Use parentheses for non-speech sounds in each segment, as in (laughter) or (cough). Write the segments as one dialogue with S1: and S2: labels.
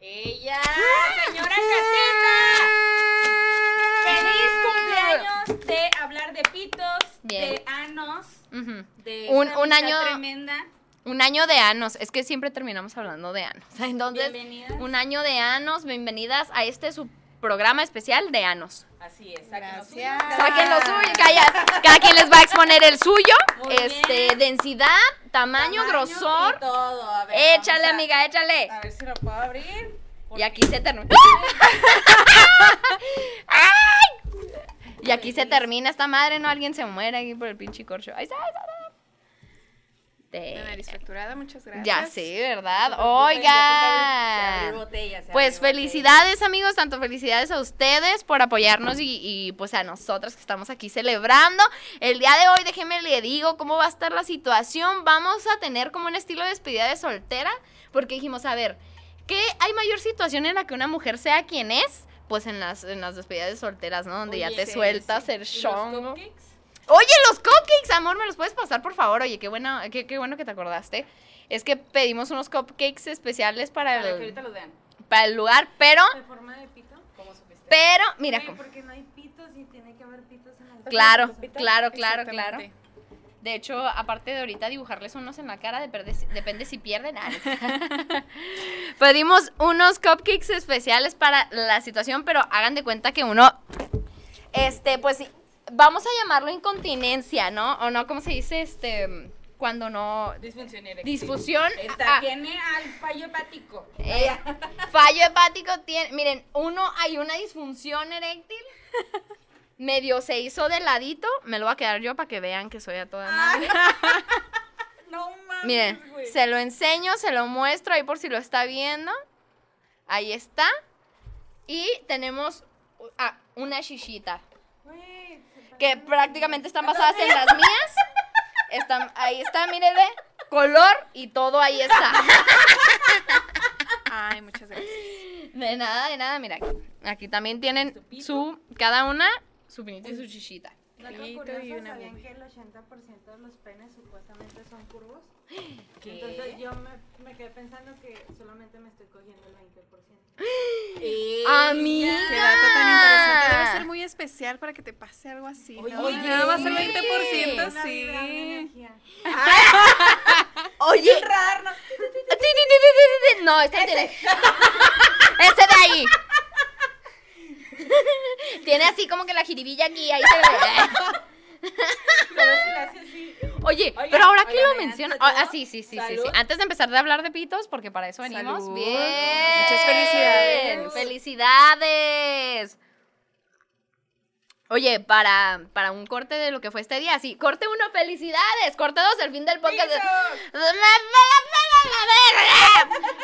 S1: Ella,
S2: ¡Ah!
S1: señora Caseta. Feliz cumpleaños de hablar de pitos,
S2: ¡Ah! Bien.
S1: de anos,
S2: Ujú.
S1: de
S2: Un-
S1: esta
S2: un
S1: amistad
S2: año-
S1: tremenda.
S2: Un año de anos. Es que siempre terminamos hablando de anos. (laughs) Entonces,
S1: Bienvenida.
S2: un año de anos. Bienvenidas a este su programa especial de anos.
S1: Así es, saquen los
S3: Gracias.
S1: suyos.
S2: Saquen lo suyo, calla. Cada quien les va a exponer el suyo.
S1: Muy
S2: este,
S1: bien.
S2: densidad, tamaño, grosor.
S1: y todo. A ver,
S2: Échale,
S1: vamos a-
S2: amiga, échale.
S1: A ver si lo puedo abrir.
S2: Y
S1: porque-
S2: aquí se
S3: (laughs)
S2: termina. Y aquí se termina esta madre, no alguien se muere aquí por el pinche corcho. Ay, ay, ay, ay.
S3: La nariz
S2: Te-
S3: fracturada, muchas gracias.
S2: Ya sé, ¿verdad?
S1: Oiga.
S2: Ah, Oigan. Pues felicidades amigos, tanto felicidades a ustedes por apoyarnos y, y, pues a nosotras que estamos aquí celebrando. El día de hoy, déjenme le digo cómo va a estar la situación. Vamos a tener como un estilo de despedida de soltera, porque dijimos, a ver, ¿qué hay mayor situación en la que una mujer sea quien es? Pues en las, en las despedidas de solteras, ¿no? Donde ya
S1: Oye,
S2: te
S1: sí,
S2: sueltas
S1: sí.
S2: el
S1: ¿Y los
S2: chongo.
S1: cupcakes?
S2: Oye, los cupcakes, amor, ¿me los puedes pasar, por favor? Oye, qué, bueno, qué, qué bueno que te acordaste. Es que pedimos unos cupcakes especiales para
S1: Para que
S2: el,
S1: ahorita los vean.
S2: para el lugar, pero,
S4: ¿De forma de pito?
S1: ¿Cómo supiste?
S2: pero, mira,
S4: Güey,
S2: cómo-
S4: porque no hay pitos y tiene que haber pitos en la
S2: claro,
S4: Pito.
S2: claro, claro, claro.
S3: Exactamente.
S2: De hecho, aparte de ahorita dibujarles unos en la cara, depende, si- depende si pierden. ah. Pedimos unos cupcakes especiales para la situación, pero hagan de cuenta que uno, este, pues, sí, vamos a llamarlo incontinencia, ¿no? O no, ¿cómo se dice? Este, cuando no...
S1: Disfunción eréctil.
S2: Disfusión.
S1: Esta
S2: ah,
S1: tiene al fallo hepático.
S2: Eh, (laughs) fallo hepático tiene. Miren, uno hay una disfunción eréctil. Medio se hizo de ladito. Me lo voy a quedar yo para que vean que soy a toda madre.
S1: No
S4: pues,
S1: mames.
S2: Miren,
S1: güey.
S2: se lo enseño, se lo muestro ahí por si lo está viendo. Ahí está. Y tenemos uh, ah, una chichita.
S4: Güey, se
S2: Que prácticamente están basadas en las mías. Están, ahí está, mírenle. Color y todo ahí está.
S3: Ay, muchas gracias.
S2: De nada, de nada, mira. aquí- Aquí también tienen
S1: Su
S2: su,
S1: pito.
S2: cada una, su pinito y su chichita.
S4: Dato
S3: Pito
S4: curioso,
S3: y una
S4: ¿sabían
S3: boobie.
S4: que el 80% de los penes supuestamente son curvos?
S1: ¿Qué?
S4: Entonces yo me, me quedé pensando que solamente me estoy cogiendo el 20%.
S1: Eh,
S3: Qué
S2: Amiga.
S3: dato tan interesante. Debe ser muy especial para que te pase algo así.
S1: Oye,
S3: ¿no? nada más el
S2: sí.
S3: 20%,
S4: Una vibra, una
S3: sí.
S4: energía.
S2: Oye. Ti, ti, ti, ti, ti, ti. No, este tiene. Este de ahí. Tiene así como que la jiribilla aquí, ahí se ve.
S1: Luego se le hace así.
S2: Oye,
S1: Oigan,
S2: pero ahora que
S1: oigan,
S2: lo
S1: oigan,
S2: menciona.
S1: antes de
S2: Ah,
S1: todo,
S2: ah, sí, sí, sí, sí, sí.
S1: salud.
S2: Antes de empezar de hablar de pitos, porque para eso venimos.
S3: Salud.
S2: Bien.
S3: Muchas felicidades.
S2: Felicidades. Oye, para, para un corte de lo que fue este día, sí. Corte uno, felicidades. Corte dos, el fin del podcast.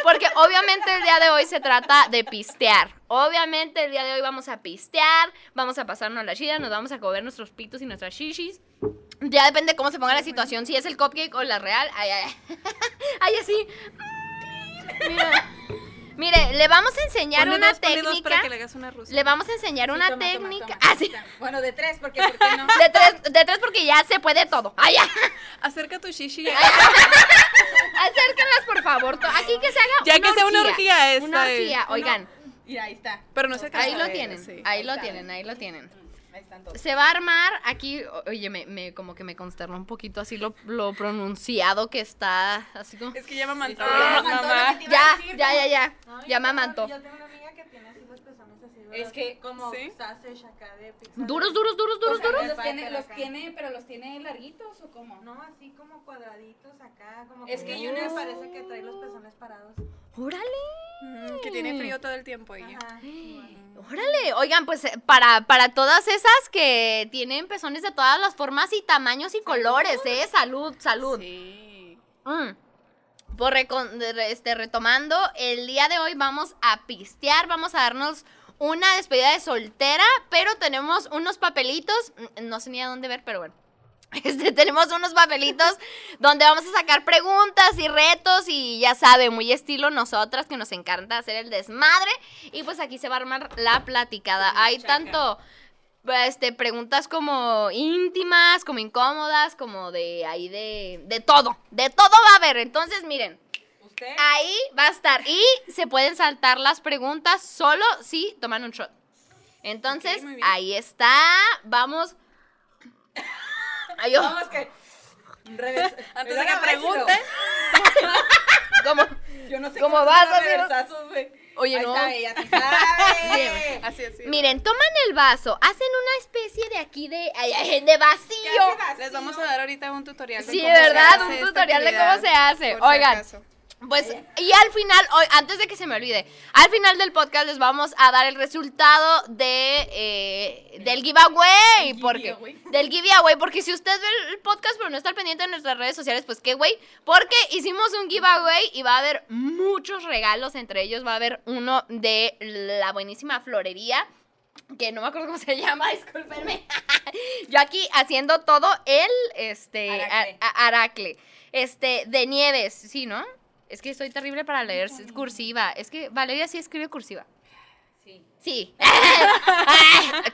S2: Porque obviamente el día de hoy se trata de pistear. Obviamente el día de hoy vamos a pistear, vamos a pasarnos la chida, nos vamos a comer nuestros pitos y nuestras shishis. Ya depende de cómo se ponga la situación, si es el cupcake o la real. Ay, ay, ay. (laughs) Ay, así. Mira. Mire, le vamos a enseñar
S3: Ponle
S2: una
S3: dos, ponle dos
S2: técnica.
S3: para que le hagas una rusa.
S2: Le vamos a enseñar
S1: Sí,
S2: una
S1: toma, toma,
S2: técnica.
S1: toma,
S2: Ah, sí.
S1: toma. Bueno, de tres, porque ¿por qué no?
S2: De tres, de tres porque ya se puede todo. Ay, ay.
S3: Acerca tu shishi. Ya,
S2: Acérquenlas, por favor. To- Aquí que se haga
S3: Ya
S2: una
S3: que sea una orgía esta.
S2: Una
S3: eh.
S2: orgía, oigan.
S1: Y ahí está.
S3: Pero no se alcanza
S2: Ahí
S3: a
S2: lo
S3: ver,
S2: tienen,
S3: sí.
S2: ahí lo
S1: está.
S2: tienen, ahí lo tienen.
S1: Ahí están todos.
S2: Se va a armar aquí, o- oye, me, me- como que me consternó un poquito así lo, lo pronunciado que está, así como...
S3: Es que ya me mantó.
S1: Ah,
S3: la
S1: me mantó la
S3: mamá.
S1: que te iba a
S2: Ya,
S1: decir,
S2: ya,
S1: ¿no?
S2: ya, ya,
S4: No, yo
S2: ya
S4: tengo-
S2: me amantó.
S4: Yo tengo una amiga que tiene así los pezones así duros.
S1: Es que
S4: como
S3: ¿Sí?
S4: sausage acá de pizza.
S2: Duros, duros, duros, duros,
S1: O sea,
S2: duros.
S1: Los tiene, los tiene, pero los tiene larguitos o cómo?
S4: No, así como cuadraditos acá, como
S1: Es que
S4: me
S1: hay unas-
S4: parece que trae los pezones parados.
S2: Órale,
S3: Mm, Que tiene frío todo el tiempo ella.
S4: Ajá. igual.
S2: órale. Oigan, pues eh, para, para todas esas que tienen pezones de todas las formas y tamaños y colores, ¿eh? Salud, salud.
S3: Sí.
S2: Mm. Por recon- de- re- este, retomando, el día de hoy vamos a pistear, vamos a darnos una despedida de soltera, pero tenemos unos papelitos, mm, no sé ni a dónde ver, pero bueno. (laughs) Este, tenemos unos papelitos donde vamos a sacar preguntas y retos y ya sabe, muy estilo nosotras que nos encanta hacer el desmadre y pues aquí se va a armar la platicada.
S1: La
S2: Hay
S1: chaca.
S2: tanto este, preguntas como íntimas, como incómodas, como de ahí de, de todo, de todo va a haber. Entonces miren,
S4: ¿eh?
S2: Ahí va a estar. Y se pueden saltar las preguntas solo si toman un shot. Entonces,
S3: Ok, muy bien.
S2: ahí está. Vamos. Ay, oh, yo,
S4: Vamos que. Revés.
S3: Antes de
S4: Era
S3: que
S4: básico.
S3: pregunten.
S2: ¿cómo?
S3: (laughs)
S4: Yo no sé
S2: ¿Cómo
S4: cómo
S2: vas,
S4: son los
S2: amigo?
S4: reversazos, güey.
S2: Oye,
S4: Ahí
S2: no.
S4: está, eh. ella sí sabe.
S3: Así, así.
S2: Miren, toman el vaso, hacen una especie de aquí de, ay, ay, de vacío.
S4: Casi
S3: Les vamos a
S4: vacío.
S3: dar ahorita un tutorial. de
S2: Sí,
S3: cómo se
S2: ¿verdad?
S3: hace
S2: Un
S3: esta
S2: tutorial de cómo se
S3: actividad,
S2: hace.
S3: por si
S2: Oigan.
S3: acaso.
S2: Pues,
S4: Eh.
S2: y al final, hoy, antes de que se me olvide, al final del podcast les vamos a dar el resultado de eh, del giveaway.
S4: Del
S2: Porque,
S4: giveaway.
S2: Del giveaway, porque si usted ve el podcast pero no está al pendiente de nuestras redes sociales, pues qué güey. Porque hicimos un giveaway y va a haber muchos regalos, entre ellos va a haber uno de la buenísima florería. Que no me acuerdo cómo se llama, (laughs) discúlpenme. Yo aquí haciendo todo el este
S4: Aracle.
S2: a- a- aracle. Este, de Nieves, sí, ¿no? Es que soy terrible para leer s- cursiva. Es que Valeria sí escribe cursiva.
S4: Sí.
S2: (laughs) Sí.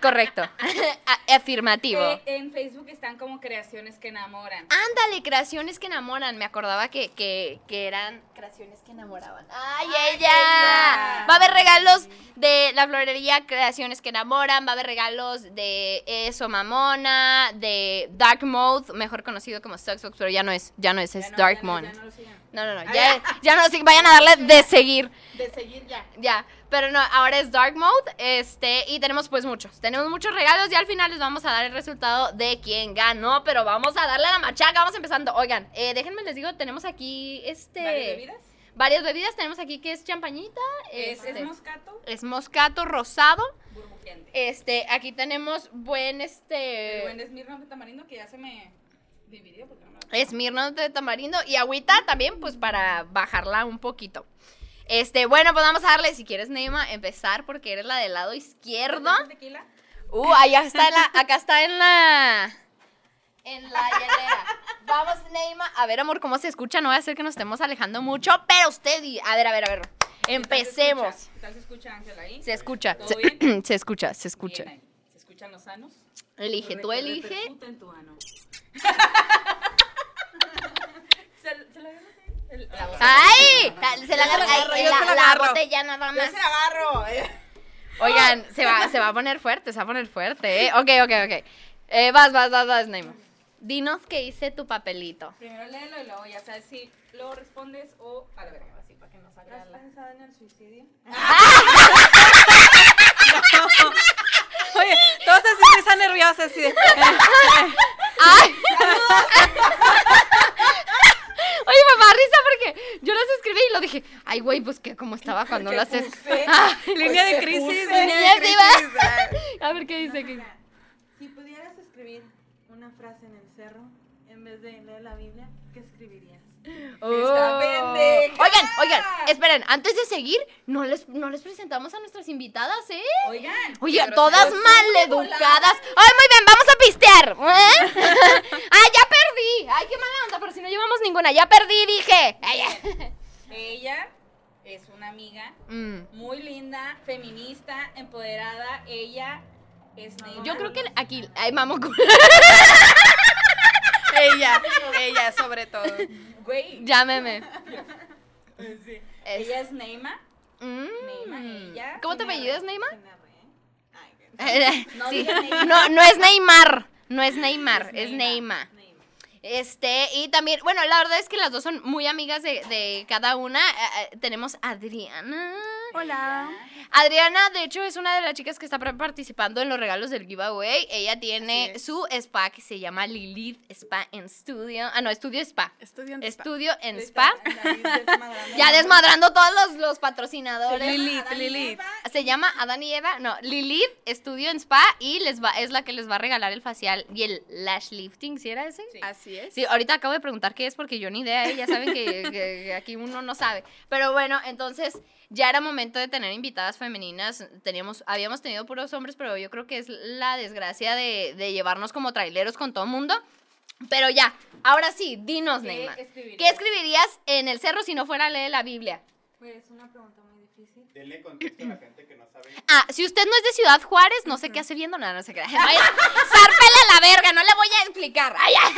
S2: Correcto. (laughs) A- Afirmativo.
S1: Eh, en Facebook están como creaciones que enamoran.
S2: Ándale, creaciones que enamoran. Me acordaba que, que, que eran creaciones que enamoraban. ¡Ay, ella!
S1: ella!
S2: Va a haber regalos de la florería Creaciones que enamoran. Va a haber regalos de Eso Mamona, de Dark Mode, mejor conocido como Sucks Fox, pero ya no es, ya no es,
S4: Ya
S2: es
S4: no,
S2: Dark
S4: ya no,
S2: Mode.
S4: ya no lo sigan.
S2: No, no, no.
S4: Ah,
S2: Ya, ya no, sí, vayan a darle de seguir.
S4: De seguir ya.
S2: Ya. Pero no, ahora es Dark Mode. Este, y tenemos pues muchos. Tenemos muchos regalos y al final les vamos a dar el resultado de quién ganó. Pero vamos a darle a la machaca. Vamos empezando. Oigan, eh, déjenme les digo, tenemos aquí este.
S4: ¿Varias bebidas?
S2: varias bebidas. Tenemos aquí que es champañita.
S4: Es,
S2: este,
S4: es moscato
S2: es moscato rosado.
S4: burbujeante.
S2: Este, aquí tenemos buen
S3: Eh,
S4: El buen
S2: este.
S4: esmirno de tamarindo que ya se me dividió porque no me lo-
S2: Esmirno de tamarindo y agüita también, pues para bajarla un poquito. Este, bueno, pues vamos a darle, si quieres, Neima, empezar porque eres la del lado izquierdo.
S4: ¿Es tequila?
S2: Uh, allá está en la, acá está en la, en la hielera. Vamos, Neima. A ver, amor, ¿cómo se escucha? No voy a hacer que nos estemos alejando mucho, pero usted, y- a ver, a ver, a ver. Empecemos.
S4: ¿Qué tal se escucha, Ángela, ahí?
S2: Se escucha,
S4: ¿Todo
S2: se,
S4: bien?
S2: (clears throat) se escucha, se escucha.
S4: Bien ahí. ¿Se escuchan los sanos?
S2: Elige, tú
S4: Re-
S2: elige.
S4: repercute en tu ano. (laughs) ¿Se, se la agarras ahí? El- la botella.
S2: ¡Ay! La- Se la,
S3: Yo se la agarro,
S2: ay,
S3: yo
S2: la-
S3: se la
S2: la
S3: agarro.
S2: botella nada
S4: Yo
S2: más.
S4: se la agarro.
S2: Oigan, se va, se va a poner fuerte, se va a poner fuerte, ¿eh? Ok, ok, ok. Eh, vas, vas, vas, vas, Neima. Dinos qué hice tu papelito.
S4: (laughs) Primero léelo y luego ya sabes si lo respondes o a la verga, así para que no salga la...
S1: pensado en el suicidio?
S3: (laughs) Oye, todos así están nerviosos así
S4: Pues
S3: de.
S2: ¡Ay! (laughs) Oye, mamá, risa porque yo las escribí y lo dije, ay, güey, pues que como estaba cuando
S4: ¿Qué
S2: las es... (laughs)
S4: puse?
S2: Ah,
S3: Línea de
S4: Pues,
S3: crisis,
S4: puse.
S3: línea de
S2: Sí, va.
S3: crisis. ah.
S2: (laughs) a ver qué dice. qué dice.
S1: Si pudieras escribir una frase en el cerro en vez de leer la Biblia, ¿qué escribirías?
S4: Está pendeja.
S2: Oh. Oigan, oigan, esperen, antes de seguir, no les, no les presentamos a nuestras invitadas, ¿eh?
S4: Oigan.
S2: Oye,
S3: grosero.
S2: todas maleducadas. Ay, muy bien, vamos a pistear. ¿eh? (laughs) Ay, ya perdí. Ay, qué mala onda, pero si no llevamos ninguna, ya perdí, dije. Ay,
S4: Ella
S2: ya.
S4: es una amiga
S2: Mm.
S4: muy linda, feminista, empoderada. Ella es negra.
S2: Yo creo que aquí, ay, (laughs) mamo,
S3: Ella, ella sobre todo.
S4: Güey.
S2: llámeme.
S4: Sí.
S2: Es-
S4: Ella es Neima.
S2: Mm.
S4: Neima, ella.
S2: ¿Cómo te
S4: Neima.
S2: apellidas, Neymar?
S1: Se narra, ¿eh?
S4: Ay, güey.
S2: No,
S4: No digas
S2: (laughs)
S4: Neima.
S2: no, no es Neymar. No es Neymar, es,
S4: Neima.
S2: Neymar. Este, y también, bueno, la verdad es que las dos son muy amigas de, de cada una. Eh, eh, tenemos a Adriana.
S3: Hola.
S2: Adriana, de hecho, es una de las chicas que está pre- participando en los regalos del giveaway. Ella tiene
S3: Así es.
S2: su spa que se llama Lilith Spa en Studio. Ah, no, Estudio Spa.
S3: Estudiante.
S2: Estudio en
S1: Está-
S2: Spa.
S1: la Biblia es más grande.
S2: Ya desmadrando todos los, los patrocinadores.
S3: Lilith, Lilith.
S2: Se llama Adán y Eva, no, Lilith estudio en spa y les va, es la que les va a regalar el facial y el lash lifting, ¿sí era ese?
S4: Sí.
S3: Así es.
S2: Sí, ahorita acabo de preguntar qué es porque yo ni idea, ¿eh? ya saben que, que- que aquí uno no sabe. Pero bueno, entonces ya era momento de tener invitadas femeninas. Teníamos, habíamos tenido puros hombres, pero yo creo que es la desgracia de, de llevarnos como traileros con todo mundo. Pero ya, ahora sí, dinos, Neymar.
S4: ¿Qué escribirías?
S2: ¿Qué escribirías en el cerro si no fuera a leer la Biblia?
S1: Pues es una pregunta muy difícil.
S5: Denle contexto a la gente que no sabe.
S2: Ah, si usted no es de Ciudad Juárez, no sé qué hace viendo nada, no sé qué. (laughs) Vaya, zárpele a la verga, no le voy a explicar. (laughs) Ay, ay.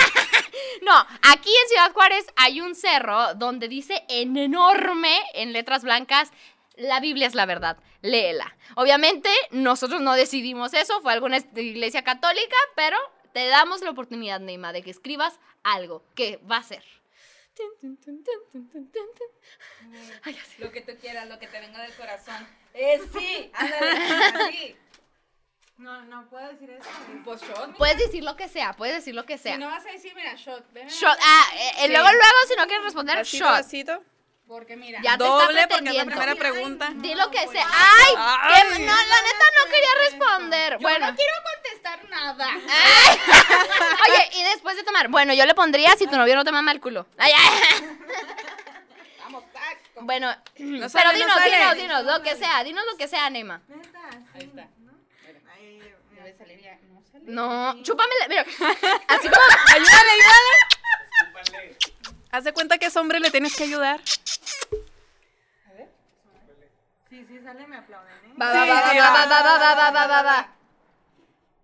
S2: No, aquí en Ciudad Juárez hay un cerro donde dice en enorme, en letras blancas, la Biblia es la verdad, léela. Obviamente, nosotros no decidimos eso, fue alguna est- iglesia católica, pero te damos la oportunidad, Neima, de que escribas algo que va a ser. Tin, tin, tin, tin, tin, tin, tin, tin. Ay, ya sé.
S4: Lo que tú quieras, lo que te venga del corazón. Eh, sí, ándale, (laughs) así.
S1: No, no puedo decir eso. es-
S4: Pues shot, mira.
S2: Puedes decir lo que sea, puedes decir lo que sea.
S4: Si no vas a decir, mira, shot, ven, ven,
S2: Shot. Ah, eh, eh, luego,
S3: Sí.
S2: luego, si no quieres responder,
S3: Vasito,
S2: shot.
S3: vasito.
S4: ven, Porque mira,
S2: Ya te está
S3: Doble, porque es la
S2: pretendiendo.
S3: primera pregunta.
S2: Di lo que
S4: No,
S2: sea.
S4: pues,
S2: ¡Ay!
S3: ay.
S2: que- no, la neta no quería responder. bueno.
S4: quiero contestar nada.
S2: Ah. (laughs) Oye, y después de tomar. Bueno, yo le pondría si tu novio no te mama el culo. Ay, ay. (laughs)
S4: Vamos, tac. con-
S2: Bueno, pero
S3: sale, no
S2: dinos,
S3: sale.
S2: dinos, dinos, lo que sea, dinos lo que sea, Nema.
S1: Neta, sí.
S4: Ahí está.
S1: ¿no?
S4: Mira,
S1: Ay, mira.
S4: Debe salir ya. No sale.
S2: No, chúpame
S4: (laughs)
S2: la- Mira, así como.
S3: Ayúdale,
S2: (laughs)
S3: ayúdale.
S5: Vale.
S3: Haz de cuenta que es hombre, le tienes que ayudar.
S4: A ver.
S1: Sí, sí, sale, me aplauden, ¿eh?
S2: Va, va, va,
S3: sí,
S2: va,
S3: va.
S2: va, va, va, va, va, va, va.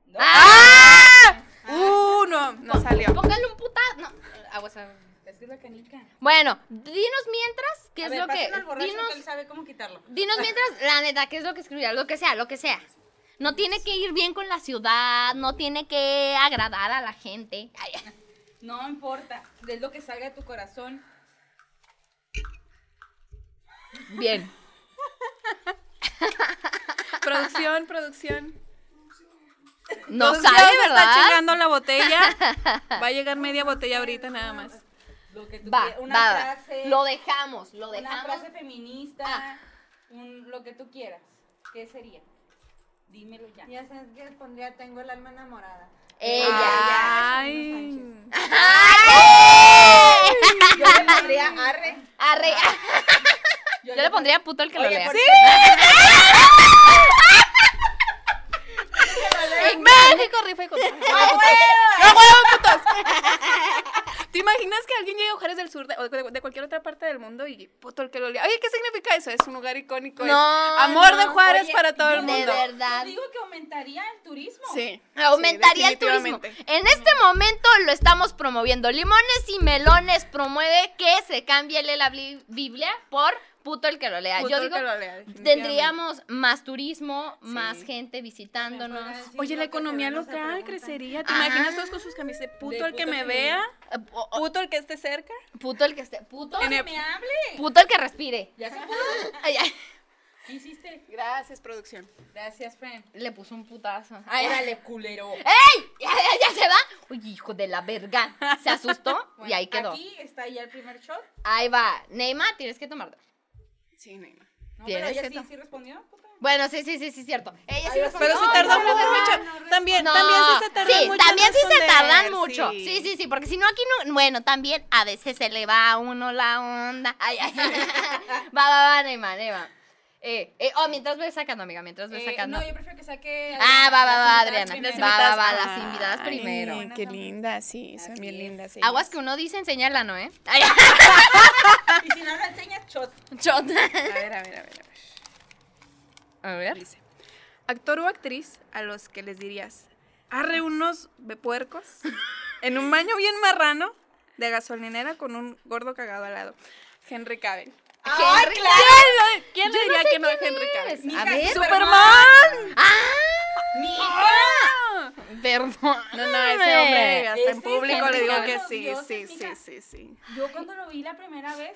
S4: No.
S2: ¡Ah!
S3: Uh, no, no salió.
S2: Póngale un putazo. No, aguas, aguas.
S4: Es que es la canica.
S2: Bueno, dinos mientras qué
S4: A
S2: es
S4: ver,
S2: lo que.
S4: pásenlo al borracho que él
S2: Dinos,
S4: sabe cómo quitarlo.
S2: dinos mientras, la neta, qué es lo que escribir, lo que sea, lo que sea. No tiene que ir bien con la ciudad, no tiene que agradar a la gente. Ay,
S4: No importa. Es lo que salga de tu corazón.
S2: bien.
S3: Producción, producción.
S2: No
S3: Producción
S2: sale,
S3: se Está
S2: ¿verdad?
S3: chingando la botella. Va a llegar media botella ahorita nada más.
S4: Lo que tú
S3: Eh,
S2: Va,
S4: quieras. Una
S2: va, va.
S4: frase.
S2: Lo dejamos, lo
S4: Una
S2: dejamos.
S4: frase feminista.
S2: Ah.
S4: un- lo que tú quieras. ¿Qué sería? Dímelo
S2: (laughs)
S4: ya.
S1: Ya sabes que pondría, tengo el alma enamorada.
S2: Ella.
S3: Ay.
S2: ¡Ay!
S4: Yo le pondría arre.
S2: Arre- (laughs) Yo le pondría puto el que lo
S4: Oye,
S2: lea.
S4: por
S2: En México, rifa y con-
S3: ¿Te imaginas que alguien llegue a Juárez del Sur de, o de- de cualquier otra parte del mundo y puto el que lo lea? Oye, ¿qué significa eso? Es un lugar icónico. es
S2: No,
S3: pues, amor de
S2: no.
S3: Juárez
S4: Oye,
S3: para todo
S4: yo
S3: el
S2: De
S3: mundo.
S4: Yo
S2: verdad.
S4: digo que aumentaría el turismo.
S3: Sí.
S2: (laughs) Aumentaría
S3: sí,
S2: el turismo.
S3: definitivamente.
S2: En este momento lo estamos promoviendo. Limones y Melones promueve que se cambie el- la bli- Biblia por puto el que lo lea.
S3: Puto
S2: Yo
S3: el
S2: digo,
S3: que lo lea, definitivamente.
S2: tendríamos más turismo, más
S3: Sí.
S2: gente visitándonos.
S1: Podría decir
S3: Oye, la
S1: lo que se
S3: economía
S1: ve, no se
S3: local
S1: pregunta.
S3: crecería. ¿Te
S2: Ajá.
S3: imaginas todos con sus camisetas? Puto
S4: De
S3: el que
S4: puto
S3: me
S4: que me
S3: vea.
S2: Eh, o- o-
S3: Puto el que esté cerca.
S2: Puto el que esté. Puto,
S3: En el-
S4: ¡Me hable!
S2: puto el que respire. (laughs)
S4: Ya se pudo.
S2: Ay, ay.
S4: ¿Qué hiciste?
S3: Gracias, producción.
S4: Gracias, friend.
S2: Le puso un putazo. Ay,
S4: Órale, culero.
S2: ¡Ey! Ya, ya- ya se va. Uy, hijo de la verga. Se asustó y
S3: (laughs)
S4: Bueno,
S2: ahí quedó.
S4: Aquí está ya el primer shot.
S2: Ahí va. Neymar, tienes que tomar.
S3: Sí, Neymar.
S4: No, pero
S2: Tienes
S4: ella
S2: que
S4: sí,
S2: to-
S4: sí respondió. puta.
S2: Bueno, sí, sí, sí, sí, cierto. Ella sí
S4: Ay,
S2: respondió.
S3: Pero
S4: No,
S3: se tardan
S4: no,
S3: mucho,
S4: no,
S3: mucho. también, también sí se tardan
S2: sí,
S3: mucho. en
S2: también sí se
S3: responder,
S2: tardan mucho. Sí. sí, sí, porque si no aquí no, bueno, también a veces se le va a uno la onda. Ay, ay.
S3: (laughs)
S2: va, va, va, Neymar, Neymar. Eh, eh, oh, mientras voy sacando, amiga, mientras voy
S4: Eh,
S2: sacando.
S4: no, yo prefiero que saque.
S2: Ah, va, va, va, Adriana.
S4: Las
S2: Va,
S4: invitadas
S2: va,
S3: invitadas-
S2: va, las invitadas
S3: ah, Ay,
S2: primero.
S3: Qué lindas, sí, son
S4: Así
S3: bien
S4: es.
S3: lindas. ellas.
S2: Aguas que uno dice, enséñala, ¿no,
S3: (laughs)
S2: eh? Ay,
S4: primero. Y si no lo enseñas, shot.
S2: chota.
S3: A ver, a ver, a ver, a ver.
S2: A ver.
S3: Dice, actor o actriz a los que les dirías, arre unos be- puercos en un baño bien marrano de gasolinera con un gordo cagado al lado. Henry Cavill.
S2: Henry-
S3: ¿Quién le diría que no es Henry
S2: Pues,
S3: Cavill?
S2: A
S4: Mija,
S2: ver.
S4: Superman.
S3: ¡Superman!
S4: Mi
S3: ¡Ah!
S2: Perdón.
S3: No, no, ese hombre hasta en
S4: Ese
S3: público le
S4: Henry
S3: digo que
S4: Cavill,
S3: sí,
S4: Dios
S3: sí,
S4: es mi
S3: sí,
S4: ca-
S3: sí, sí.
S4: Yo cuando lo vi la primera vez,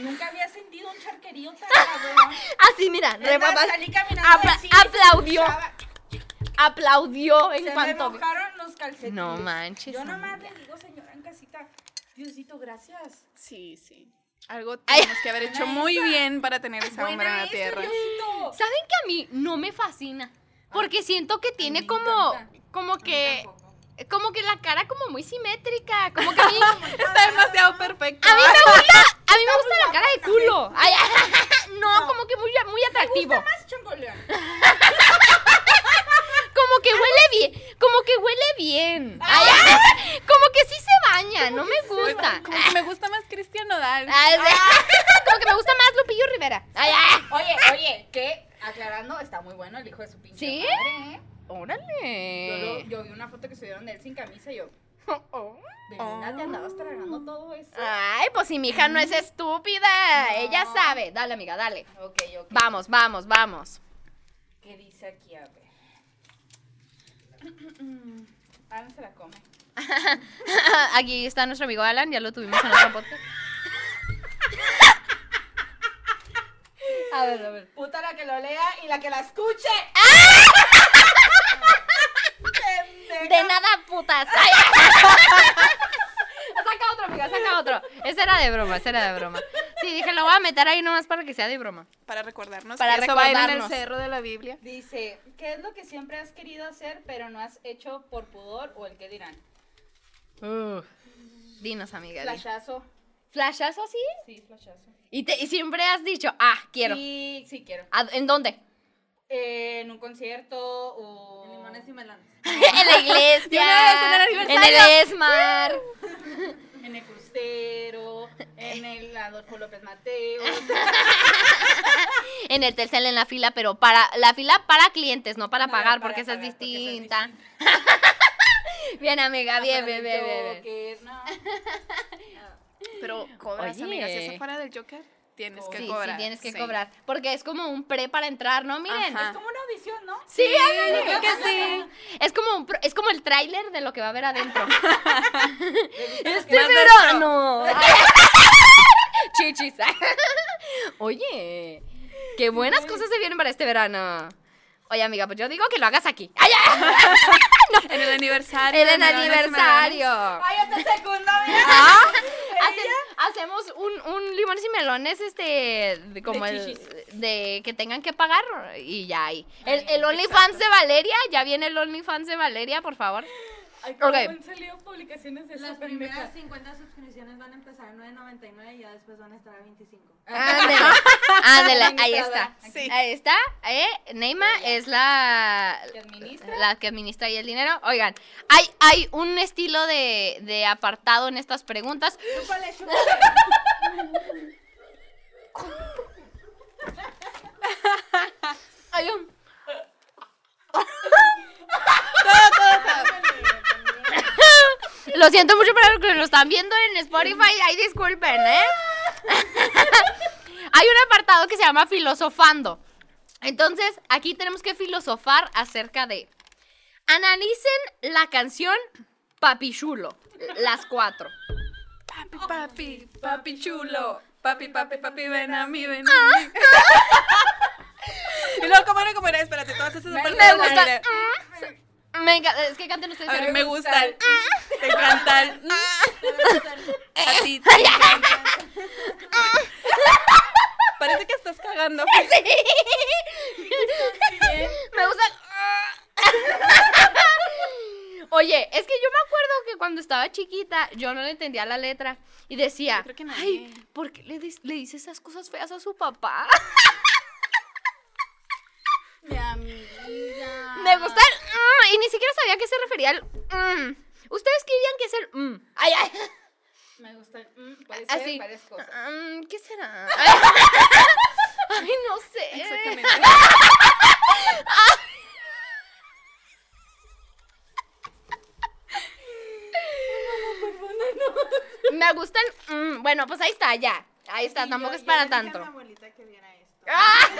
S4: nunca había sentido un charquerío tan (laughs) cabrón.
S2: Así, Ah, mira,
S4: Es más,
S2: rebaba-
S4: Salí caminando
S2: apla-
S4: del cine y se
S2: aplaudió,
S4: escuchaba-
S2: aplaudió en
S4: Se
S2: cuanto
S4: me
S2: vio.
S4: mojaron los calcetines.
S2: No manches,
S4: Yo nomás le digo, señora en casita, Diosito, (gasps) gracias.
S3: Sí, sí. Algo
S2: Ay.
S3: tenemos que haber hecho muy bien para tener esa
S4: Buena
S3: hombre en la
S4: esa,
S3: tierra.
S4: Diosito.
S2: ¿Saben que a mí no me fascina? Porque siento que tiene
S4: mí
S2: como,
S4: tampoco.
S2: como que,
S4: tampoco.
S2: como que la cara como muy simétrica, como que
S4: (laughs)
S2: a mí, a mí
S3: Está demasiado perfecto.
S2: me gusta, a mí me gusta la cara de culo.
S4: (laughs)
S2: Ay, (laughs) no,
S4: No.
S2: como que muy, muy atractivo,
S4: Gusta más chongoleón.
S2: como que huele bien, como que huele bien.
S4: Ah.
S2: Ay, (laughs) como que sí se baña, no me gusta.
S3: Como que me gusta más Cristian Nodal.
S4: Ah.
S2: Ay, (laughs) ah. Como que me gusta más
S4: Oye, oye, que aclarando, está muy bueno el hijo de su pinche
S2: ¿Sí?
S4: madre, ¿eh? Yo, lo-
S2: (laughs) ¡Órale!
S4: yo vi una foto que subieron de él sin camisa y yo,
S2: Oh, oh.
S4: Belinda, te andabas tragando todo eso.
S2: Ay, pues si mi hija no es estúpida, ella
S4: No.
S2: sabe. Dale, amiga, dale.
S4: Ok, ok.
S2: Vamos, vamos, vamos.
S4: ¿Qué dice aquí? A ver. (clears throat) Alan se la come.
S2: (laughs) Aquí está nuestro amigo Alan, ya lo tuvimos en otro podcast. (laughs) A ver, a ver.
S4: Puta la que lo lea y la que la escuche.
S2: (laughs) De nada, putas. (laughs) Ay. saca otro, amiga, saca otro. Ese era de broma, ese era de broma. Sí, dije, lo voy a meter ahí nomás para que sea de broma.
S3: Para recordarnos.
S2: Para
S3: que eso va a ir
S2: recordarnos.
S3: en el cerro de la Biblia.
S4: Dice, ¿qué es lo que siempre has querido hacer pero no has hecho por pudor o el que dirán?
S2: Uh, Dinos, amiga. di.
S4: Flashazo.
S2: ¿Flashazo así?
S4: Sí, flashazo.
S2: Y, te- y siempre has dicho, ah, quiero.
S4: Sí, sí quiero.
S2: ¿A- ¿En dónde?
S4: Eh, en un concierto o...
S1: En limones y melones.
S2: (laughs) en la iglesia.
S3: De una vez, en el
S2: en el Esmar.
S4: En el crucero, en el Adolfo López Mateo.
S2: Ah, En el Telcel en la fila, pero para la fila para clientes, no para
S4: No,
S2: pagar,
S4: para
S2: porque esa es
S4: pagar, porque esa es
S2: distinta. bien, amiga, bien, bien, bien, bien, bien.
S4: Joker, no.
S3: Pero cobras,
S2: Oye.
S3: amiga. Si eso fuera del Joker, tienes que
S2: Sí,
S3: cobrar.
S2: sí, tienes que cobrar. Porque es como un pre para entrar, ¿no? Miren.
S3: Ajá.
S4: Es (laughs) como una audición, ¿no?
S2: Sí, ándale, creo que sí. Es como, un pro- es como el tráiler de lo que va a haber (laughs) adentro. este
S3: Más
S2: verano. (laughs) Chichis. (laughs) Oye, qué buenas cosas se vienen para este verano. Oye, amiga, pues yo digo que lo hagas aquí. ¡Ay, ay!
S3: En el aniversario.
S2: el
S3: me dan ese
S2: aniversario!
S4: Ay, hasta segundo,
S2: ¿Ah? Hace- hacemos un, un limones y melones, este, de- como
S4: De
S2: el,
S4: chichis.
S2: de que tengan que pagar y ya ahí. El, el OnlyFans de Valeria, ya viene el OnlyFans de Valeria, por favor.
S4: Ay, cómo
S2: Ok.
S4: han salido publicaciones de
S1: Las
S4: esas
S1: primeras
S4: pendejas.
S1: 50 suscripciones van a empezar a 9.99 y ya después van a estar a 25.
S2: Ándele, ándele, ahí está.
S3: Sí.
S2: Ahí está, eh, Neima es la...
S4: ¿Que administra?
S2: La que administra ahí el dinero. Oigan, hay, hay un estilo de, de apartado en estas preguntas.
S1: Chúpale, chúpale.
S2: Hay un- Lo siento mucho para los que lo están viendo en Spotify. Ay, disculpen, ¿eh? Hay un apartado que se llama filosofando. Entonces, aquí tenemos que filosofar acerca de. Analicen la canción Papichulo. Las
S3: (laughs)
S2: cuatro.
S3: Papi, papi, papi chulo. Papi, papi, papi, ven a mí, ven
S2: Ah.
S3: a mí. (laughs) y luego, ¿cómo era? ¿Cómo era? Espérate, todas esas partes
S2: Me
S3: al
S2: gusta. Ah,
S3: aire.
S2: mm, me encanta- es que canten ustedes.
S3: A ver,
S2: ahora.
S3: me gusta el.
S2: Ah.
S3: Te encanta el.
S2: (laughs)
S3: A ti te encanta. Parece que estás cagando. (laughs)
S2: Me gusta. (laughs) Oye, es que yo me acuerdo que cuando estaba chiquita yo no le entendía la letra y decía,
S3: Yo creo que nadie.
S2: ay, ¿por qué le, dis- le dice esas cosas feas a su papá?
S4: Mi amiga.
S2: Me gusta el mm, y ni siquiera sabía a qué se refería el mm. ¿Ustedes querían que es el mm? Ay, ay.
S4: Me gusta el... mm, puede ser
S2: Así.
S4: varias cosas.
S2: Mm, ¿Qué será? Ay, no sé.
S3: Exactamente.
S2: Me gusta el mm. Bueno, pues ahí está, ya. Ahí está,
S1: Y
S2: tampoco
S1: yo-
S2: es
S1: yo
S2: para
S1: le dije a
S2: tanto.
S1: mi abuelita que viera esto.
S2: Ay,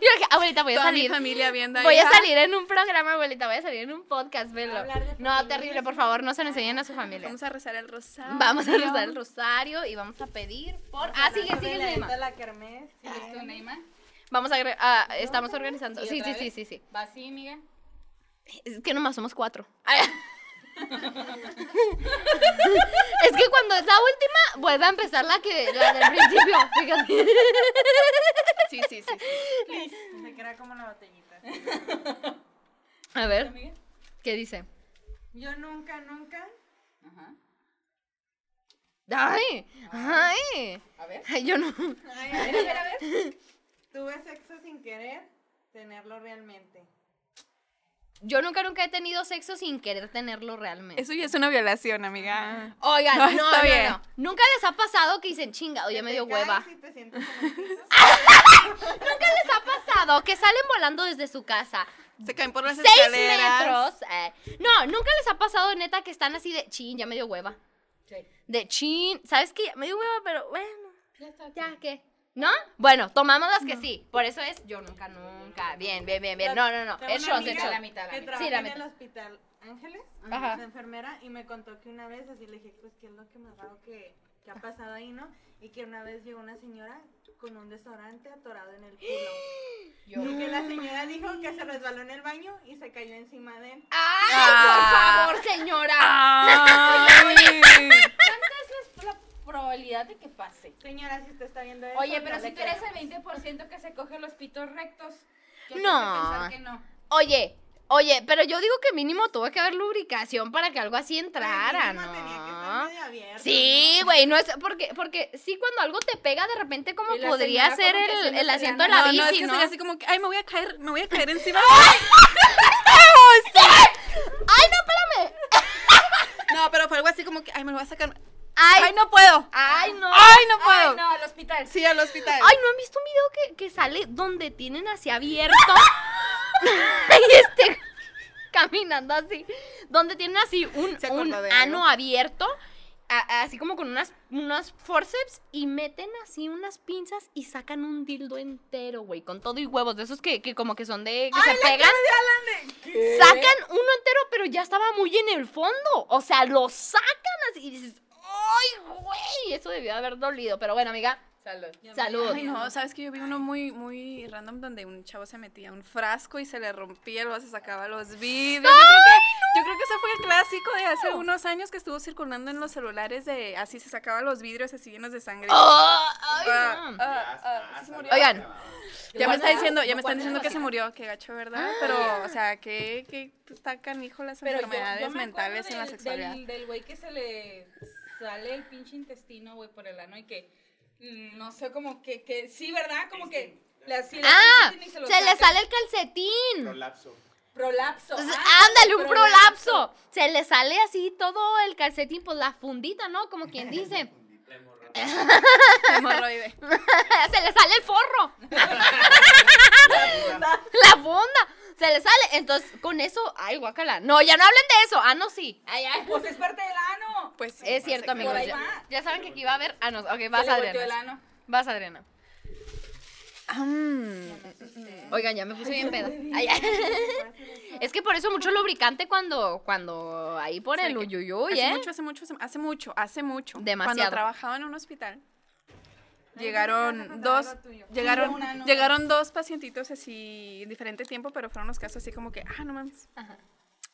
S2: (laughs) yo dije, abuelita, voy a
S3: Toda mi
S2: salir.
S3: familia viendo ahí.
S2: Voy a
S3: "Ah,
S2: salir en un programa, abuelita. Voy a salir en un podcast, velo.
S1: Hablar de
S2: No,
S1: familia,
S2: terrible,
S1: sí.
S2: por favor, no se lo enseñen a su familia.
S3: Vamos a rezar el rosario.
S2: Vamos a rezar el rosario y vamos a pedir por. Ah, sigue,
S1: Hablando de
S2: sigue,
S1: la
S2: Neymar.
S1: neta, La
S2: (laughs)
S1: kermés. sí.
S4: ¿Sigues tú, Neymar?
S2: Vamos a. agre- ah, estamos organizando. Sí, sí,
S4: otra
S2: sí,
S4: vez?
S2: sí, sí.
S4: ¿Va así, amiga?
S2: Es que nomás somos cuatro. (laughs) Ay. es que cuando es la última, vuelve a empezar la que la del principio. Fíjate.
S3: Sí, sí, sí. sí.
S1: Se queda como la botellita.
S2: A ver,
S4: ¿Amiga?
S2: ¿qué dice?
S1: Yo nunca, nunca.
S4: Ajá.
S2: ¡Ay! ¡Ay!
S4: A ver.
S2: Ay, Yo no.
S1: Ay,
S4: A
S1: ay,
S4: ver, a ver, a ver.
S1: Tuve sexo sin querer, tenerlo realmente.
S2: Yo nunca, nunca he tenido sexo sin querer tenerlo realmente.
S3: Eso ya es una violación,
S2: Ah.
S3: amiga.
S2: Oigan,
S3: No,
S2: no, no,
S3: está
S2: no,
S3: bien.
S2: no. Nunca les ha pasado que dicen, chinga, oye, me dio hueva.
S1: Y te sientes como el piso.
S2: Nunca les ha pasado que salen volando desde su casa.
S3: Se caen por las
S2: Seis
S3: escaleras.
S2: metros. eh. No, nunca les ha pasado, neta, que están así de, chin, ya me dio hueva.
S4: Sí.
S2: De chin, ¿sabes qué? Me dio hueva, pero bueno,
S4: Ya está.
S2: ya, ¿qué? ¿No? Bueno, tomamos las que sí. Por eso es, yo nunca, nunca. Bien, bien, bien, bien. No, no, no.
S1: Tengo
S2: Es
S1: una
S2: shots, es shots.
S1: amiga
S4: La mitad, la
S1: que
S4: mitad.
S1: trabaja
S2: Sí, la
S1: en el
S2: neta.
S1: hospital Ángeles,
S2: Ajá.
S1: es enfermera, y me contó que una vez, así le dije, pues, ¿qué es lo que más raro que, que ha pasado ahí, no? Y que una vez llegó una señora con un desodorante atorado
S2: (gasps)
S1: en el culo.
S4: Yo.
S1: Y que la señora dijo que se resbaló en el baño y se cayó encima de él.
S4: Ah.
S2: ¡Ay, por favor, señora! (laughs)
S3: Ay.
S4: es la probabilidad de que pase?
S1: Señora, si usted está viendo eso.
S4: Oye,
S1: no
S4: pero
S1: le
S4: si tú eres
S1: crea.
S4: el 20% que se coge los pitos rectos. ¿qué te
S2: No.
S4: hace pensar que no.
S2: Oye, oye, pero yo digo que mínimo tuvo que haber lubricación para que algo así
S1: Pero
S2: entrara,
S1: mínimo tenía que estar
S2: ¿no?
S1: medio abierto,
S2: Sí,
S1: ¿no?
S2: güey, no es porque porque sí cuando algo te pega de repente como
S4: Y la señora
S2: podría ser
S4: como que se
S2: el,
S4: le
S2: el
S4: hace
S2: asiento de
S4: la-
S2: la
S3: No,
S2: bici,
S3: no,
S2: ¿no?
S3: es que sería así como que, ay, me voy a caer, me voy a caer encima.
S2: (laughs) Ay, no, espérame.
S3: No, pero fue algo así como que, ay, me lo voy a sacar.
S2: Ay,
S3: Ay, no puedo.
S2: ay, no.
S3: Ay, no
S4: Ay,
S3: puedo.
S4: no, al hospital.
S3: Sí, al hospital.
S2: Ay, ¿no han visto un video que, que sale donde tienen así abierto? (laughs) y este caminando así. Donde tienen así un,
S3: Se acordó
S2: un
S3: de
S2: ano
S3: algo.
S2: abierto. a- así como con unas, unas forceps y meten así unas pinzas y sacan un dildo entero, güey, con todo y huevos, de esos que, que como que son de... que se pegan. Sacan uno entero, pero ya estaba muy en el fondo. O sea, lo sacan así y dices, ¡ay, güey! Eso debió haber dolido, pero bueno, amiga,
S4: Salud.
S1: Ya me-
S2: salud.
S3: Ay, no, sabes que yo vi uno muy, muy random donde un chavo se metía a un frasco y se le rompía, luego se sacaba los vídeos. Yo, creo que- yo creo que ese fue el clásico de hace unos años que estuvo circulando en los celulares de así se sacaba los vidrios así llenos de sangre.
S2: Oh, ay,
S3: Ah,
S2: no.
S3: ah, ah,
S5: Ya
S3: sí se
S5: está,
S3: murió.
S5: ya
S2: Oigan.
S5: está.
S3: Ya me está diciendo, ya me están
S4: cuántas
S3: diciendo que se
S4: cositas.
S3: murió, que gacho, ¿verdad? Pero, o sea, que, que está canijo las
S4: Ah. Pero yo- yo,
S3: enfermedades
S4: me acuerdo
S3: mentales en la
S4: del-
S3: sexualidad.
S4: Del del güey que se le sale el pinche intestino, güey, por el ano y que mm, no sé, como que, que sí, ¿verdad? Como que le así le
S2: Ah,
S4: hacen y
S2: se
S4: lo
S2: le
S4: sacan.
S2: sale el calcetín.
S5: Prolapso.
S4: prolapso.
S2: Pues,
S4: Ah,
S2: Ándale, un prolapso. Se le sale así todo el calcetín, pues la fundita, ¿no? Como
S4: (laughs)
S2: quien dice. (laughs)
S5: La hemorroide.
S3: (laughs) Hemorroide.
S2: se le sale
S4: (laughs)
S2: el forro, (laughs) la funda. Se le sale. Entonces, con eso, ay, guacala. No, ya no hablen de eso. Ah, no, sí.
S4: Ay, ay, pues es parte del ano.
S3: Pues sí,
S2: Es cierto,
S3: pasa que-
S2: amigos.
S4: ahí
S2: Ya,
S4: va.
S2: ya saben que aquí va a haber. Ah, no. Ok,
S4: Se
S2: vas,
S4: le volteó el
S2: Adriana.
S4: ano.
S2: Vas, Adriana.
S3: Am.
S2: Oigan, ya me puse bien
S3: (laughs)
S2: pedo. Ay, (laughs) ay. Es que por eso mucho lubricante cuando, cuando ahí por el
S3: que
S2: uyuyuy,
S3: hace
S2: ¿eh?
S3: mucho, hace mucho, hace- hace mucho, hace mucho.
S2: Demasiado.
S3: Cuando trabajaba en un hospital.
S1: Ay, no, no,
S3: Llegaron
S1: no, no,
S3: dos,
S1: algo tuyo.
S3: llegaron,
S4: Sí, de una, no.
S3: llegaron dos pacientitos así, en diferente tiempo, pero fueron los casos así como que, ah, no mames.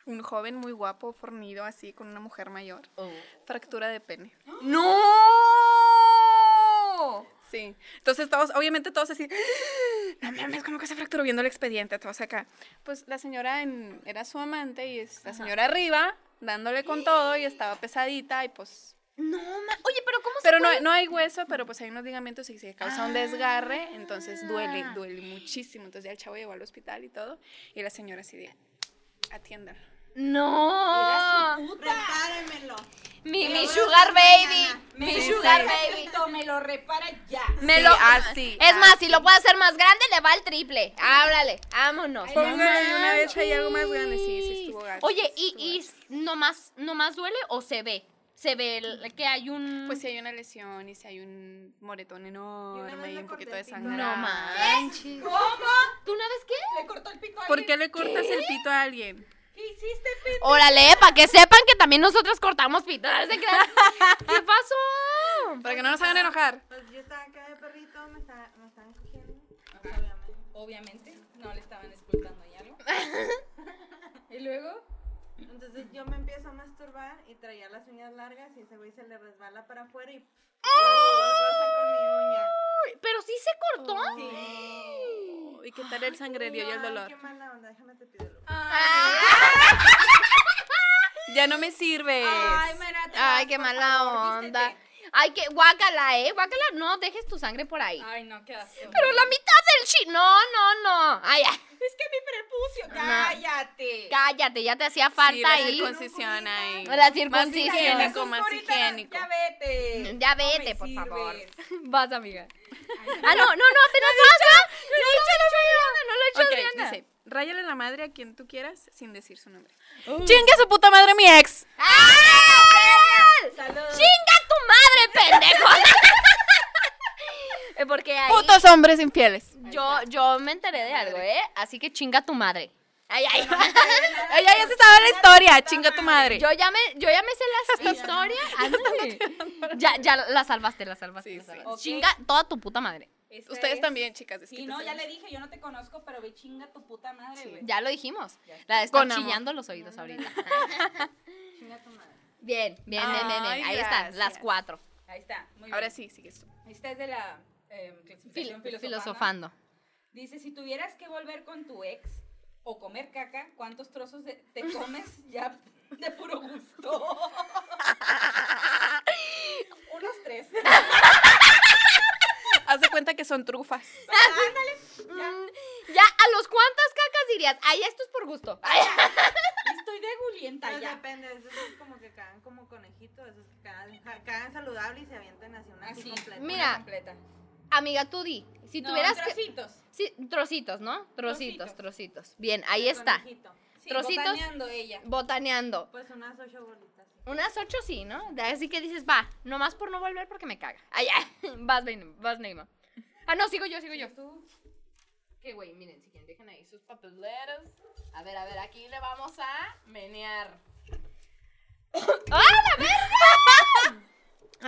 S3: Un joven muy guapo, fornido, así, con una mujer mayor.
S2: Oh.
S3: Fractura de pene.
S2: ¡No!
S3: Sí. Entonces todos, obviamente todos así, "Ah, no mames, ¿cómo que se fracturó viendo el expediente? Todos acá. Pues la señora en- era su amante y es- la señora arriba, dándole con todo y estaba pesadita y pues...
S2: No, ma- Oye, pero ¿cómo se
S3: Pero no,
S2: puede?
S3: no hay hueso, pero pues hay unos ligamentos y se causa un
S2: Ah.
S3: desgarre, entonces duele, duele muchísimo. Entonces ya el chavo llegó al hospital y todo, y la señora así de, atiéndalo.
S2: No.
S1: Repáremelo.
S2: Mi,
S1: Pero
S2: mi
S1: bueno,
S2: sugar
S1: sí,
S2: baby.
S1: Adriana.
S2: Mi
S4: Sí,
S2: sugar
S4: sí.
S2: baby.
S4: Me lo repara ya.
S2: Me
S3: Sí, Ah,
S2: lo...
S3: así,
S2: es más,
S3: así.
S2: si lo puede hacer más grande, le va al triple. Ábrale, vámonos.
S3: Ay, Póngale
S2: No
S3: una vez ahí algo más
S2: manches.
S3: grande, sí, sí estuvo gacho,
S2: Oye,
S3: sí
S2: ¿y,
S3: estuvo
S2: y nomás, nomás duele o se ve? Se ve el- que hay un...
S3: Pues si hay una lesión y si hay un moretón enorme
S1: vez
S3: y
S1: le
S3: un poquito
S1: corté
S3: de
S1: el pito.
S3: sangre.
S2: no manches. ¿Tú una vez qué?
S4: Le cortó el pico a
S3: ¿Por qué
S4: alguien.
S3: le cortas el pito a alguien?
S4: ¿Qué hiciste, pito?
S2: Órale, para que sepan que también nosotros cortamos pito. No se crean. ¿Qué pasó?
S3: Para que no nos hagan enojar.
S1: Pues yo estaba acá de perrito, me, estaba, me estaban cogiendo. Obviamente.
S4: Obviamente, no le estaban escultando ahí algo. (laughs) y luego,
S1: Entonces yo me empiezo a masturbar y traía las uñas largas y ese güey se le resbala para afuera y
S2: ¡Oh!
S1: rosa
S2: Pero sí se cortó.
S1: con mi uña. Sí.
S3: ¿Y qué tal el sangrerío y el
S1: Ay,
S3: dolor?
S1: Qué mala onda, déjame te pido el Uber.
S3: Ya no me sirves.
S4: ay, mira, te
S2: Pues, Ay,
S4: vas,
S2: qué
S4: por
S2: mala
S4: favor,
S2: onda.
S4: vístete.
S2: Ay, que guácala, eh. Guácala, no dejes tu sangre por ahí.
S4: Ay, no, qué
S2: (laughs)
S4: asco.
S2: Pero la mitad del chi. No, no, no. Ay, ay.
S4: es que mi prepucio, cállate.
S2: Cállate, ya te hacía falta
S3: Sí, la
S2: ahí.
S3: circuncisión ahí.
S2: La
S3: Más
S2: circuncisión.
S3: higiénico, más higiénico.
S4: Ya vete.
S2: Ya
S4: No me
S2: vete, por
S4: sirves.
S2: favor. Vas, amiga. Ah,
S4: Ay,
S2: no, no, no, apenas vas, vas. No lo echas, Adriana, no lo echas,
S3: Ok,
S2: Adriana.
S3: dice, ráyale la madre a quien tú quieras sin decir su nombre.
S2: Uh.
S3: ¡Chingue a su puta madre mi ex!
S2: ¡Ah!
S4: Salud.
S2: ¡Chinga tu madre, pendejo! (laughs) Eh, Porque ahí
S3: ¡Putos hombres infieles!
S2: yo, yo me enteré de algo, ¿eh? Así que chinga tu madre. Ay, (laughs) ay.
S3: Ella ya se sabe la historia, chinga tu madre.
S2: Yo ya me, yo ya me sé la historia. Ándale. Ya, ya la salvaste, la salvaste.
S3: Sí,
S2: la
S3: sí.
S2: salvaste.
S4: Ok.
S2: Chinga toda tu puta madre.
S4: Esta
S3: Ustedes
S4: Este es-
S3: también, chicas.
S4: Sí, no, ya
S3: desquítense.
S4: le dije, yo no te conozco, pero ve chinga tu puta madre, güey.
S2: Ya lo dijimos. La de estar
S3: Con amor.
S2: chillando los oídos ahorita.
S4: Chinga tu madre.
S2: Bien, bien, bien, bien, bien.
S3: Ay,
S2: Ahí están, las
S3: gracias.
S2: cuatro.
S4: Ahí está. Muy bien.
S3: Ahora sí, sigues tú. (laughs)
S4: Esta es de la eh,
S2: Fil-
S4: clasificación filosofal.
S2: filosofando.
S4: Dice, si tuvieras que volver con tu ex o comer caca, ¿cuántos trozos de- te
S2: (laughs)
S4: comes ya de puro gusto? Unos tres.
S3: Haz de cuenta que son trufas.
S4: Ya,
S2: Mm, Ya, ¿a los cuántas cacas dirías? Ay, esto es por gusto. Ay,
S4: estoy de gulienta
S1: Pues
S4: ya.
S1: depende, esos es como que cagan como conejitos, esos que cagan, ca- cagan saludable y se avientan así una así
S4: Así,
S1: completa.
S4: una
S2: Mira,
S4: completa.
S2: amiga, tú di. Si
S4: No,
S2: tuvieras que.
S4: trocitos.
S2: Sí, trocitos, ¿no?
S4: Trocitos.
S2: Trocitos, trocitos. Bien, ahí está.
S1: Conejito.
S4: Sí,
S2: Trocitos.
S4: botaneando ella.
S2: Botaneando.
S1: Pues unas ocho bolitas. sí.
S2: Unas ocho sí, ¿no? De- Así que dices, va, nomás por no volver porque me caga. Ay, ay. (laughs) Vas, Neima. Vas, Neima. Ah, no, sigo yo, sigo yo. Que güey, miren, si quieren, dejen ahí sus papeleros. A ver, a ver, aquí le vamos a menear. ¡Ah, la verga! (laughs)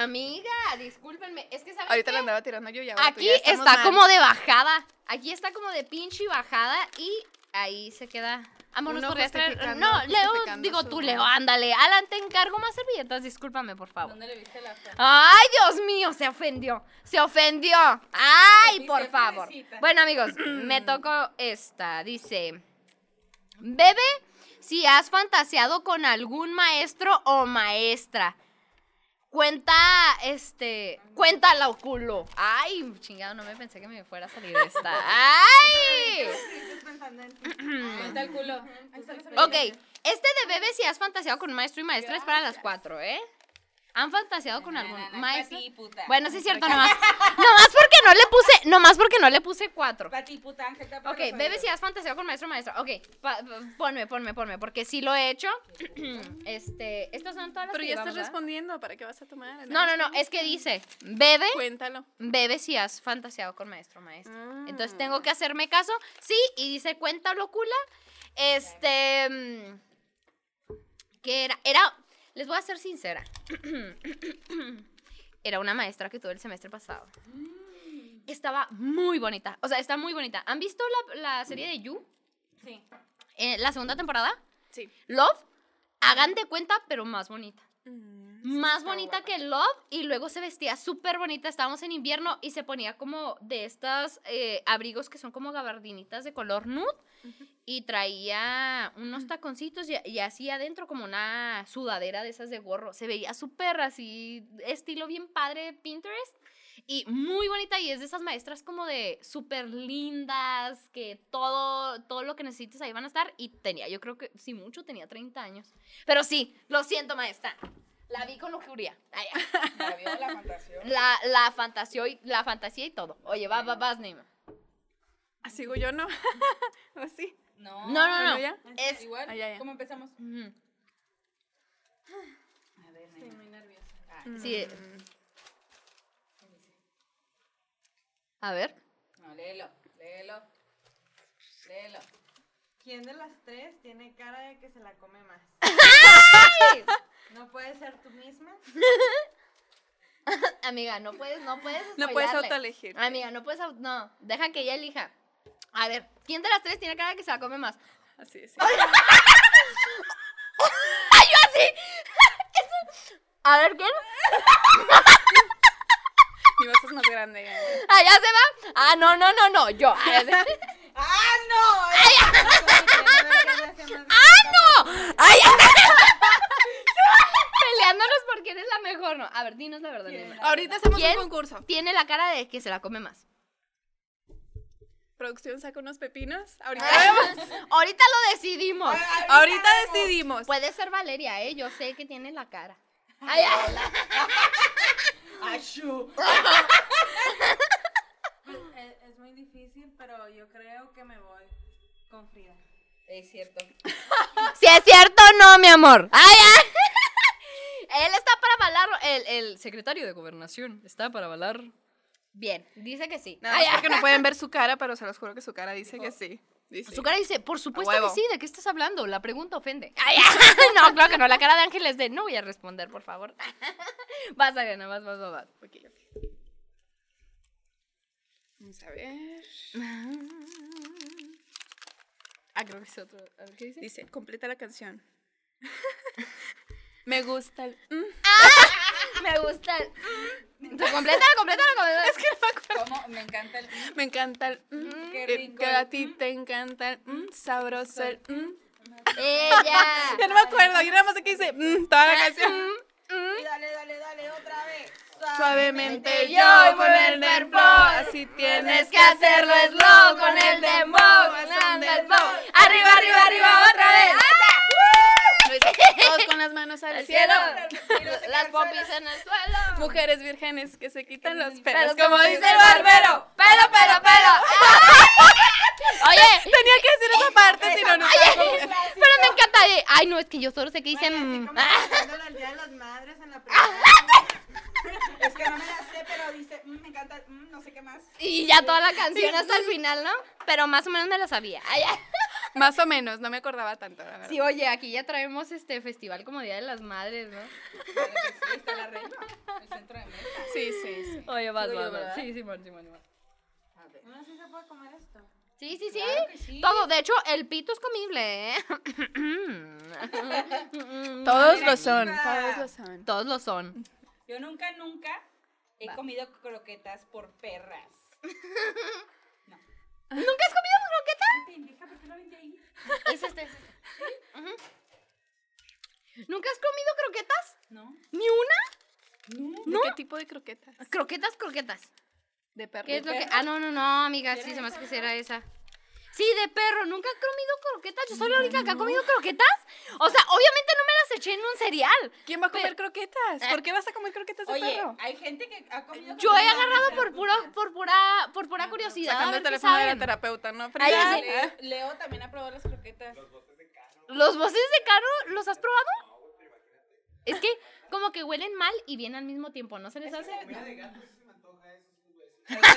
S2: Amiga, discúlpenme. Es que saben
S3: Ahorita
S2: qué?
S3: la andaba tirando yo ya.
S2: Aquí está como de bajada. Aquí está como de pinche bajada y ahí se queda. Vámonos,
S3: Uno
S2: podrías traer-
S3: justificando-
S2: No, Leo,
S3: justificando
S2: digo
S3: su-
S2: tú, Leo, ándale. Alan, te encargo más servilletas, discúlpame, por favor.
S4: ¿Dónde le viste la foto?
S2: Ay, Dios mío, se ofendió. Se ofendió. Ay,
S4: Dice,
S2: por favor.
S4: "Pobrecita".
S2: Bueno, amigos, me tocó esta. Dice, bebe si has fantaseado con algún maestro o maestra. Cuenta, este, cuéntalo, culo. Ay, chingado, no me pensé que me fuera a salir esta. Ay.
S1: Estás pensando en ti.
S2: Mm.
S4: Cuenta el culo.
S2: Ok, este de bebé si has fantaseado con maestro y maestra es para las cuatro, ¿eh? ¿Han fantaseado con algún maestro? Bueno, sí es cierto,
S3: (laughs)
S2: nomás. Nomás porque no le puse, nomás porque no le puse cuatro.
S4: Para ti, puta, Ángel, tapa
S2: Ok,
S4: los
S2: bebé
S4: oídos.
S2: si has fantaseado con maestro maestra. Ok, pa- pa- ponme, ponme, ponme, porque sí lo he hecho. (clears throat) este, estas son todas las
S3: Pero
S2: que
S3: ya
S2: llevamos,
S3: estás
S2: ¿verdad?
S3: respondiendo, ¿para qué vas a tomar?
S2: No, no, no, es que dice, bebe,
S3: Cuéntalo.
S2: bebe si has fantaseado con maestro maestra.
S3: Ah.
S2: Entonces tengo que hacerme caso, sí, y dice, cuéntalo, cula. Este, mm, ¿qué era? Era, les voy a ser sincera. (clears throat) Era una maestra que tuve el semestre pasado. Estaba muy bonita. O sea, está muy bonita. ¿Han visto la, la serie de You?
S4: Sí.
S2: Eh, la segunda temporada.
S3: Sí.
S2: Love. Hagan de cuenta, pero más bonita.
S3: Mm.
S2: Más
S3: está
S2: bonita
S3: guapa.
S2: que Love. Y luego se vestía súper bonita. Estábamos en invierno y se ponía como de estas eh, abrigos que son como gabardinitas de color nude. Y traía unos taconcitos y, y así adentro como una sudadera de esas de gorro. Se veía súper así, estilo bien padre de Pinterest. Y muy bonita, y es de esas maestras como de súper lindas, que todo, todo lo que necesites ahí van a estar. Y tenía, yo creo que, si mucho, tenía 30 años. Pero sí, lo siento, maestra. La vi con lujuria. Ay,
S4: La vio la fantasía.
S2: La, la, fantasió y, la fantasía y todo. Oye, va, va, vas, Neymar.
S3: Ah, ¿Sigo yo, no? (laughs) ¿O sí?
S4: No. Pues,
S2: No, no,
S3: ¿Bueno,
S2: no.
S3: ya?
S2: Es.
S4: Igual,
S3: Ah, ya, ya.
S4: ¿cómo empezamos?
S2: Ujú.
S4: A ver,
S1: Estoy muy nerviosa.
S4: Ah,
S2: Sí.
S3: Mm.
S4: ¿qué dice?
S2: A ver.
S4: No, léelo, léelo. Léelo.
S1: ¿Quién de las tres tiene cara de que se la come más? ¿No puedes ser tú
S4: (laughs)
S1: misma?
S2: (laughs) Amiga, no puedes, no puedes.
S3: No puedes
S2: spoilearle.
S3: autoelegir.
S2: Amiga, no puedes. au- No, deja que ella elija. A ver, ¿quién de las tres tiene cara de que se la come más?
S3: Así es.
S2: ¡Ay, yo así! Eso- A ver, ¿quién?
S3: (laughs) Mi vaso es más grande. (laughs) ya.
S2: Allá se va. Ah, no, no, no, no, yo. A ver.
S1: ¡Ah, no!
S4: (laughs)
S1: ¡Ah,
S2: ¡Ah, no! ¡Ay, (laughs) Peleándonos por quién es la mejor, no. A ver, dinos la verdad, Nelma.
S3: Ahorita hacemos
S2: ¿Quién?
S3: un concurso.
S2: (laughs) Tiene la cara de que se la come más.
S3: producción saca unos pepinos. Ahorita vemos.
S2: Ah, Ahorita lo decidimos.
S3: Ahorita decidimos.
S2: Puede ser Valeria, ¿eh? Yo sé que tiene la cara. pues. Ay, ay,
S4: Achú.
S1: Pues, es, es muy difícil, pero yo creo que me voy con Frida.
S4: Es cierto.
S2: (laughs) Si es cierto o no, mi amor. Ay, ay. (laughs) Él está para avalar. El, el secretario de gobernación está para avalar. Bien, dice que sí.
S3: Nada
S2: Ay,
S3: más
S2: ay.
S3: porque no pueden ver su cara, pero se los juro que su cara dice que sí. Dice.
S2: Su cara dice, por supuesto
S3: huevo.
S2: que sí, ¿de qué estás hablando? La pregunta ofende. Ay, ay. (laughs) no, claro que no. La cara de Ángel es de, no voy a responder, por (laughs) favor. Vas, Ariana, vas, vas, vas. vas.
S3: Ok, ok. Vamos a ver.
S2: Ah, creo que es otro. a ver, ¿Qué dice?
S3: Dice, completa la canción. (laughs) Me gusta el... mm,
S2: Me gusta. el- Tú Complétala, complétala, complétala. Es que no me acuerdo.
S4: ¿Cómo? Me encanta el.
S3: Me encanta el
S4: Mm,
S3: mm,
S4: qué
S3: que-
S4: rico
S3: que
S4: el
S3: a ti te encanta el mm, sabroso el mm.
S2: Ella.
S3: Ya Ah, no me acuerdo, yo nada más sé que dice mm, toda la (laughs) canción.
S4: Dale, dale, dale, otra vez.
S3: Suavemente yo con el dembow, así tienes que hacerlo slow con el dembow, al son del bow.
S2: Arriba, arriba, arriba, otra vez.
S3: Todos con las manos (laughs)
S2: (laughs)
S3: al
S2: Al
S3: cielo.
S2: cielo. Las popis en el suelo.
S3: Mujeres vírgenes que se quitan los
S2: Pero
S3: pelos, como dice el barbero.
S2: Pero, pero, (laughs) pero. Oye.
S3: Tenía que decir esa parte, si no, no
S2: Oye,
S3: estaba completa.
S2: pero me encanta de. Ay, no, es que yo solo sé que
S1: Oye, así
S2: dicen.
S4: Mm.
S1: como
S2: ah,
S1: cantándole el Día de las Madres en la primera.
S4: Es que no me la sé, pero dice, mm, me encanta, mm, no sé qué más.
S2: Y ya toda la canción hasta el final, ¿no? Pero más o menos me la sabía. Ay, ay.
S3: Más o menos, no me acordaba tanto, la verdad.
S2: Sí, oye, aquí ya traemos este festival como Día de las Madres, ¿no?
S4: Claro que sí, ahí está la regla. El centro de mesa.
S3: Sí, sí, sí.
S2: Oye, vas,
S4: Digo yo,
S2: vas, vas.
S4: ¿verdad?
S2: Sí, Simón, Simón, Simón.
S1: Uno sí se puede comer esto.
S2: Sí, sí, sí.
S4: Claro que sí.
S2: Todo, de hecho, el pito es comible, ¿eh?
S4: (laughs)
S3: Todos
S4: Mira,
S3: lo son,
S4: chiva.
S3: todos lo son.
S2: Todos lo son.
S4: Yo nunca, nunca he comido croquetas por perras.
S2: ¿Nunca has comido croqueta?
S4: Pendeja, ¿por qué lo vendí ahí?
S2: Es este, es este. Ujú. ¿Nunca has comido croquetas?
S4: No.
S2: ¿Ni una?
S4: No.
S3: ¿De qué tipo de croquetas?
S2: Croquetas, croquetas.
S3: De perro.
S2: ¿Qué es lo que.? Ah, no, no, no, amiga. Sí, se me hace que sí era esa. Sí, de perro. ¿Nunca has comido croquetas? Yo soy la única que ha comido croquetas. O sea, obviamente no me las eché en un cereal.
S3: ¿Quién va a comer croquetas?
S2: Eh.
S3: ¿Por qué vas a comer croquetas de
S4: Oye,
S3: perro?
S4: hay gente que ha comido
S2: Yo he
S4: croquetas
S2: agarrado
S4: de
S2: por,
S4: perros.
S2: puro, por pura, por pura curiosidad. a
S3: Sacando
S2: ver
S3: el
S2: qué
S3: teléfono de la
S2: saben.
S3: terapeuta, ¿no?
S2: Ay, ya sé.
S3: Frida?
S4: Leo, Leo también ha probado las croquetas.
S2: ¿Los boces de Caro los has probado? Es que como que huelen mal y bien al mismo tiempo, ¿no se les hace?
S3: Comida de gato.
S6: (laughs)
S5: También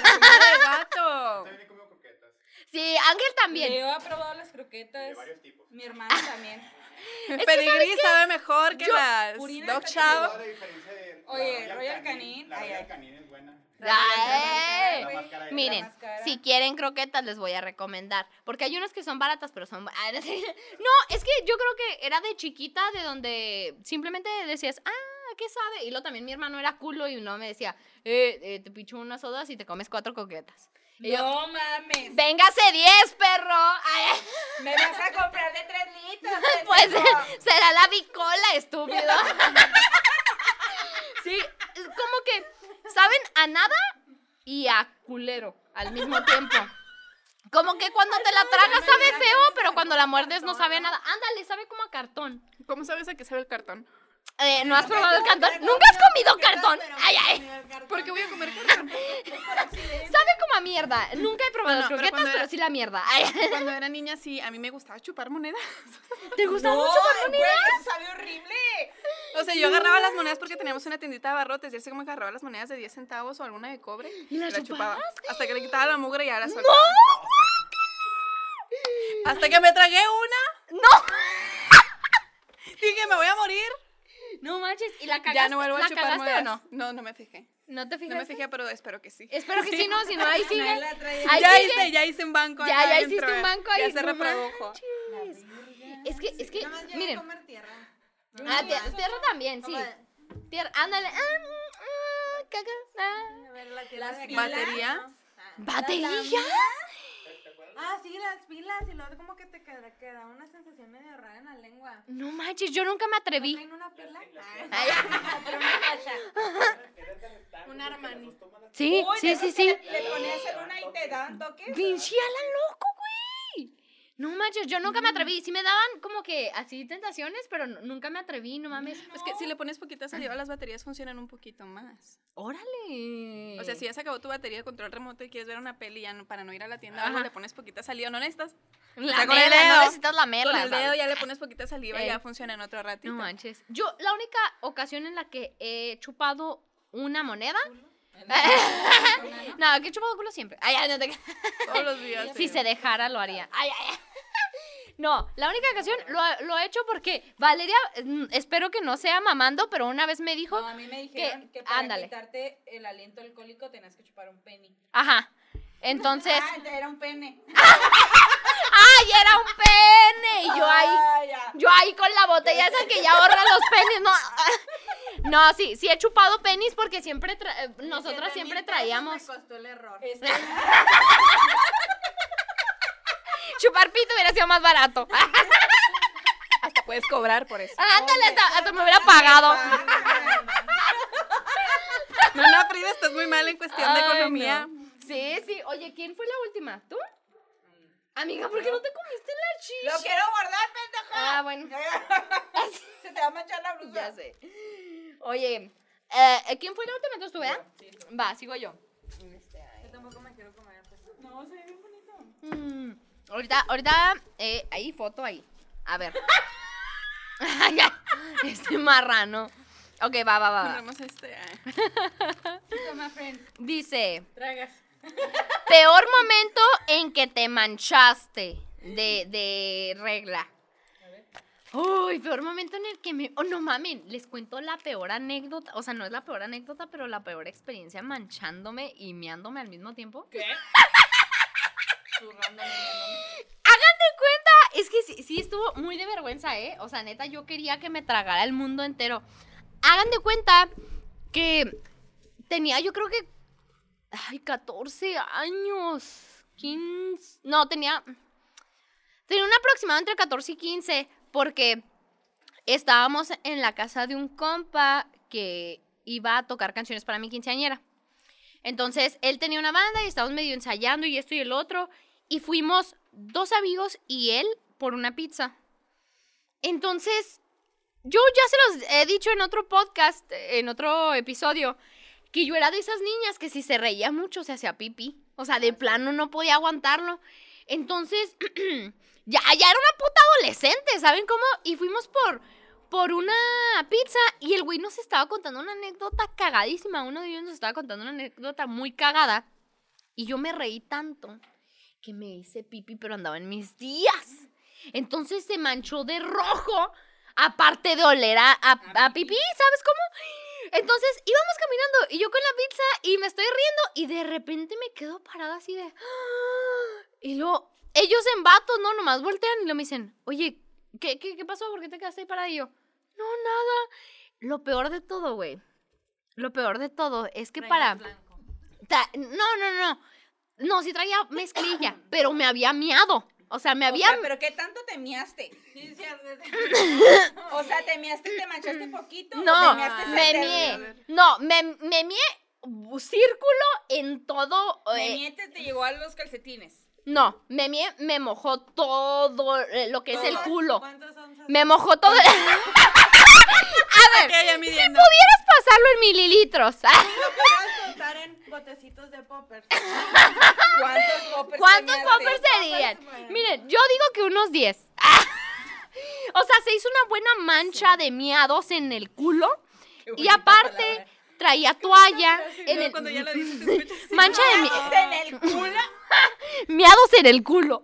S5: he comido croquetas.
S2: Sí, Ángel también.
S4: Leo ha probado las croquetas.
S3: Pues,
S5: De varios tipos.
S4: Mi hermana también.
S3: Pedigrí sabe mejor que
S2: Yo-
S3: las
S4: Purina
S3: Dog
S4: está
S3: Chow.
S5: La diferencia de la
S4: Oye, Royal Canin,
S5: La
S4: ay,
S5: Royal
S4: ay.
S5: Canin es buena.
S2: Ah, Ay.
S5: La más cara de-
S2: Miren,
S4: La
S3: (laughs)
S4: más cara.
S2: si quieren croquetas les voy a recomendar, porque hay unas que son baratas, pero son... bu- Ah, No, sé. (laughs) No, es que yo creo que era de chiquita, de donde simplemente decías, ah, ¿qué sabe? Y luego también mi hermano era culo y uno me decía, eh, eh, te picho unas sodas y te comes cuatro croquetas. Y yo,
S4: No mames.
S2: véngase diez, perro. (laughs) Ay,
S4: Me vas a comprar de tres litros.
S2: (laughs) Pues
S4: pendejo.
S2: será la bicola, estúpido. sí, es como que saben a nada y a culero al mismo tiempo. Como que cuando te la tragas sabe feo, pero cuando la muerdes no sabe a nada. Ándale, sabe como a cartón.
S3: ¿Cómo sabes a qué sabe el cartón?
S2: Eh, ¿No has probado el cartón?
S1: Pero
S2: ¿Nunca has
S1: no,
S2: comido
S1: croquetas,
S2: cartón?
S1: pero
S2: Ay,
S1: he
S2: ay.
S1: comido el cartón.
S3: ¿Por qué voy a comer cartón?
S2: Sabe como a mierda. Nunca he probado
S3: No, no, pero
S2: croquetas,
S3: cuando
S2: pero,
S3: era-
S2: sí la mierda. Ay, (laughs)
S3: Cuando era niña, sí, a mí me gustaba chupar monedas.
S2: ¿Te gusta
S4: No,
S2: mucho
S4: güey,
S2: cartón?
S4: eso sabe
S2: (laughs)
S4: horrible.
S3: O sea, yo agarraba las monedas porque teníamos una tiendita de barrotes. Y él se como que agarraba las monedas de 10 centavos o alguna de cobre.
S2: ¿Y las
S3: chupaba.
S2: chupabas?
S3: Hasta que le quitaba la mugre y ahora la soltaba. Hasta que me tragué una.
S2: ¡No!
S3: (laughs) Dije, me voy a morir.
S2: No manches. ¿Y la cagaste?
S3: ya no vuelvo a
S2: ¿La
S3: chupar
S2: cagaste
S3: monedas.
S2: o no?
S3: no, no me fijé.
S2: ¿No te
S3: No
S2: fijaste?
S3: me fijé, pero espero que (laughs) sí.
S2: Espero que sí, no, si no, ahí sigue.
S4: la trae-
S2: Ahí
S3: ya
S2: sigue.
S3: hice, ya hice un banco.
S2: Ya,
S3: acá
S2: ya
S3: adentro,
S2: hiciste un
S3: eh.
S2: banco ahí,
S3: Ya se
S2: no
S3: reprodujo.
S2: Es que, es que,
S1: Nada más llegué a
S2: miren.
S1: comer tierra.
S2: Ah, tie- tierra también, sí.
S1: Como-
S2: Tierra, ándale. Ah, mm, ah, caca. ah.
S1: A ver, la que la de aquí.
S4: pilas.
S3: Batería.
S2: ¿Baterías?
S1: Ah, sí, las pilas y luego como que te queda, queda una sensación medio rara en la lengua.
S2: No manches, yo nunca me atreví.
S1: ¿Traen una pila?
S2: Ay.
S1: Pero una cacha.
S6: Un
S1: Armani.
S2: Sí,
S4: Uy, de
S2: sí, sí,
S4: esas
S2: sí.
S4: que Le, le ponías en una y te dan toques.
S2: (laughs) Pinche Alan loco, güey. No manches, yo nunca me atreví. Sí me daban como que así tentaciones, pero n- nunca me atreví, no mames.
S3: Es que si le pones poquita saliva, las baterías funcionan un poquito más.
S2: Pues, Órale.
S3: O sea, si ya se acabó tu batería de control remoto y quieres ver una peli ya no- para no ir a la tienda, algo,
S2: Ajá.
S3: le pones poquita saliva, no necesitas.
S2: la
S3: sea, con el
S2: mela, no
S3: dedo.
S2: necesitas la mela.
S3: con el dedo
S2: ¿sabes?
S3: ya le pones poquita saliva y
S2: Ey.
S3: ya funciona en otro ratito.
S2: No manches. Yo, la única ocasión en la que he chupado una moneda. no, que he chupado culo siempre. Ay, ay, no te...
S3: Todos los días. eh.
S2: Si
S3: sí.
S2: se dejara, lo haría. Ay, ay, ay. (laughs) No, la única ocasión lo, lo he hecho porque Valeria, mm, espero que no sea mamando, pero una vez me dijo,
S4: No, a mí me dijeron
S2: que-
S4: que, para
S2: ándale.
S4: quitarte el aliento alcohólico tenías que chupar un pene.
S2: ajá. (laughs) Entonces,
S4: Ah, era un pene.
S2: ¡ay, era un pene! Y yo ahí,
S4: Ah, ya.
S2: yo ahí con la botella esa que ya ahorra los penes. No, no (laughs) sí, sí he chupado penis porque siempre, tra- eh, nosotras siempre traíamos.
S1: Me costó el error.
S4: Es que-
S2: Chupar pito hubiera sido más barato. (laughs)
S3: Hasta puedes cobrar por eso.
S2: Ah, Ándale, hasta, hasta me hubiera pagado.
S1: Ah,
S3: No, no, Frida, estás muy mal en cuestión de
S2: Ay,
S3: economía.
S2: no. Sí, sí. Oye, ¿quién fue la última? ¿Tú? Amiga, ¿por qué no te comiste la chicha?
S4: Lo quiero guardar, pendejo.
S2: Ah, bueno,
S1: (laughs)
S4: Se te va a manchar la blusa.
S2: ya sé. Oye, eh, ¿quién fue la última entonces tú, verdad? Va, sigo yo.
S1: Yo tampoco me quiero comer. pues.
S4: Este, No, se ve bien bonito.
S2: Mm, ahorita, ahorita, eh, ahí, foto ahí. A (laughs) ver. Ay, ay, este marrano. Ok, va, va, va. va.
S3: Ponemos este. ah.
S4: Toma, friend.
S2: Dice,
S4: Tragas.
S2: peor momento en que te manchaste de, de regla. Uy, peor momento en el que me... Oh, no mamen, les cuento la peor anécdota. O sea, no es la peor anécdota, pero la peor experiencia manchándome y meándome al mismo tiempo.
S4: ¿Qué? Zurrándome, mirándome.
S2: Hagan de cuenta, es que sí, sí estuvo muy de vergüenza, ¿eh? O sea, neta, yo quería que me tragara el mundo entero. Hagan de cuenta que tenía, yo creo que, ay, 14 años, 15, no, tenía, tenía un aproximado entre 14 y 15, porque estábamos en la casa de un compa que iba a tocar canciones para mi quinceañera. Entonces, él tenía una banda y estábamos medio ensayando y esto y el otro. Y fuimos dos amigos y él por una pizza. Entonces, yo ya se los he dicho en otro podcast, en otro episodio, que yo era de esas niñas que si se reía mucho se hacía pipí. O sea, de plano no podía aguantarlo. Entonces, (clears throat) ya, ya era una puta adolescente, ¿saben cómo? Y fuimos por, por una pizza y el güey nos estaba contando una anécdota cagadísima. Uno de ellos nos estaba contando una anécdota muy cagada. Y yo me reí tanto que me hice pipi, pero andaba en mis días. Entonces se manchó de rojo, aparte de oler a, a- a pipí, ¿sabes cómo? Entonces íbamos caminando y yo con la pizza y me estoy riendo y de repente me quedo parada así de... "Ah". Y luego ellos en vatos, ¿no? Nomás voltean y lo me dicen, oye, ¿qué, qué, qué pasó? ¿Por qué te quedaste ahí parada? Y yo, no, nada. Lo peor de todo, güey. Lo peor de todo es que para... Ta- no, no, no. No, sí traía mezclilla, pero me había miado. O sea, me
S4: O
S2: había.
S4: sea, pero ¿qué tanto te miaste?
S1: Sí, sí, a veces-
S4: O sea, ¿te miaste y te manchaste poquito?
S2: no,
S4: ¿Te miaste
S2: me
S4: entero?
S2: mié. No, me, me mié bu- círculo en todo. eh,
S4: Me mientes, te llegó a los calcetines.
S2: no, me mié, me mojó todo eh, lo que es el
S4: Todo.
S2: culo.
S1: ¿Cuántos son?
S2: Me mojó todo. el-
S3: Ok, ya
S2: (laughs)
S3: midiendo.
S2: Pudieras pasarlo en mililitros. Ah,
S1: Lo podrías contar en botecitos de
S2: (laughs)
S1: poppers.
S4: ¿Cuántos poppers
S2: ¿Cuántos
S4: te miaste?
S2: poppers serían?
S1: Poppers, bueno.
S2: Miren, yo digo que unos 10. (laughs) o sea, se hizo una buena mancha de miados en el culo.
S4: Qué
S2: Y
S4: bonita
S2: aparte,
S4: palabra.
S2: traía
S4: (laughs)
S2: toalla. en
S3: No,
S2: el-
S3: Cuando ya
S2: (laughs)
S3: lo dices, te escuchas.
S2: mancha de mi- (laughs)
S4: ¿Miados en el culo?
S2: miados en el culo.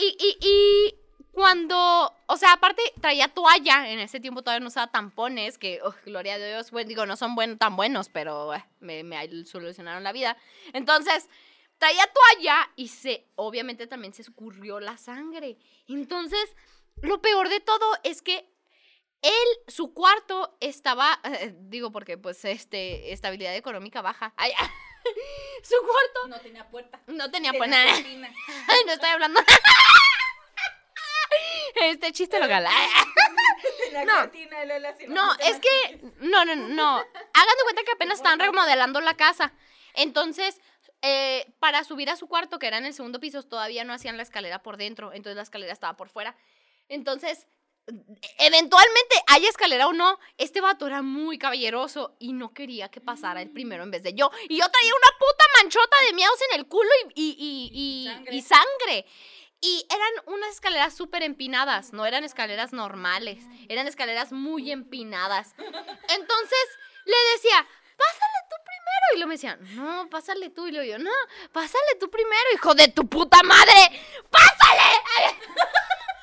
S2: Y, y, y cuando, o sea, aparte traía toalla, en ese tiempo todavía no usaba tampones, que, oh, gloria a Dios, bueno, digo, no son buen- tan buenos, pero eh, me, me solucionaron la vida. Entonces, traía toalla y se, obviamente también se escurrió la sangre. Entonces, lo peor de todo es que él, su eh, cuarto estaba, eh, digo porque pues este, estabilidad económica baja. Ay, (laughs) Su cuarto
S4: No tenía puerta.
S2: no tenía pues
S4: Tenía
S2: nada.
S4: cortina.
S2: (laughs) No estoy hablando. Este chiste lo gala.
S4: Tenía
S2: No.
S4: cortina, y luego le hacía la
S2: No,
S4: puerta.
S2: es que. No, no, no. Hagan de cuenta que apenas están remodelando la casa. Entonces, eh, para subir a su cuarto, que era en el segundo piso, todavía no hacían la escalera por dentro. Entonces, la escalera estaba por fuera. Entonces, eventualmente, hay escalera o no, este vato era muy caballeroso y no quería que pasara el primero en vez de yo. Y yo traía una puta manchota de miedos en el culo y, y- y- y-
S4: Sangre.
S2: y sangre. Y eran unas escaleras súper empinadas, no eran escaleras normales, eran escaleras muy empinadas. Entonces le decía, pásale tú primero. Y lo me decían, no, pásale tú. Y luego yo, no, pásale tú primero, hijo de tu puta madre, pásale. (laughs)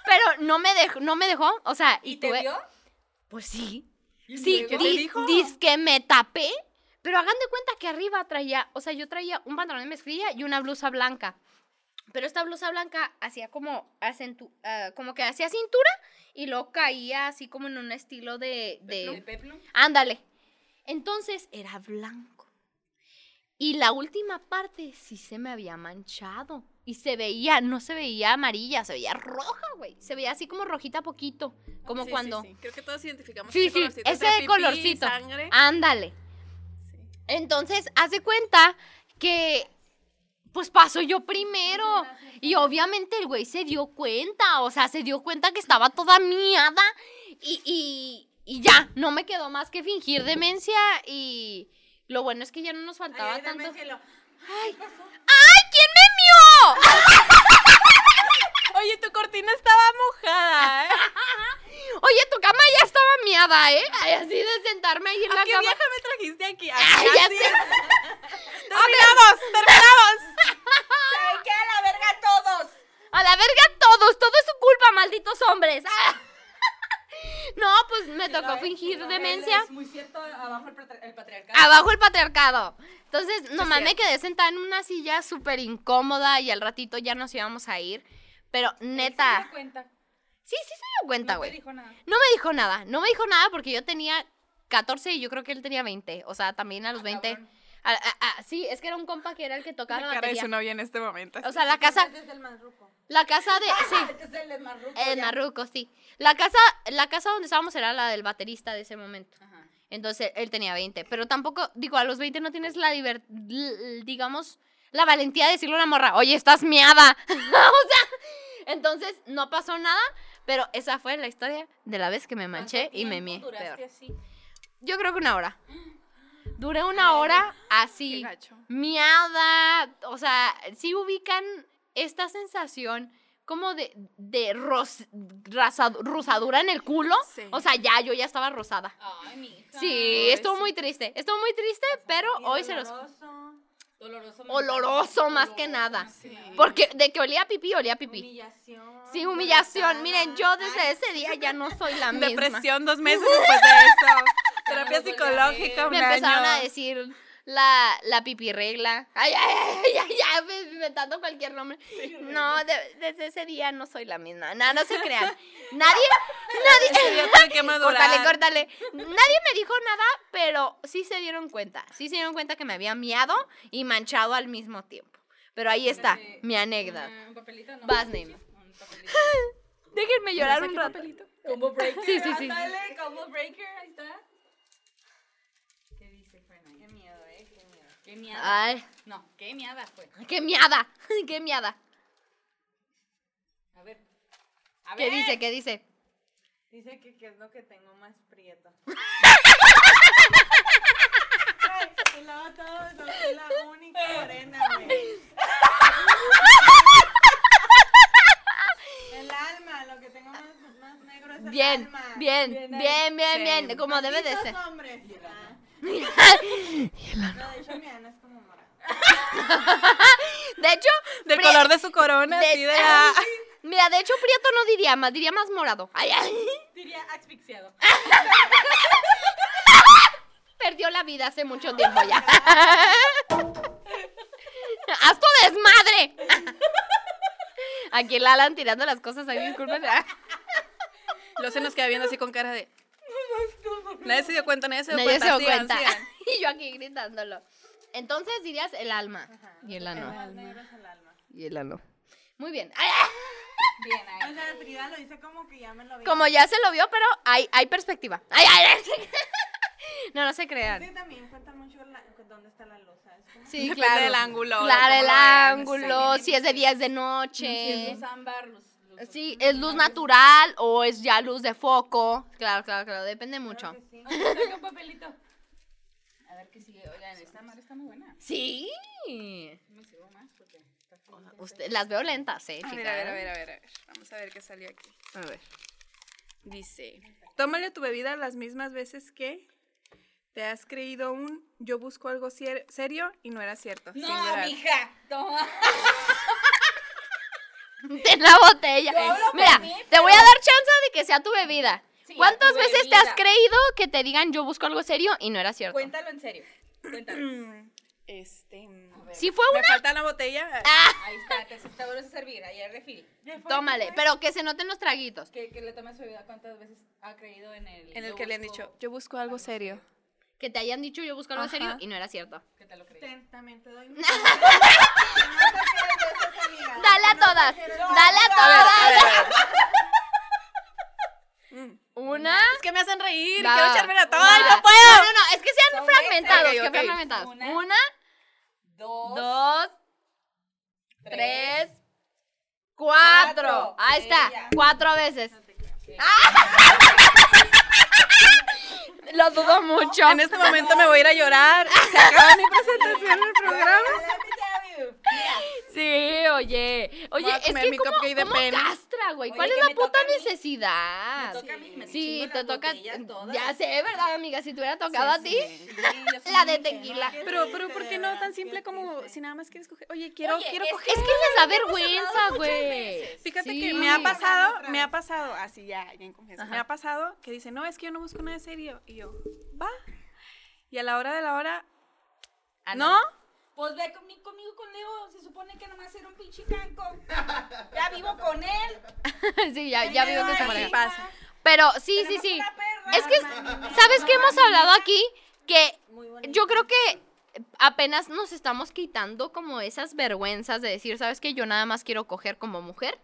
S2: Pero no me dejó, no me dejó, o sea, y,
S4: ¿Y te
S2: tuve-
S4: vio?
S2: Pues sí, sí,
S4: luego?
S2: di-
S3: ¿Qué te dijo?
S2: dizque me tapé, pero hagan de cuenta que arriba traía, o sea, yo traía un pantalón de mezclilla y una blusa blanca. Pero esta blusa blanca hacía como acentu- ah, como que hacía cintura y luego caía así como en un estilo de, de-
S4: ¿El peplum?
S2: ándale. Entonces era blanco. Y la última parte sí se me había manchado y se veía, no se veía amarilla, se veía roja, güey. Se veía así como rojita poquito, como
S3: Sí, sí,
S2: cuando
S3: sí. Creo que todos identificamos
S2: Sí,
S3: ese
S2: sí,
S3: colorcito
S2: ese
S3: entre pipí y
S2: colorcito. Ah.
S3: sangre.
S2: Ándale.
S3: Sí.
S2: Entonces, hace cuenta que pues paso yo primero. Y obviamente el güey se dio cuenta, o sea, se dio cuenta que estaba toda miada y, y, y ya, no me quedó más que fingir demencia y lo bueno es que ya no nos faltaba
S1: Ay, dame
S2: tanto.
S1: cielo.
S2: ¡Ay, quién me
S3: (laughs)
S2: mió!
S3: Oye, tu cortina estaba mojada, ¿eh?
S2: Oye, tu cama ya estaba miada, ¿eh? Ay, así de sentarme ahí en la
S3: ¿A Ah, qué
S2: cama.
S3: vieja me trajiste (laughs) aquí?
S2: Ay,
S3: Así,
S2: ya
S3: así
S2: sé.
S3: es. ¡Terminamos! (laughs) ¡Terminamos!
S4: ¡Ay, qué a la verga todos!
S2: A la verga todos, todo es su culpa, malditos hombres. (laughs) Ah. No, pues me tocó
S4: Ay,
S2: fingir
S4: no,
S2: demencia.
S4: Es muy cierto, abajo el patri- el patriarcado.
S2: Abajo el patriarcado. Entonces, nomás me
S3: cierto.
S2: quedé sentada en una silla súper incómoda y al ratito ya nos íbamos a ir. Pero
S4: Él se
S2: neta,
S4: dio cuenta.
S2: sí, sí se dio cuenta,
S4: no te
S2: güey.
S4: dijo nada.
S2: No me dijo nada, no me dijo nada porque yo tenía 14 y yo creo que él tenía 20. O sea, también a los 20.
S4: Ah, cabrón.
S2: a- a- a- sí, es que era un compa que era el que tocaba la,
S3: La cara de
S2: batería.
S3: su novia en este momento.
S2: O sea, la casa,
S1: Desde el más ruco.
S2: la casa de. Sí.
S4: Es el de Marruco.
S2: (laughs) El
S4: ya.
S2: Marruco, sí. La casa, la casa donde estábamos era la del baterista de ese momento.
S4: Ajá.
S2: Entonces él tenía 20. Pero tampoco, digo, a los 20 no tienes la liber- l- digamos, la valentía de decirle a una morra, oye, estás miada. (laughs) o sea, entonces no pasó nada. Pero esa fue la historia de la vez que me manché
S4: ¿Cuánto
S2: y me
S4: tiempo
S2: mié.
S4: duraste
S2: peor.
S4: así?
S2: Yo creo que
S4: (gasps)
S2: una hora. Duré una hora
S3: Qué
S2: así
S3: gacho.
S2: miada. O sea, si ubican esta sensación como de, de ros- raza- rosadura en el culo.
S3: Sí.
S2: O sea, ya, yo ya estaba rosada.
S4: Ay, mi hija.
S2: Sí, estuvo muy triste. Estuvo muy triste, pero
S1: Y
S2: hoy se los.
S1: doloroso,
S4: Doloroso. Mm, mental.
S2: Oloroso más que nada.
S3: Sí.
S2: Porque de que olía a pipí, olía a pipí.
S1: Humillación.
S2: Sí, humillación.
S1: derrotada.
S2: Miren, yo desde ese día ya no soy la misma.
S3: (laughs) Depresión dos meses después de (laughs) eso.
S4: volvió
S3: Terapia
S4: a
S3: psicológica,
S4: ver.
S3: (laughs) un
S2: Me empezaron a
S3: año.
S2: decir la, la pipi regla. Ay, ay, ay, ay, ay, me- inventando cualquier nombre. No, de- desde ese día no soy la misma. No, no se crean. Nadie,
S3: Este, (laughs)
S2: nadie.
S3: yo
S2: (laughs)
S3: tuve que madurar.
S2: Córtale, córtale. Nadie me dijo nada, pero sí se dieron cuenta. Sí se dieron cuenta que me había miado y manchado al mismo tiempo. Pero ahí está,
S4: Fíjate,
S2: mi anécdota.
S4: una- Un papelito, ¿no?
S2: Vas, Neymar.
S4: Un papelito.
S2: Déjenme llorar un rato.
S4: Combo breaker.
S2: (laughs) Sí, sí, sí.
S4: ándale, combo breaker, ahí está. ¿Qué dice, Fena? Qué miedo, eh. Qué miedo. Qué miedo.
S2: Ay,
S4: No, qué mierda fue.
S2: qué miada, (laughs) qué miada.
S4: A ver. A
S2: ¿Qué
S4: ver.
S2: dice, qué dice?
S1: Dice que, que es lo que tengo más
S2: (laughs)
S1: prieto. Ay, y luego todos, no soy la única morena, güey. El alma, lo que tengo más, más negro es el
S2: Bien,
S1: alma.
S2: bien, bien, bien, bien, como debe de
S1: Malditos
S2: ser.
S1: hombres. Ah,
S2: (laughs)
S1: No, de hecho mi Ana es como morada.
S2: De hecho,
S3: Del
S2: pri-
S3: color de su corona,
S2: de-
S3: así
S2: (laughs)
S3: de la...
S2: Mira, de hecho, Prieto no diría más, diría más morado. Ay, ay,
S4: Diría asfixiado.
S2: perdió la vida hace mucho tiempo ya. ¡Haz tu desmadre! Aquí el Alan tirando las cosas ahí, disculpen.
S3: Lo se nos queda viendo así con cara (laughs) de... Nadie se dio cuenta, nadie se dio
S2: Nadie se (laughs) dio
S3: cuenta. sigan,
S2: (laughs) cuenta.
S3: sigan.
S2: Y yo aquí gritándolo. Entonces dirías el alma.
S1: Ajá.
S2: Y el ano.
S1: Más negro es el alma.
S2: Y el ano. Muy bien. ¡Ah!
S4: Bien,
S1: O
S4: ahí.
S1: sea, Frida lo dice como que ya me lo vi.
S2: Como ya se lo vio, pero hay, hay perspectiva. ¡Ay, ay, ay! (laughs) No, no se
S1: Sí,
S2: crean.
S1: también cuenta mucho la- dónde está la luz, ¿sabes? Como-
S2: Sí,
S3: Depende
S2: claro.
S3: del ángulo,
S2: Claro,
S3: de
S2: el
S3: cómo lo vean,
S2: ángulo,
S4: sí.
S2: si es de día, es de
S4: Si
S2: noche.
S4: es luz ámbar, luz. luz
S2: Sí,
S4: azul,
S2: es luz
S4: ámbar.
S2: natural o es ya luz de foco. Claro, claro, claro, depende
S1: Claro
S2: mucho.
S1: que sí.
S4: Oye, Saca un papelito. A ver qué sigue. Oigan, esta madre está muy buena.
S2: Sí.
S4: No me sirvo más porque está muy intensa.
S2: Usted- las veo lentas, eh,
S3: (laughs) A
S2: chica.
S3: ver, a ver, a ver, a ver, a ver. Vamos a ver qué salió aquí. A
S2: (laughs)
S3: ver. Dice, tómale tu bebida las mismas veces que te has creído un yo busco algo cier- serio y no era cierto. sin
S4: No,
S3: llorar.
S4: mija. Toma.
S2: Ten la botella.
S4: Yo hablo por
S2: Mira,
S4: mí,
S2: te
S4: pero-
S2: voy a dar chance de que sea tu bebida.
S4: Sí,
S2: ¿Cuántas
S4: tu
S2: veces te has
S4: bebida.
S2: creído que te digan yo busco algo serio y no era cierto?
S4: Cuéntalo en serio. Cuéntalo.
S3: Mm, Este... mm,
S2: Si fue
S3: Me
S2: una, ¡Ah!
S3: falta la botella.
S4: Ahí está, te, te vuelves a servir. Ahí al refil.
S1: Ya fue,
S2: tómale,
S1: ya fue.
S2: pero que se noten los traguitos.
S4: Que, que le tomes su bebida. ¿Cuántas veces ha creído en el.
S3: En el
S4: yo
S3: que le han
S4: busco
S3: dicho, yo busco algo serio.
S2: Que te hayan dicho yo busco algo
S3: Ajá.
S2: serio y no era cierto.
S4: Que te lo creí.
S1: Ten, también te
S4: Ah,
S1: doy. No te quieres de esas amigas.
S2: Dale a
S1: No te
S2: todas.
S1: quieres
S2: Dale
S1: de
S2: a
S3: A ver, a
S2: todas.
S3: ver, a ver. Mm.
S2: (laughs) Una.
S3: Es que me hacen reír,
S2: Va,
S3: quiero
S2: va,
S3: echármela
S2: va.
S3: toda y
S2: Una.
S3: no puedo.
S2: No, no, no, es que sean
S4: Son
S2: fragmentados,
S3: veinte.
S2: que
S3: Ok, ok.
S2: fragmentados.
S4: Una,
S2: Una,
S4: Dos.
S2: dos, tres, cuatro.
S4: cuatro.
S2: Ahí está,
S4: Ella.
S2: cuatro veces. (laughs)
S4: creo.
S2: Lo dudo mucho.
S3: En este momento me voy a ir a llorar. Se acaba mi presentación del programa.
S2: Sí, oye. Oye,
S3: Voy a
S2: es
S3: comer
S2: que
S3: mi
S2: cómo,
S3: cupcake de
S2: cómo
S3: pena.
S2: castra, güey.
S4: Oye,
S2: ¿Cuál
S4: que
S2: es la
S4: me
S2: puta
S4: toca a mí.
S2: necesidad?
S4: Me toca a mí, me
S2: Ah, sí,
S4: chingo
S2: te
S4: las
S2: toca.
S4: botellas todas.
S2: Ya sé, ¿verdad, amiga? Si te hubiera tocado a ti. La de tequila.
S3: Pero, pero, ¿por qué no tan simple como si nada más quieres coger? Oye, quiero,
S2: Oye,
S3: quiero
S2: es,
S3: coger.
S2: es que les da vergüenza, güey.
S3: Fíjate
S2: Sí.
S3: que me ha
S1: Otra
S3: pasado,
S1: vez.
S3: me ha pasado, así ya, ya en confianza.
S2: Ajá.
S3: Me ha pasado que dicen, no, es que yo no busco nada serio. Y yo, va. Y a la hora de la hora,
S2: Ah,
S3: ¿no?
S4: Pues ve conmigo, conmigo con Leo. Se supone que nomás era un pinche canco. Ya vivo con él.
S2: (laughs) sí, ya, ya vivo con su
S3: Así
S2: pareja.
S3: pasa.
S2: Pero sí, sí,
S4: Tenemos
S2: sí.
S4: una perra. Ah,
S2: Es que, ¿sabes qué hemos hablado aquí? Que yo creo que apenas nos estamos quitando como esas vergüenzas de decir, ¿sabes qué? Yo nada más quiero coger como mujer.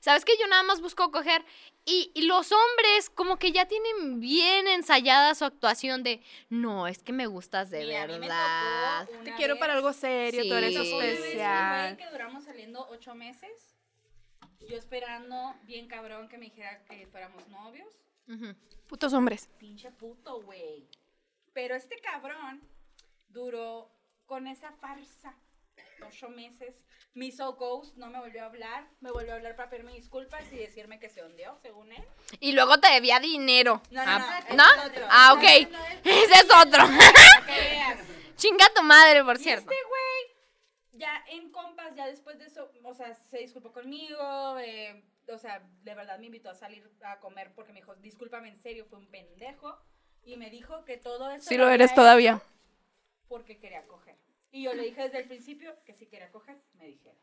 S2: ¿Sabes qué? Yo nada más busco coger. Y, y los hombres como que ya tienen bien ensayada su actuación de, no, es que me gustas de
S4: Y a mí me
S2: verdad.
S4: tocó
S3: Te
S4: una
S3: quiero
S4: vez-
S3: para algo serio, tú eres
S2: Sí.
S4: Una vez,
S3: especial.
S4: güey, que duramos saliendo ocho meses. Yo esperando bien cabrón que me dijera que fuéramos novios.
S2: Ujú.
S3: Putos hombres.
S4: Pinche puto, güey. Pero este cabrón duró con esa farsa ocho meses. Me hizo ghost, no me volvió a hablar. Me volvió a hablar para pedirme disculpas y decirme que se hundió, según él.
S2: Y luego te debía dinero.
S4: No, no,
S2: ah,
S4: no,
S2: ¿no?
S4: ese es otro.
S2: Ah, ok.
S4: No, no,
S2: Ese es otro. (laughs)
S4: Para que veas.
S2: Chinga tu madre, por
S4: Y
S2: cierto.
S4: este güey, ya en compas, ya después de eso, o sea, se disculpó conmigo, eh, o sea, de verdad me invitó a salir a comer porque me dijo, discúlpame en serio, fue un pendejo. Y me dijo que todo eso...
S3: Si lo
S4: había
S3: eres
S4: hecho
S3: todavía.
S4: Porque quería coger. Y yo le dije desde el principio que si quería coger, me dijera.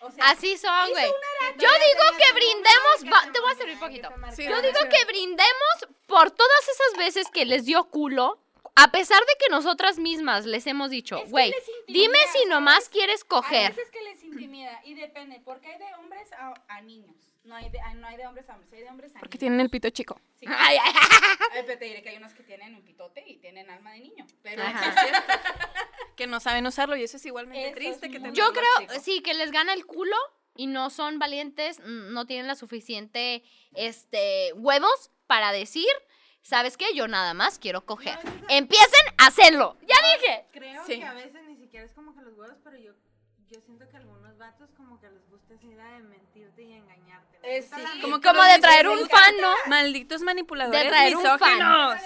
S4: O sea,
S2: Así son,
S4: hizo
S2: güey.
S4: una
S2: Yo digo que brindemos. va- te voy a servir poquito. Yo digo que brindemos por todas esas veces que les dio culo, a pesar de que nosotras mismas les hemos dicho,
S4: Es que
S2: güey,
S4: les intimida,
S2: dime si
S4: ¿sabes?
S2: nomás quieres
S4: Hay
S2: coger.
S4: veces que les intimida y depende, porque hay de hombres a, a niños. No hay, de, ah, no hay de hombres a hombres, hay de hombres a
S3: Porque
S4: niños.
S3: tienen el pito chico.
S4: Sí.
S2: (laughs) Ay, ay,
S4: Ay, pero te diré que hay unos que tienen un pitote y tienen alma de niño. Pero
S2: Ajá.
S3: (laughs) Que no saben usarlo y eso es igualmente
S4: Eso es
S3: triste que
S4: muy-
S2: ay.
S3: tenemos.
S2: Yo
S4: Los
S2: creo,
S4: chicos.
S2: sí, que les gana el culo y no son valientes, mm, no tienen la suficiente, este, huevos para decir, ¿sabes qué? Yo nada más quiero coger.
S1: No, es esa-
S2: Empiecen a hacerlo. Ya dije.
S1: Creo
S3: Sí.
S1: que a veces ni siquiera es como que los huevos, pero yo, yo siento que algunos vatos como que les gusta esa idea de mentirte y engañarte.
S4: Eh,
S1: Está
S4: sí.
S1: la-
S4: Como
S2: Como
S3: los
S2: de traer
S3: misóginos-
S2: un fan, ¿no?
S3: Malditos manipuladores
S2: De traer un fan.
S3: misóginos.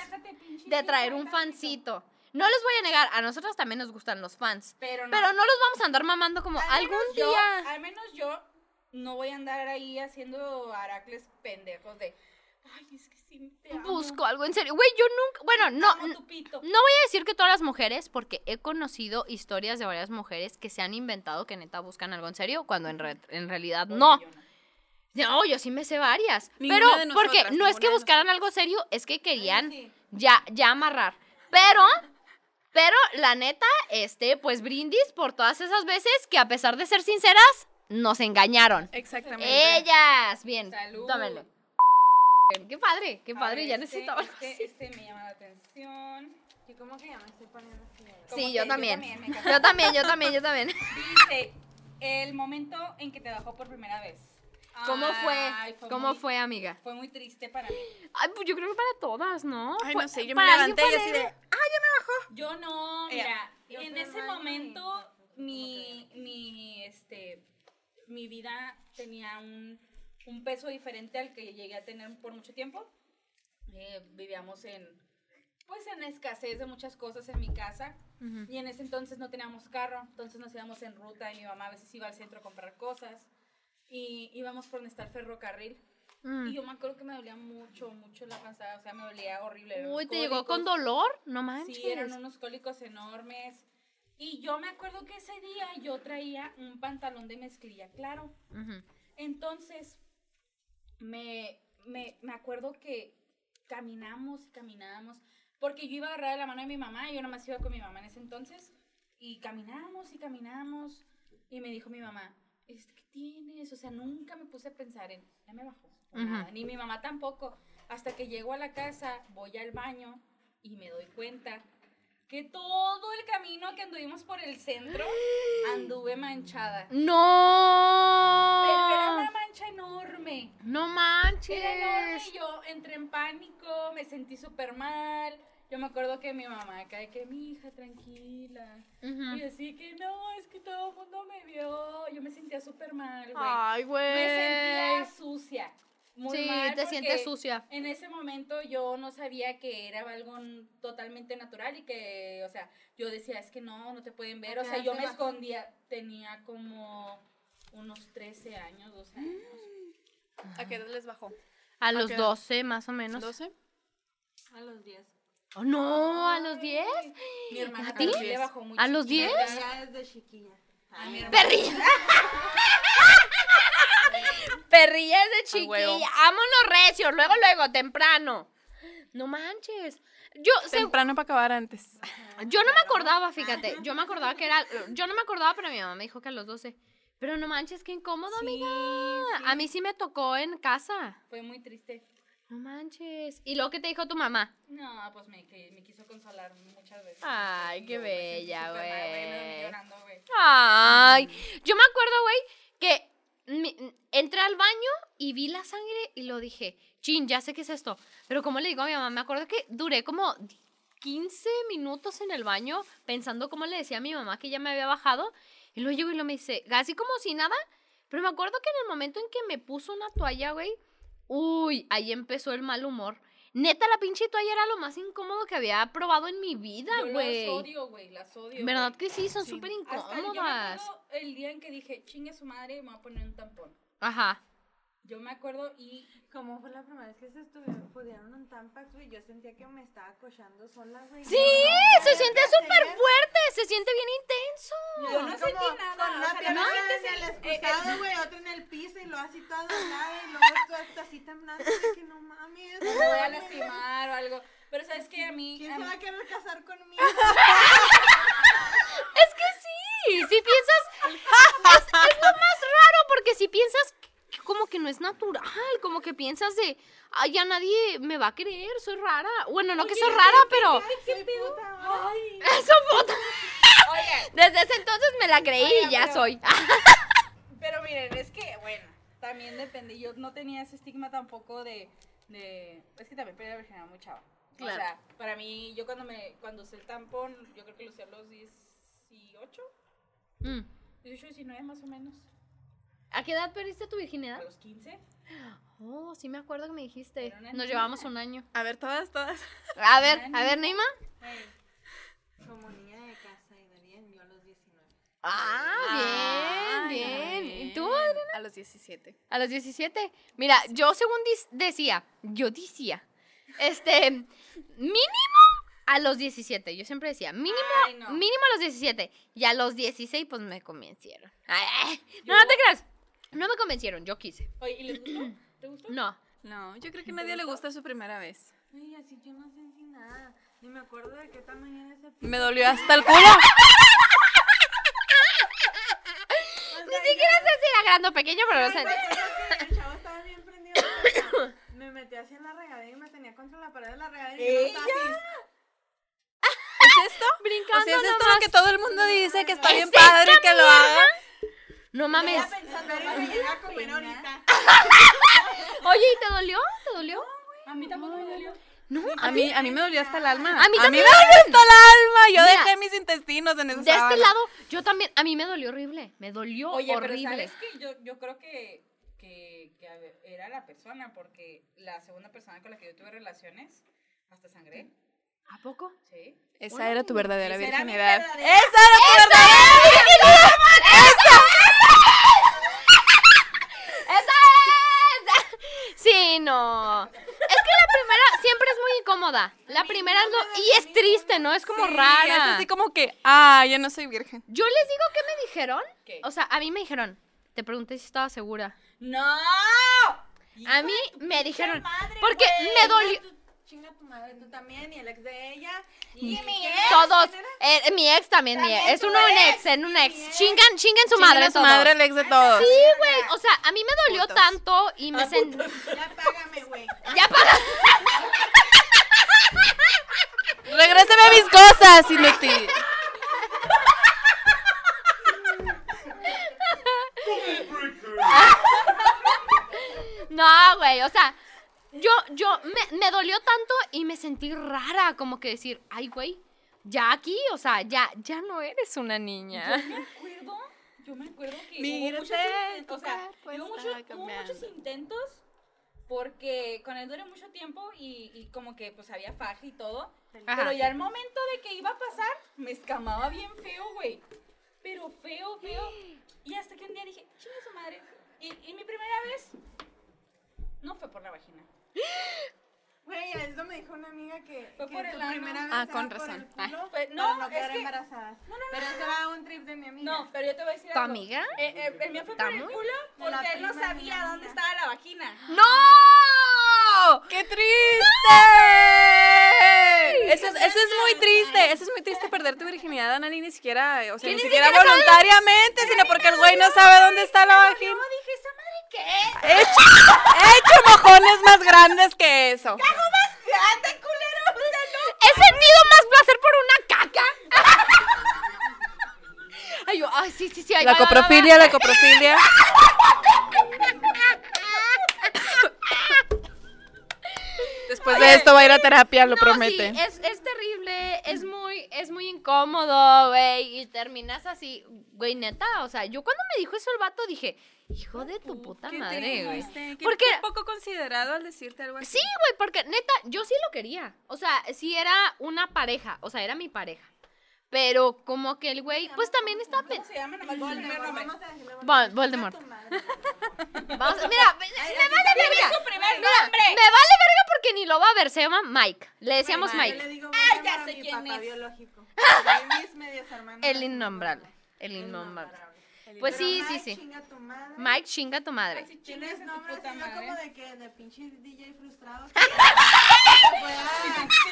S2: de traer un fancito. No les voy a negar, a nosotras también nos gustan los fans.
S4: Pero no.
S2: Pero no los vamos a andar mamando como
S4: Al
S2: algún
S4: menos yo-
S2: día.
S4: al menos yo no voy a andar ahí haciendo aracles pendejos de. Ay, es que sí te amo.
S2: Busco algo en serio. Güey, yo nunca. Pues, Bueno, no.
S4: Amo
S2: n-
S4: tu pito.
S2: No voy a decir que todas las mujeres, porque he conocido historias de varias mujeres que se han inventado que neta buscan algo en serio, cuando en, re- en realidad
S4: Porque
S2: no.
S4: yo
S2: No, yo sí me sé varias.
S3: Ninguna
S2: pero
S3: de nosotras,
S2: porque no es
S3: ninguna
S2: que
S3: de
S2: buscaran algo serio, es que querían ya, ya amarrar. Pero Pero la neta, este, pues brindis por todas esas veces que a pesar de ser sinceras, nos engañaron.
S3: Exactamente.
S2: Ellas, bien,
S4: Salud.
S2: tómenle. Qué padre, qué
S4: A
S2: padre,
S4: ver,
S2: ya
S4: este,
S2: necesitaba algo
S4: Este,
S2: así.
S4: este me llama la atención.
S1: Yo como que ya me estoy poniendo así. ¿verdad?
S4: como
S2: Sí,
S4: que
S2: yo
S4: yo
S2: también. (laughs)
S4: también, me encanta.
S2: Yo también, yo también, yo (laughs) también.
S4: Dice, el momento en que te bajó por primera vez.
S2: ¿Cómo fue?
S4: Ay,
S2: ¿Cómo
S4: muy-
S2: fue, amiga?
S4: Fue muy triste para mí.
S2: Ay, pues yo creo que para todas, ¿no?
S3: Ay,
S2: Fue-
S3: no sé, yo me
S2: para alguien
S3: levanté y
S2: fue
S3: así
S2: alegre.
S3: de.
S4: Yo no,
S3: Ella.
S4: mira,
S1: Eh, Yo
S4: en
S1: fui al
S4: ese
S1: baño y-
S4: momento mi, mi, este, mi vida tenía un, un peso diferente al que llegué a tener por mucho tiempo. Eh, vivíamos en, pues, en escasez de muchas cosas en mi casa. Y en ese entonces no teníamos carro, entonces nos íbamos en ruta y mi mamá a veces iba al centro a comprar cosas. Y íbamos por donde está el ferrocarril. Y
S2: Mm.
S4: yo me acuerdo que me dolía mucho, mucho la panza, o sea, me dolía horrible. eran
S2: Uy,
S4: unos
S2: ¿te llegó
S4: cólicos.
S2: con dolor? No manches.
S4: Sí, eran unos cólicos enormes. Y yo me acuerdo que ese día yo traía un pantalón de mezclilla claro.
S2: Ujú.
S4: Entonces, me, me, me acuerdo que caminamos y caminábamos, porque yo iba agarrada de la mano de mi mamá, y yo nomás iba con mi mamá en ese entonces, y caminábamos y caminábamos, y me dijo mi mamá, "Este, ¿qué tienes? O sea, nunca me puse a pensar en, ya me bajó, o
S2: Ujú.
S4: nada, ni mi mamá tampoco. Hasta que llego a la casa, voy al baño y me doy cuenta que todo el camino que anduvimos por el centro anduve manchada. Pero era
S2: No.
S4: una mancha enorme.
S2: No manches.
S4: Era enorme y yo entré en pánico, me sentí súper mal. Yo me acuerdo que mi mamá acá de que mi hija tranquila.
S2: Ujú.
S4: Y así que no, es que todo el mundo me vio. Yo me sentía súper mal, güey.
S3: Ay,
S4: me sentía
S3: güey.
S4: sucia. Muy
S2: Ah, Sí,
S4: mal
S2: te
S4: porque
S2: sientes sucia.
S4: En ese momento yo no sabía que era algo n- totalmente natural y que, o sea, yo decía, es que no, no te pueden ver. O sea, yo me escondía. Tenía como unos 13 años, 12 años.
S3: ¿A qué edad les bajó?
S2: A los
S3: qué edad?
S2: 12 más o menos.
S3: ¿12?
S1: A los 10.
S2: Oh, no, a los 10.
S4: Mi hermana
S2: ¿A ti?
S4: también le bajó muy
S2: ¿A los
S4: chiquita,
S2: 10?
S4: ¿verdad?
S1: Ya desde chiquilla.
S4: A mi hermana.
S2: (laughs) Perrilla. Perrillas de
S3: A huevo.
S2: chiquilla. Vámonos recio, luego, luego, temprano. No manches. Yo, se-
S3: Temprano para acabar antes.
S2: yo no me acordaba, fíjate. Yo me acordaba que era. Yo no me acordaba, pero mi mamá me dijo que a los 12. Pero no manches, qué incómodo,
S4: Sí,
S2: amiga.
S4: sí,
S2: A mí sí me tocó en casa.
S4: Fue muy triste.
S2: No manches. ¿Y lo que te dijo tu mamá?
S4: No, pues me, que- me quiso consolar muchas veces.
S2: Ay, qué
S4: Yo me sentí
S2: bella,
S4: súper mal, Me
S2: güey.
S4: dormí llorando, güey.
S2: Ay, yo me acuerdo, güey, que mi- entré al baño y vi la sangre y lo dije, chin, ya sé qué es esto. Pero como le digo a mi mamá, me acuerdo que duré como 15 minutos en el baño pensando cómo le decía a mi mamá que ya me había bajado. Y luego llego y lo me dice, así como si nada. Pero me acuerdo que en el momento en que me puso una toalla, güey, uy, ahí empezó el mal humor. Neta, la pinche toalla era lo más incómodo que había probado en mi vida,
S4: Yo
S2: güey.
S4: las odio, güey, las odio.
S2: ¿Verdad
S4: güey.
S2: que sí? Son
S3: Sí.
S2: súper
S4: Hasta yo me
S2: incómodas.
S4: acuerdo el día en que dije, chingue su madre, me voy a poner un tampón.
S2: Ajá.
S4: Yo me acuerdo y
S1: Como fue la primera vez que se estuvieron, pudieron un tampax, güey, yo sentía que me estaba cochando sola, güey.
S2: Sí,
S1: No,
S2: se
S1: no,
S2: siente
S1: no,
S2: súper
S1: no,
S2: fuerte, se siente bien intenso.
S4: yo no sentí nada.
S1: Con una
S4: o sea,
S1: pierna
S4: no Eh,
S1: en el excusado, güey, otra en el piso y luego así toda doblada y luego tú hasta así temblando de que no
S4: me
S1: mames.
S4: (laughs) voy a lastimar o algo. Pero sabes que a mí,
S1: ¿Quién
S4: a
S1: se
S4: mí-
S1: va a querer casar (laughs) conmigo?
S2: Es que sí,
S4: (laughs)
S2: si piensas, (laughs) es, es lo más raro porque si piensas que- como que no es natural, como que piensas de, ay, ya nadie me va a creer, soy rara. Bueno, no que soy rara, pero...
S1: ¿Qué pedo? Ay,
S2: (laughs) Eso puta.
S4: Oigan,
S2: Desde ese entonces me la creí y
S4: Oiga,
S2: ya
S4: pero-
S2: soy. (laughs)
S4: Pero miren, es que, bueno, también depende. Yo no tenía ese estigma tampoco de. de es que también perdí la virginidad muy chava.
S2: Claro.
S4: O sea, para mí, yo cuando me cuando usé el tampón, yo creo que lo usé a los 18,
S2: Mm.
S4: 18, 19 más o menos.
S2: ¿A qué edad perdiste tu virginidad?
S4: A los 15.
S2: Oh, sí me acuerdo que me dijiste.
S4: Era una
S2: Nos
S4: niña.
S2: llevamos un año.
S3: A ver, todas, todas.
S2: A ver,
S4: Una
S2: a ver, Neima.
S1: Como niña de casa y de bien, yo a los 19.
S2: Ah, bien, bien. ¿Y tú?
S3: (laughs) A los 17.
S2: A los 17. Mira, yo según dis- decía, yo decía, este, mínimo a los 17. Yo siempre decía, mínimo,
S4: Ay, no.
S2: mínimo a los 17. Y a los 16, pues me convencieron. Ay, ay, no,
S4: Yo-
S2: no te creas. No me convencieron, yo quise.
S4: Oye, ¿y les gustó?
S2: (clears throat)
S4: ¿Te gustó?
S2: No.
S3: No, yo creo que a nadie le gusta su primera vez.
S1: Ay, así yo no sentí nada. Ni me acuerdo de qué tamaño era ese
S3: Me dolió
S2: (laughs)
S3: hasta el culo.
S2: Ni siquiera sé si era grande o pequeño, pero lo sentí.
S1: Creo que el chavo estaba bien prendido. (coughs) porque Me metí así en la regadera y me tenía contra la pared de la regadera. Y yo estaba así.
S3: ¿Es esto?
S2: Brincando
S3: O sea, ¿es esto
S2: nomás.
S3: lo que todo el mundo dice que está
S2: ¿Es
S3: bien padre que lo haga?
S2: No mames.
S1: pensando, "Ay, me voy a comer ahorita.
S2: Oye, ¿y te dolió? ¿Te dolió?
S4: A mí tampoco me dolió.
S2: No,
S3: A mí, a mí me dolió hasta el alma.
S2: A mí también
S3: me dolió hasta el alma. Yo
S2: Mira,
S3: dejé mis intestinos en esos
S2: De este
S3: sábanos.
S2: lado, yo también, a mí me dolió horrible. Me dolió
S4: Oye, pero
S2: horrible.
S4: sabes que yo, yo creo que, que, que a ver, era la persona, porque la segunda persona con la que yo tuve relaciones, hasta sangré,
S2: ¿A poco?
S4: sí.
S3: Esa era tu verdadera
S4: Esa era mi
S3: virginidad.
S4: verdadera-
S3: ¡Esa era tu verdadera
S2: ¡Esa es! Sí, no. Es que la primera siempre es muy incómoda. La primera es lo- y es triste, ¿no? Es como
S3: Sí, Es
S2: rara.
S3: así como que, ah, yo no soy virgen.
S2: Yo les digo que me dijeron.
S4: ¿Qué?
S2: O sea, a mí me dijeron. Te pregunté si estaba segura.
S4: ¡No!
S2: A mí me dijeron.
S1: Madre,
S2: Porque
S1: güey,
S2: me dolió.
S1: tú Chinga tu madre, tú también, y el ex de ella. Y, mi
S2: Todos. Eh, mi ex también, mi ex.
S1: También
S2: Es
S1: tu
S2: uno un
S1: ex,
S2: ex, en un ex.
S1: mi ex.
S2: Chingan, chingan su
S3: Chinguen
S2: madre,
S3: a su
S2: todos.
S3: madre, el ex de todos.
S2: Sí, güey. O sea, a mí me dolió
S3: Putos. Ah,
S2: tanto y me sentí.
S1: Ya págame, güey.
S2: (laughs) Ya para. (laughs)
S3: Regréseme mis cosas, inútil.
S2: No, güey, o sea, yo, yo, me, me dolió tanto y me sentí rara, como que decir, ay, güey, ya aquí, o sea, ya, ya no eres una (laughs) niña.
S4: Me acuerdo, yo me acuerdo que hubo
S3: Mírate,
S4: muchos, in-
S3: tu
S4: o sea,
S2: pues,
S3: cuerpo
S4: hubo
S3: está
S4: muchos, hubo
S3: cambiando.
S4: muchos intentos porque con él duré mucho tiempo y, y como que pues había faja y todo.
S2: Ajá.
S4: Pero ya al momento de que iba a pasar, me escamaba bien feo, güey. Pero feo, feo. Y hasta que un día dije, chinga su madre. Y, y mi primera vez no fue por la vagina.
S1: Güey, eso me dijo una amiga que.
S4: Fue
S1: que
S4: por el
S1: su
S4: ano.
S1: primera vez
S3: Ah,
S1: era
S3: con
S1: por
S3: razón.
S1: el culo,
S4: Pues,
S1: para
S4: no,
S1: no
S4: es
S1: quedar
S4: que-
S1: embarazadas. Pero eso era un trip de mi amiga.
S4: No, pero yo te voy a decir
S2: ¿Tu
S4: algo.
S2: amiga?
S4: Eh, eh, el mío fue por el
S2: ¿Tamu?
S4: culo
S1: La
S4: porque él no
S1: prima de mi
S4: sabía dónde
S1: amiga.
S4: estaba la vagina.
S3: ¡No! ¡Qué triste! Eso es, eso es muy triste. Eso es muy triste perder tu virginidad, Ana, ni siquiera, o sea, ni, siquiera, voluntariamente, sino porque el güey no sabe dónde está la vagina.
S4: dije, ¿esa madre qué?
S3: He hecho, he hecho mojones más grandes que eso.
S4: ¡Grande, culero! O sea, no.
S2: ¿He sentido más placer por una caca? (laughs) Ay, yo, ay, sí, sí, sí. ay,
S3: La
S2: va, va, va, va.
S3: coprofilia, la coprofilia.
S2: Ah,
S3: Después de esto va a ir a terapia, lo
S2: No,
S3: promete.
S2: sí, es, es terrible, es muy, es muy incómodo, güey, y terminas así, güey, neta, o sea, yo cuando me dijo eso el vato dije, hijo de tu puta madre, güey. Porque-
S3: poco considerado al decirte algo
S2: Sí, güey, porque neta, yo sí lo quería. O sea, sí era una pareja. O sea, era mi pareja. Pero como que el güey, pues también está...
S4: ¿Cómo se llama? Nomás el primer
S1: Voldemort,
S4: nombre.
S1: vamos a decirle
S2: Vol- Voldemort.
S1: Chinga tu
S2: (laughs)
S1: madre.
S2: Vamos, mira, me, me vale verga.
S4: su primer
S2: Mira,
S4: nombre.
S2: me vale verga porque ni lo va a ver. Se llama Mike. Le decíamos
S1: Bueno, yo
S2: Mike.
S1: le digo
S4: Ah, ya
S1: Voldemort a
S4: sé
S1: mi
S4: quién
S1: papá
S4: es. (laughs)
S1: biológico. Porque mis medias hermanas.
S2: El innombrable. El innombrable. Pues
S1: Pero
S2: sí, sí,
S1: Mike,
S2: sí.
S1: Chinga tu madre.
S2: Mike, chinga tu madre.
S4: Así chingas
S1: Tienes
S4: a tu
S1: nombre
S4: puta
S1: así, ¿no? como
S4: madre.
S1: de que de pinche DJ
S2: (laughs)
S1: frustrado. que fue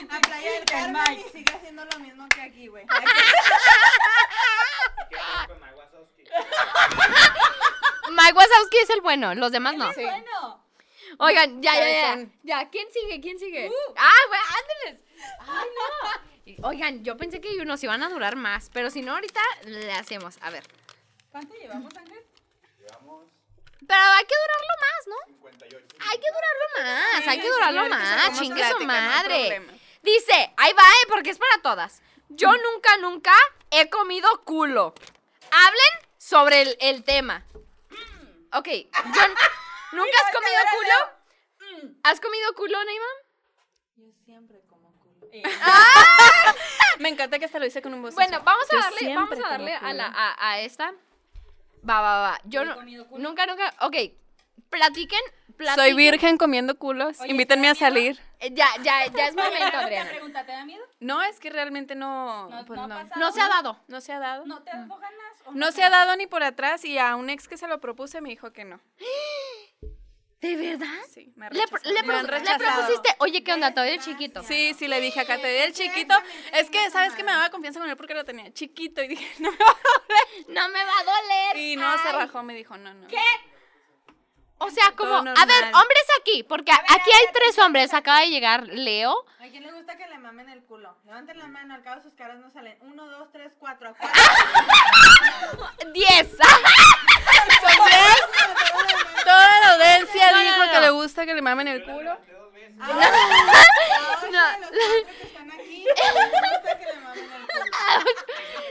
S1: a- a Playa del Carmen y sigue haciendo lo mismo que
S4: (laughs)
S1: aquí, güey.
S2: Ah.
S6: con Aguasowski.
S2: Mike Wazowski es el bueno, los demás no.
S4: Bueno,
S2: Oigan, ya, ya, ya.
S3: Cabezón.
S2: Ya, ¿quién sigue? ¿Quién sigue?
S4: Tú.
S2: Ah, güey, ándeles. Ay, no. Y, Oigan, yo pensé que nos iban a durar más, pero si no, ahorita le hacemos. A ver.
S4: ¿cuánto llevamos, Ángel?
S6: Llevamos
S2: Pero hay que durarlo más, ¿no?
S6: 58.
S2: Hay que durarlo más, hay que
S3: sí,
S2: durarlo
S3: ahorita
S2: más,
S3: sacamos
S2: chingue
S3: plática,
S2: su
S3: no hay
S2: madre.
S3: problema. Mm.
S2: Dice, ahí va, eh, porque es para todas. Yo nunca, nunca he comido culo. Hablen sobre el, el tema.
S3: Mm.
S2: Ok,
S3: (laughs)
S2: yo n- nunca has comido culo. Mm. ¿Has comido culo, Neymar?
S1: Yo siempre como culo.
S3: (laughs)
S4: Eh,
S3: Ah, Me encanta que hasta lo hice con un voz.
S2: Bueno, vamos a
S3: Yo
S2: darle,
S3: siempre
S2: vamos a
S3: como
S2: darle a, la,
S3: culo.
S2: a, a esta. Va, va, va. Yo
S4: He
S2: no,
S4: comido culo.
S2: nunca, nunca. Ok, platiquen.
S3: Soy
S2: platiquen.
S3: virgen comiendo culos.
S4: Oye,
S3: Invítenme
S4: ¿te
S3: a
S4: da miedo?
S3: salir.
S2: Eh, Ya, ya, ya es
S3: (laughs)
S2: momento,
S4: Otra
S2: Adriana.
S4: pregunta, ¿te da miedo?
S3: No, es que realmente no.
S4: No,
S3: pues
S4: no ha
S3: no.
S4: pasado.
S2: No se ha dado.
S3: No se ha dado.
S4: ¿No te dado ganas? o
S3: No se ha dado ni por atrás y a un ex que se lo propuse me dijo que no.
S2: ¿De verdad?
S3: Sí, me
S2: Le, pro-
S3: rechazaron.
S2: le
S3: Me han
S2: pro- le
S3: rechazado.
S2: propusiste, oye, ¿qué onda? Todavía chiquito.
S3: Sí, sí, le dije, acá te di el
S1: Sí,
S3: chiquito.
S1: exactamente,
S3: Es que,
S1: esa
S3: ¿sabes que Me
S1: madre.
S3: daba confianza con él porque lo tenía chiquito y dije, (laughs) no.
S2: No me va a doler.
S3: Y no, se
S2: Ay.
S3: rajó, me dijo, no, no.
S2: O sea, como,
S3: Todo
S2: a ver,
S3: normal.
S2: hombres aquí, porque
S1: A ver,
S2: aquí
S1: a
S2: hay
S1: ver,
S2: tres
S1: tú
S2: hombres.
S1: empieza.
S2: Acaba de llegar Leo.
S1: ¿A quién le gusta que le mamen el culo? Levanten la mano, al cabo sus caras no salen. Uno, dos, tres, cuatro. cuatro.
S2: Diez.
S3: Toda la audiencia
S2: No, no,
S3: dijo
S2: no.
S3: que le gusta que le mamen el culo.
S2: Ah.
S1: Ahora, ahora sí, los cuatro que están aquí, les gusta que le mamen el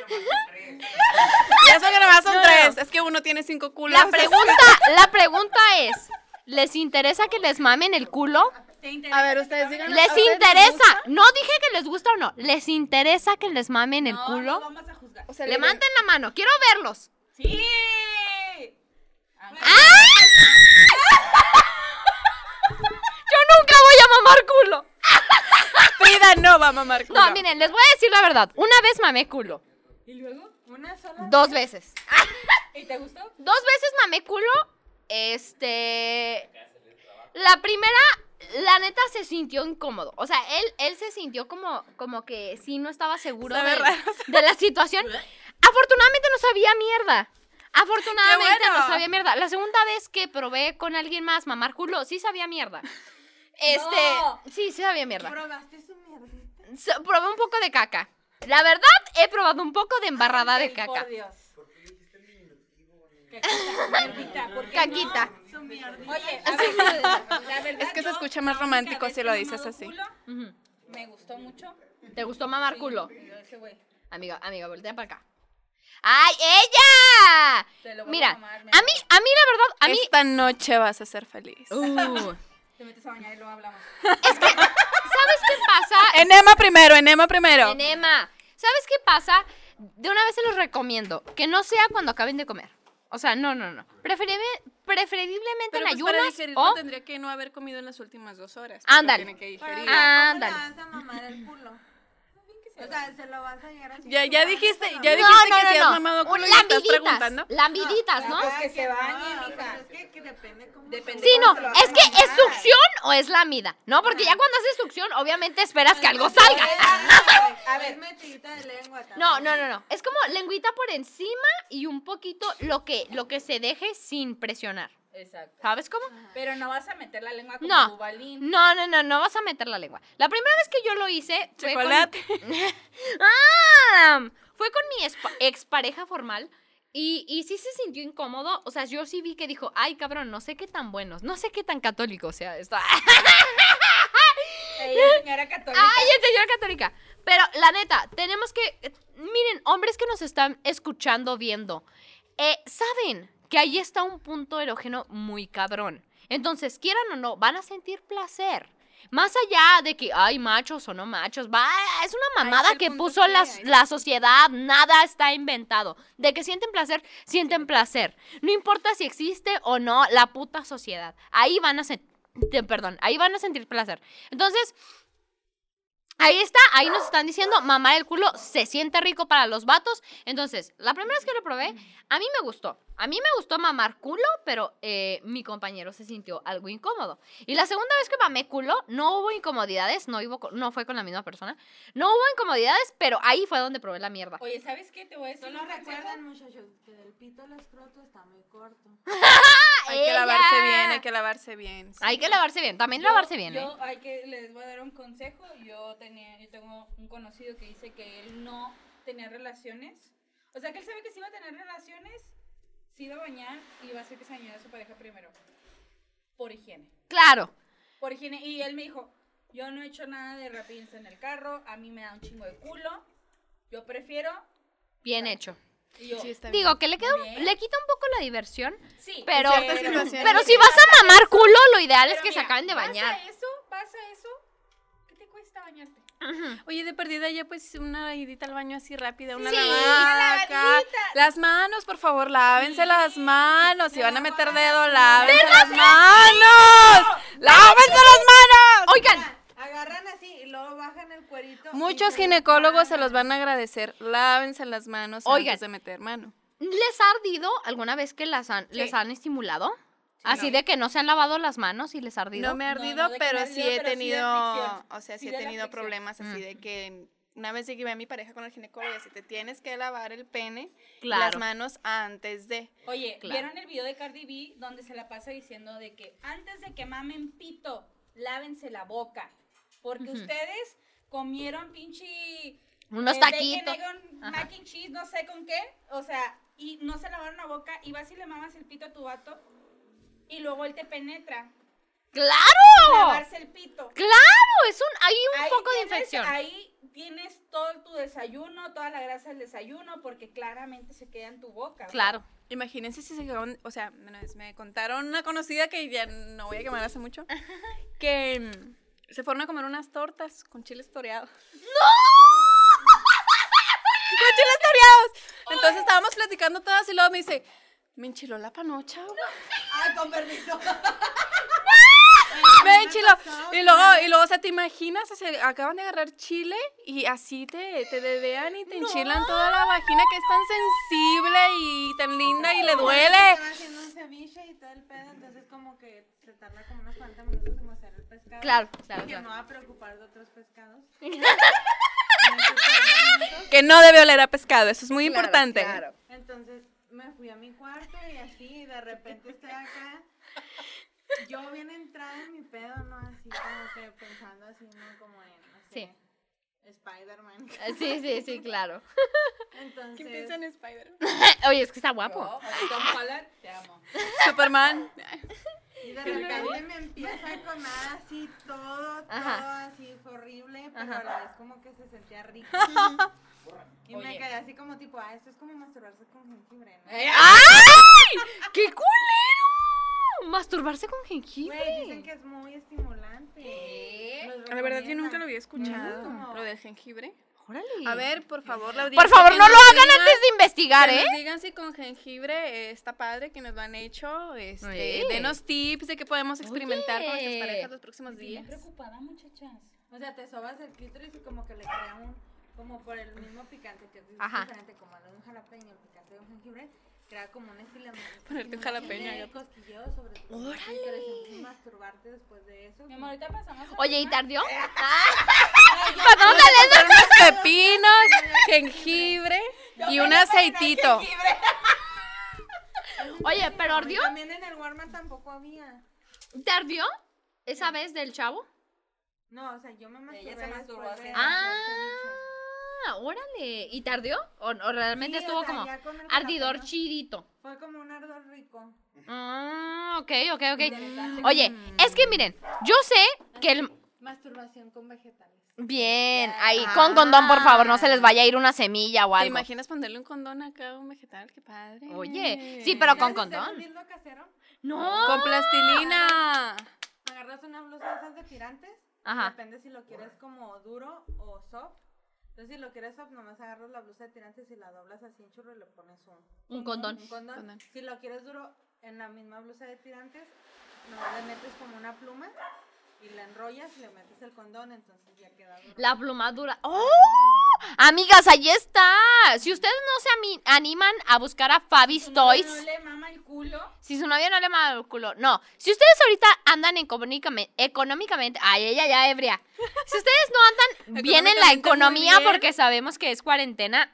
S1: culo.
S3: Y eso que nomás son
S2: No, no,
S3: tres. Es que uno tiene cinco culos.
S2: La pregunta, la pregunta es, ¿les interesa que les mamen el culo?
S4: ¿Te interesa
S3: A ver,
S4: que
S3: ustedes
S4: te
S3: digan.
S2: ¿Les interesa? No dije que les gusta o no. ¿Les interesa que les mamen el
S4: No, No,
S2: culo?
S4: vamos a juzgar.
S3: O sea, le-
S2: Levanten la mano, quiero verlos.
S4: Sí.
S3: ¡Ah!
S2: Yo nunca voy a mamar culo.
S3: Frida no va a mamar culo.
S2: No, miren, les voy a decir la verdad. Una vez mamé culo.
S4: ¿Y luego?
S1: Una (laughs) sola.
S2: Dos veces.
S4: ¿Y te gustó?
S2: Dos veces mamé culo. Este. La primera, la neta se sintió incómodo. O sea, él, él se sintió como, como que sí no estaba seguro
S3: Sabe
S2: de,
S3: raro,
S2: de
S4: (laughs)
S2: la situación. Afortunadamente no sabía mierda. Afortunadamente
S3: Qué
S2: no
S3: bueno.
S2: sabía mierda. La segunda vez que probé con alguien más mamar culo, sí
S4: (laughs)
S2: sabía mierda. Este,
S4: No.
S2: sí, sí sabía mierda.
S1: ¿Probaste su mierdita?
S2: So- probé un poco de caca. La verdad, he probado un poco de embarrada de
S4: Ay,
S2: caca.
S4: Por Dios. Caquita, caquita, ¿por qué
S2: Caquita.
S4: no?
S1: Su mierdita.
S4: Oye, a ver, la verdad,
S3: Es que se
S4: yo,
S3: escucha más
S4: la única
S3: romántico
S4: vez
S3: si lo
S4: que he
S3: dices
S4: mamado
S3: así.
S4: culo,
S2: Ujú.
S4: Me gustó mucho.
S2: ¿Te gustó mamar
S4: Sí,
S2: culo?
S4: pero ese güey,
S2: Amiga, amiga, voltea para acá. ¡Ay, ella!
S4: te lo vuelvo
S2: Mira,
S4: a
S2: a
S4: mamar,
S2: mí,
S4: me-
S2: a mí la verdad, a mí...
S3: Esta noche vas a ser feliz.
S2: (laughs) Uh,
S4: Te metes a bañar y luego hablamos.
S2: ¿Sabes qué pasa?
S3: Enema primero, enema primero.
S2: Enema. ¿Sabes qué pasa? De una vez se los recomiendo, que no sea cuando acaben de comer. O sea, no, no, no. Preferible- preferiblemente
S3: Pero
S2: en
S3: pues para
S2: ayunas
S3: digerirlo
S2: o...
S3: tendría que no haber comido en las últimas dos horas. porque
S2: Ándale.
S3: tiene que
S1: Pero,
S3: digerir.
S1: ¿cómo le
S2: Ándale.
S1: vas a mamar el culo? O sea, se lo vas a llegar así.
S3: Ya- ya dijiste,
S1: chupando,
S3: ya
S1: se lo-
S3: dijiste- que si has mamado culo y me estás
S2: Lambiditas,
S3: preguntando. Ah,
S2: Lambiditas, ¿no?
S4: Pues que se bañe,
S1: bañen,
S4: mija.
S1: Es que, que depende cómo.
S4: Depende
S2: Sí, no,
S4: se lo vas
S2: es
S4: a
S2: que es
S4: mamar.
S2: succión o es lamida, ¿no? Porque ya cuando haces succión, obviamente esperas que algo salga. (laughs)
S1: A ver, metidita de lengua. también.
S2: No, no, no, no. Es como lengüita por encima y un poquito lo que, lo que se deje sin presionar.
S4: Exacto.
S2: ¿Sabes cómo?
S4: Pero no vas a meter la lengua como
S2: No.
S4: Bubalín.
S2: No, no, no, no vas a meter la lengua. La primera vez que yo lo hice fue con-
S3: (laughs) Chocolate.
S2: ¡Ah! Fue con mi espa- expareja formal y, y sí se sintió incómodo. O sea, yo sí vi que dijo, ay, cabrón, no sé qué tan buenos, no sé qué tan católico sea esto. (laughs)
S4: Ella es señora católica.
S2: Ay, el señor católica. Pero la neta, tenemos que. eh, Miren, hombres que nos están escuchando, viendo, eh, saben que ahí está un punto erógeno muy cabrón. Entonces, quieran o no, van a sentir placer. Más allá de que, ay, machos o no machos, va, es una mamada
S3: es el
S2: que
S3: punto
S2: puso
S3: G,
S2: la,
S3: ahí está.
S2: la sociedad, nada está inventado. De que sienten placer, sienten placer. No importa si existe o no la puta sociedad. Ahí van a sentir, perdón, ahí van a sentir placer. Entonces, Ahí está, ahí nos están diciendo, mamar el culo se siente rico para los vatos. Entonces, la primera vez que lo probé, a mí me gustó. A mí me gustó mamar culo, pero eh, mi compañero se sintió algo incómodo. Y la segunda vez que mamé culo, no hubo incomodidades, no, hubo, co- no fue con la misma persona. No hubo incomodidades, pero ahí fue donde probé la mierda.
S4: Oye, ¿sabes qué? Te voy a decir.
S1: Solo
S4: un consejo.
S1: recuerden, muchachos, que del pito al escroto está muy corto.
S3: Hay que
S2: ella.
S3: lavarse bien, hay que lavarse bien. sí.
S2: Hay que lavarse bien, también
S4: Yo-
S2: lavarse bien,
S4: Yo
S2: ¿eh?
S4: hay que les voy a dar un consejo. Yo tenía, yo tengo un conocido que dice que él no tenía relaciones. O sea, que él sabe que si iba a tener relaciones, si iba a bañar y iba a hacer que se bañara su pareja primero. Por higiene.
S2: Claro.
S4: Por higiene. Y él me dijo, yo no he hecho nada de rapidez en el carro, a mí me da un chingo de culo. Yo prefiero.
S2: Bien hecho.
S4: Y yo,
S3: Sí, está bien.
S2: Digo que le, queda un-
S4: Bien.
S2: le quita un poco la diversión,
S4: sí.
S2: pero,
S3: ciertas
S2: pero,
S3: situaciones.
S2: si vas a mamar culo, lo ideal es
S4: pero
S2: que se
S4: mira,
S2: acaben de bañar.
S4: Vas a eso, vas a eso. ¿Qué te cuesta bañarte?
S3: Oye, de perdida ya pues una idita al baño así rápida, una
S2: Sí,
S3: lavada
S4: una
S3: acá.
S4: lavadita.
S3: Las manos, por favor, lávense las manos. Si van a meter dedo, lávense las manos. Lávense las manos.
S2: Oigan,
S1: Agarran así y luego bajan el cuerito. y
S3: Muchos
S1: se lo
S3: ginecólogos se
S1: paran.
S3: los van a agradecer. Lávense las manos
S2: Oigan.
S3: antes de meter mano.
S2: ¿Les ha ardido alguna vez que las han, les han estimulado? Así de que no se han lavado las manos y les ha ardido.
S3: No me ha
S4: No, no,
S3: ardido,
S4: de que me
S3: pero
S4: ha
S3: sí
S4: ardido,
S3: he
S4: pero sí de
S3: tenido,
S4: fricción.
S3: o sea, sí,
S4: Sí
S3: he
S4: de la
S3: tenido
S4: fricción.
S3: problemas así
S2: Mm.
S3: de que una vez llegué a mi pareja con el ginecólogo y así, te tienes que lavar el pene y las
S2: Claro.
S3: manos antes de.
S4: Oye,
S2: Claro.
S4: ¿vieron el video de Cardi B donde se la pasa diciendo de que antes de que mamen pito, lávense la boca? Porque
S2: Ujú.
S4: ustedes comieron pinche...
S2: Unos
S4: eh,
S2: taquitos.
S4: bacon, egg on
S2: Ajá.
S4: mac and cheese, no sé con qué. O sea, y no se lavaron la boca y vas y le mamas el pito a tu vato y luego él te penetra.
S2: ¡Claro!
S4: Lavarse el pito.
S2: ¡Claro! Es un, hay un
S4: Ahí
S2: poco de
S4: tienes-
S2: infección.
S4: Ahí tienes todo tu desayuno, toda la grasa del desayuno, porque claramente se queda en tu boca. ¿verdad?
S2: Claro.
S3: Imagínense si se quedaron, o sea, una vez me contaron una conocida que ya no voy a quemar hace mucho, que mm, se fueron a comer unas tortas con chiles toreados. ¡No! (laughs) con chiles toreados. Entonces estábamos platicando todas y luego me dice, me enchiló la panocha. güey".
S1: Ay,
S3: (laughs)
S1: con permiso.
S3: Ve, chilo.
S1: pasó,
S3: Y luego, y luego, o sea, ¿te imaginas? O sea, acaban de agarrar chile y así te, te dedean y te enchilan toda la vagina que es tan sensible y tan linda y le duele.
S1: Estaba haciendo un ceviche y todo el pedo, entonces como que se tarda como unos 40 minutos como hacer el pescado.
S2: Claro, claro,
S1: Que
S2: claro.
S1: no va a preocupar de
S2: (laughs)
S1: otros pescados. (laughs) En esos 40 minutos.
S3: Que no debe oler a pescado, eso es muy
S2: Claro,
S3: importante.
S2: claro.
S1: Entonces me fui a mi cuarto y así, de repente estoy acá. Yo bien entrada en mi pedo, ¿no? Así como que pensando así, ¿no? Como en, no sé,
S2: Sí. (laughs)
S1: Spider-Man.
S2: Eh, Sí, sí, sí, claro. (laughs)
S1: Entonces,
S3: ¿Qué piensan en Spider-Man?
S2: Oye, es que está
S4: Yo,
S2: guapo.
S4: Tom Holland, te amo.
S3: Superman.
S1: Y de repente me empieza a comer así todo, todo
S2: Ajá.
S1: así, fue horrible, pero
S2: Ajá.
S1: a la vez como que se
S2: (laughs)
S1: sentía rico. Y me
S4: Oye.
S1: quedé así como tipo, ah, esto es como masturbarse con jengibre, ¿no?
S4: Eh,
S2: ¡Ay! ¡Qué culero! Masturbarse con jengibre.
S1: Güey, dicen que es muy estimulante. Los
S3: La verdad, yo
S1: recomiendan.
S3: nunca lo había escuchado.
S1: No.
S3: Lo del jengibre.
S2: Órale.
S3: A ver, por favor, la
S2: Por
S3: audiencia
S2: favor,
S3: que
S2: no lo
S3: nos
S2: hagan
S3: diga-
S2: antes de investigar,
S3: que
S2: ¿eh?
S3: nos digan si con jengibre eh, está padre, que nos lo han hecho. Este,
S2: Sí.
S3: Denos tips de qué podemos experimentar con nuestras
S2: Oye.
S3: parejas los próximos
S4: Bien
S3: días.
S4: preocupada, muchachas.
S1: O sea, te sobas el clítoris y como que le crea un, como por el mismo picante que es
S2: Ajá.
S1: diferente como el de un jalapeño, el picante de un jengibre, crea como un estilo
S3: Ponerte un jalapeño, yo-
S1: cosquilleo sobre tu
S2: Órale.
S1: clítoris, entonces masturbarte después de eso.
S4: Mi amor, ahorita pasamos. a
S2: Oye, ¿y
S4: tema.
S2: (laughs) tardió?
S3: Vamos a comprar unos pepinos, jengibre y un aceitito.
S2: Oye, ¿pero
S1: Y
S2: ardió?
S1: También en el Walmart tampoco había.
S2: ¿Tardió? ¿Esa vez del chavo?
S1: No, o sea, yo me masturbé
S4: Ella se masturbó
S1: después
S4: así.
S1: de
S2: Ah,
S1: hacer ceviche.
S2: órale. ¿Y tardió? ¿O, o realmente
S1: Sí, o
S2: estuvo
S1: sea,
S2: como
S1: ya con el
S2: ardidor
S1: jalapeño
S2: chidito?
S1: Fue como un ardor rico.
S2: Ah, ok, ok, ok.
S1: Interesante.
S2: Oye, es que miren, yo sé que el...
S1: Masturbación con vegetales.
S2: Bien, ahí, con condón, por favor, no se les vaya a ir una semilla o
S3: ¿Te
S2: algo.
S3: imaginas ponerle un condón acá a un vegetal? ¡Qué padre!
S2: Oye, sí, pero con
S1: ¿Sabes hacer
S2: condón.
S1: un dildo casero?
S2: No.
S3: Con plastilina.
S2: ¡Ah!
S1: Agarras una blusa de esas de tirantes.
S2: Ajá.
S1: Depende si lo quieres como duro o soft. Entonces, si lo quieres soft, nomás agarras la blusa de tirantes y la doblas así en churro y le pones un,
S2: Un condón.
S1: un condón.
S3: Condón.
S1: Si lo quieres duro, en la misma blusa de tirantes, nomás le metes como una pluma y la enrollas y le metes el condón, entonces ya queda duro.
S2: La pluma dura. ¡Oh! Amigas, ahí está. Si ustedes no se ami- animan a buscar a Fabi's
S4: Tu novio
S2: Toys,
S4: No le mama el culo.
S2: si su novia no le manda el culo, no. Si ustedes ahorita andan económicamente, económicamente, ay, ella ya ebria. Si ustedes no andan bien en la
S3: Económicamente muy
S2: economía,
S3: bien.
S2: porque sabemos que es cuarentena,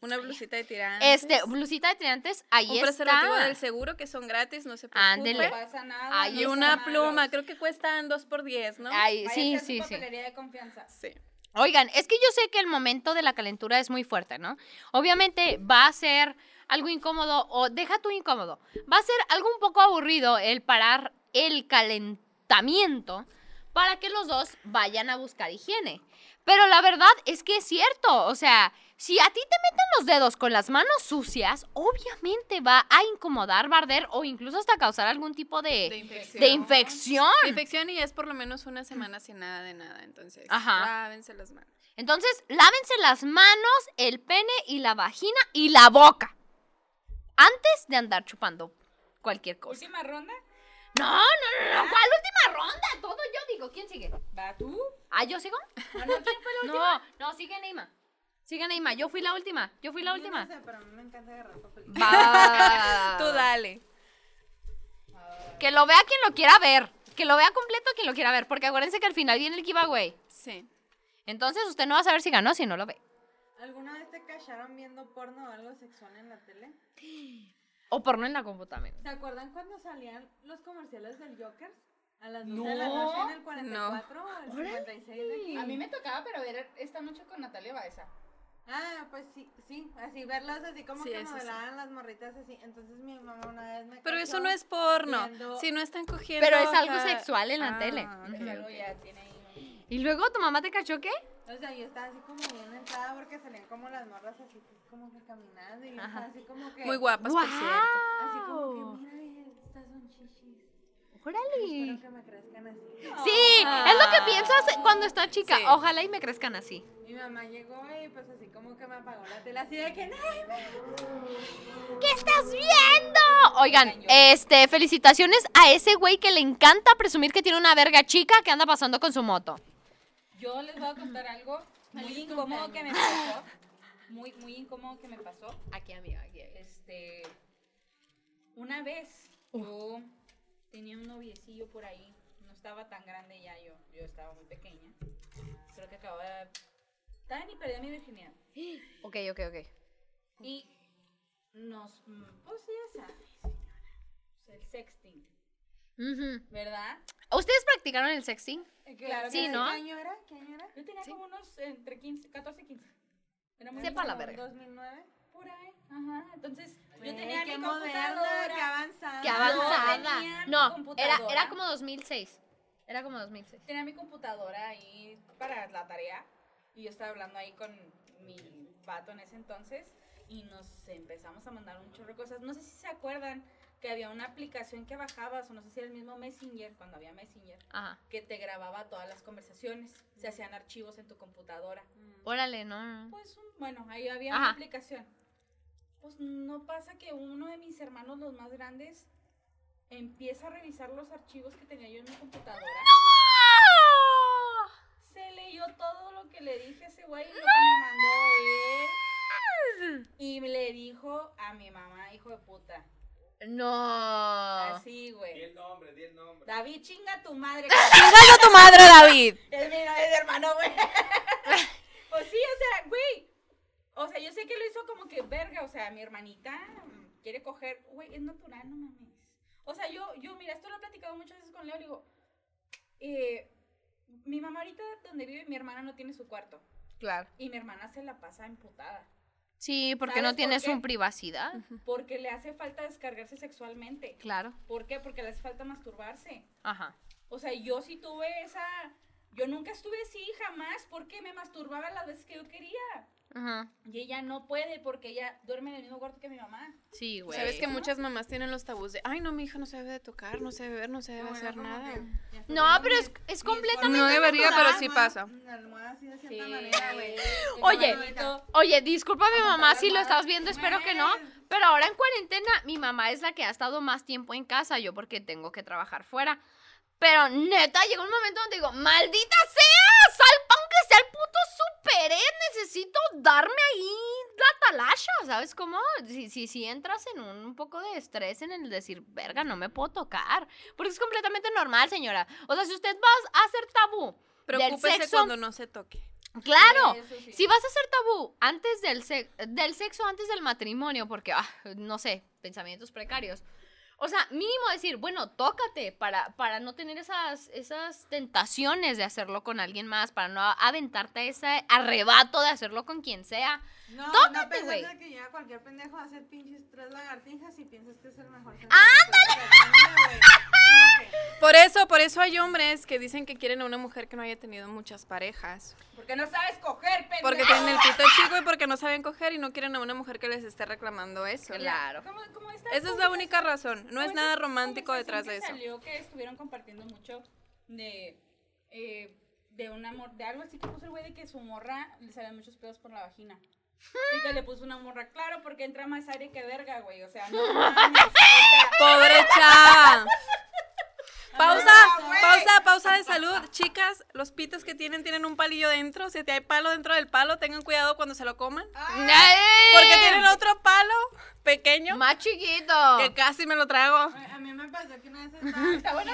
S3: Una blusita de tirantes.
S2: este, blusita de tirantes, ahí
S3: Un preservativo
S2: está.
S3: del seguro que son gratis, no se
S2: Ándele.
S4: No
S3: preocupe.
S4: pasa nada.
S2: Ay,
S4: no
S3: Y
S4: está
S3: una
S4: malo.
S3: pluma, creo que cuestan 2 por 10, ¿no?
S2: Ay,
S4: Vaya a
S2: sí,
S4: ser su
S2: sí, sí.
S4: papelería de confianza.
S3: Sí.
S2: Oigan, es que yo sé que el momento de la calentura es muy fuerte, ¿no? Obviamente va a ser algo incómodo o deja tú incómodo. Va a ser algo un poco aburrido el parar el calentamiento para que los dos vayan a buscar higiene. Pero la verdad es que es cierto, o sea, si a ti te meten los dedos con las manos sucias, obviamente va a incomodar, barder o incluso hasta causar algún tipo
S3: De
S2: de,
S3: infección.
S2: de infección.
S3: De infección y es por lo menos una semana sin nada de nada, entonces.
S2: Ajá.
S3: Lávense las manos.
S2: Entonces, lávense las manos, el pene y la vagina y la boca. Antes de andar chupando cualquier cosa.
S4: Última ronda.
S2: No, no, no, no. ¿Cuál última ronda? Todo yo digo. ¿Quién sigue?
S4: Va tú.
S2: ¿Ah, yo sigo?
S4: Ah, no,
S2: (laughs)
S4: ¿quién fue la última?
S2: No, no, sigue Neima. Sigue Neima. Yo fui la última. Yo fui la
S1: Yo
S2: última. (laughs)
S1: No sé, pero a mí me encanta agarrar papelitos.
S2: Va.
S3: Tú dale.
S4: Ah,
S2: Que lo vea quien lo quiera ver. Que lo vea completo quien lo quiera ver. Porque acuérdense que al final viene el giveaway.
S3: Sí.
S2: Entonces usted no va a saber si ganó si no lo ve.
S1: ¿Alguna vez te cacharon viendo porno o algo sexual en la tele?
S2: O porno en la computadora.
S1: ¿Se acuerdan cuando salían los comerciales del Joker? A las 12 de la noche en el 44 o el 56 de aquí.
S4: A mí me tocaba, pero ver esta noche con Natalia Baeza.
S1: Ah, pues sí, sí, así verlos así como
S3: Sí,
S1: que
S3: eso sí.
S1: modelaban las morritas así. Entonces mi mamá una vez me
S3: Pero eso
S1: cachó
S3: no es porno.
S1: viendo-
S3: Si no están cogiendo.
S2: Pero es algo
S3: acá-
S2: sexual en la
S3: Ah,
S2: tele.
S3: ok,
S4: Pero algo
S3: ok.
S4: ya tiene ahí.
S2: ¿Y luego tu mamá te cachó qué?
S1: O sea, yo estaba así como bien entrada porque salían como las morras así como que caminando y yo
S2: Ajá.
S1: estaba así como que
S3: Muy guapas, Pues, por cierto.
S1: Así como
S2: ¡Guau!
S1: que mira, estas son chichis. Espero
S2: ¡Órale!
S1: que me crezcan así.
S2: Sí, es lo que piensas cuando está chica.
S3: Sí.
S2: Ojalá y me crezcan así.
S1: Mi mamá llegó y pues así como que me apagó la tela así de que no.
S2: ¿Qué estás viendo? Oigan, este, felicitaciones a ese güey que le encanta presumir que tiene una verga chica que anda pasando con su moto.
S4: Yo les voy a contar algo muy incómodo que me pasó. Muy, muy incómodo que me pasó.
S2: Aquí, amigo, aquí.
S4: Este. Una vez yo tenía un noviecillo por ahí. No estaba tan grande ya yo. Yo estaba muy pequeña. Creo que acababa de. Estaba ni perdí mi virginidad.
S2: Ok, ok, ok.
S4: Y nos. mm, Pues ya sabes, señora. Pues el sexting,
S2: Ujú.
S4: ¿verdad?
S2: ¿Ustedes practicaron el sexting?
S1: Claro,
S2: Eh, Sí, ¿no?
S1: ¿Qué año era? ¿Qué año era?
S4: Yo tenía como unos entre 15, 14 y 15. Era muy
S2: Sepa la
S1: Como
S2: verga.
S1: 2009.
S4: por ahí. Ajá. Entonces, yo
S1: Ey,
S4: tenía mi
S1: qué moderna, qué
S4: computadora.
S1: avanzada.
S2: ¡Qué
S4: No,
S2: avanzada!
S4: tenía
S2: No, era,
S4: computadora.
S2: era como 2006. Era como 2006.
S4: Tenía mi computadora ahí para la tarea. Y yo estaba hablando ahí con mi vato en ese entonces. Y nos empezamos a mandar un chorro de cosas. No sé si se acuerdan que había una aplicación que bajabas, o no sé si era el mismo Messenger, cuando había Messenger,
S2: Ajá.
S4: que te grababa todas las conversaciones. Se hacían archivos en tu computadora.
S2: Órale, no.
S4: Pues un- bueno, ahí había
S2: Ajá.
S4: una aplicación. Pues no pasa que uno de mis hermanos, los más grandes, empieza a revisar los archivos que tenía yo en mi computadora. Se leyó todo lo que le dije a ese güey y lo que me mandó él. Y le dijo a mi mamá, hijo de puta.
S3: Ah.
S2: No.
S4: Así,
S6: Di
S4: güey.
S6: el nombre, di el nombre.
S4: David, chinga tu madre.
S3: ¡Hágalo tu madre, David!
S4: (laughs) Es mi es hermano, güey. (laughs) pues sí, o sea, güey. O sea, yo sé que lo hizo como que verga, o sea, mi hermanita mm, quiere coger, güey, es natural, no mames. O sea, yo, yo, mira, esto lo he platicado muchas veces con Leo, le digo, eh, mi mamá ahorita donde vive mi hermana no tiene su cuarto
S2: Claro.
S4: y mi hermana se la pasa emputada
S2: Sí, porque
S4: ¿Sabes
S2: no
S4: por
S2: tienes
S4: qué?
S2: un privacidad.
S4: porque le hace falta descargarse sexualmente.
S2: Claro.
S4: ¿Por qué? Porque le hace falta masturbarse.
S2: Ajá.
S4: O sea, yo sí tuve esa. Yo nunca estuve así jamás porque me masturbaba las veces que yo quería.
S2: Ajá.
S4: Y ella no puede porque ella duerme en el mismo cuarto que mi mamá.
S2: Sí, güey.
S3: Sabes que muchas mamás tienen los tabús de, ay, no, mi hija no se debe de tocar, no se debe ver, no se debe
S1: Bueno,
S3: hacer
S1: como
S3: nada.
S1: que ya está
S2: No,
S1: bien,
S2: pero
S1: mi-
S2: es- es
S1: mi
S2: completamente
S3: No debería,
S2: natural,
S3: pero sí pasa.
S1: Una almohada así de
S4: Sí,
S1: cierta manera, güey.
S2: Oye, Oye, discúlpame
S1: Aguantar
S2: mamá
S1: las
S2: si lo
S1: manos.
S2: estás viendo, espero que no. Pero ahora en cuarentena, mi mamá es la que ha estado más tiempo en casa, yo porque tengo que trabajar fuera. Pero neta, llegó un momento donde digo, maldita sea, sal pa' aunque sea el puto super eh, necesito darme ahí la talacha, ¿sabes cómo? Si, si, si entras en un, un poco de estrés en el decir, verga, no me puedo tocar. Porque es completamente normal, señora. O sea, si usted va a hacer tabú del
S3: Preocúpese
S2: sexo,
S3: cuando no se toque.
S2: claro.
S4: sí.
S2: Si vas a hacer tabú antes del, sex- del sexo, antes del matrimonio, porque, ah, no sé, pensamientos precarios. O sea, mínimo decir, bueno, tócate para, para no tener esas, esas tentaciones de hacerlo con alguien más, para no aventarte ese arrebato de hacerlo con quien sea.
S1: No,
S2: Tócate,
S1: no pensando
S2: güey.
S1: que llega cualquier pendejo a hacer pinches tres lagartijas y piensas que es el mejor. ¡Ándale!
S3: Por eso, por eso hay hombres que dicen que quieren a una mujer que no haya tenido muchas parejas.
S4: Porque no sabes coger, pendejo.
S3: Porque tienen el pito chico y porque no saben coger y no quieren a una mujer que les esté reclamando eso.
S2: Claro.
S4: ¿Cómo, cómo está
S3: Esa es la única razón. No es nada romántico detrás de eso.
S4: Salió que estuvieron compartiendo mucho de. eh, de una mor- de algo así que puso el güey de que su morra le salen muchos pedos por la vagina. Y que le puso una morra, claro, porque entra más (laughs) aire que verga, güey. O sea, no mames. o sea,
S3: ¡Pobre chava! Pausa,
S4: Ah, güey.
S3: pausa, pausa de salud. Chicas, los pitos que tienen tienen un palillo dentro. Si hay palo dentro del palo, tengan cuidado cuando se lo coman. Porque tienen otro palo pequeño
S2: Más chiquito.
S3: que casi me lo trago.
S1: A a mí me pasó que una vez estaba ¿Está bueno?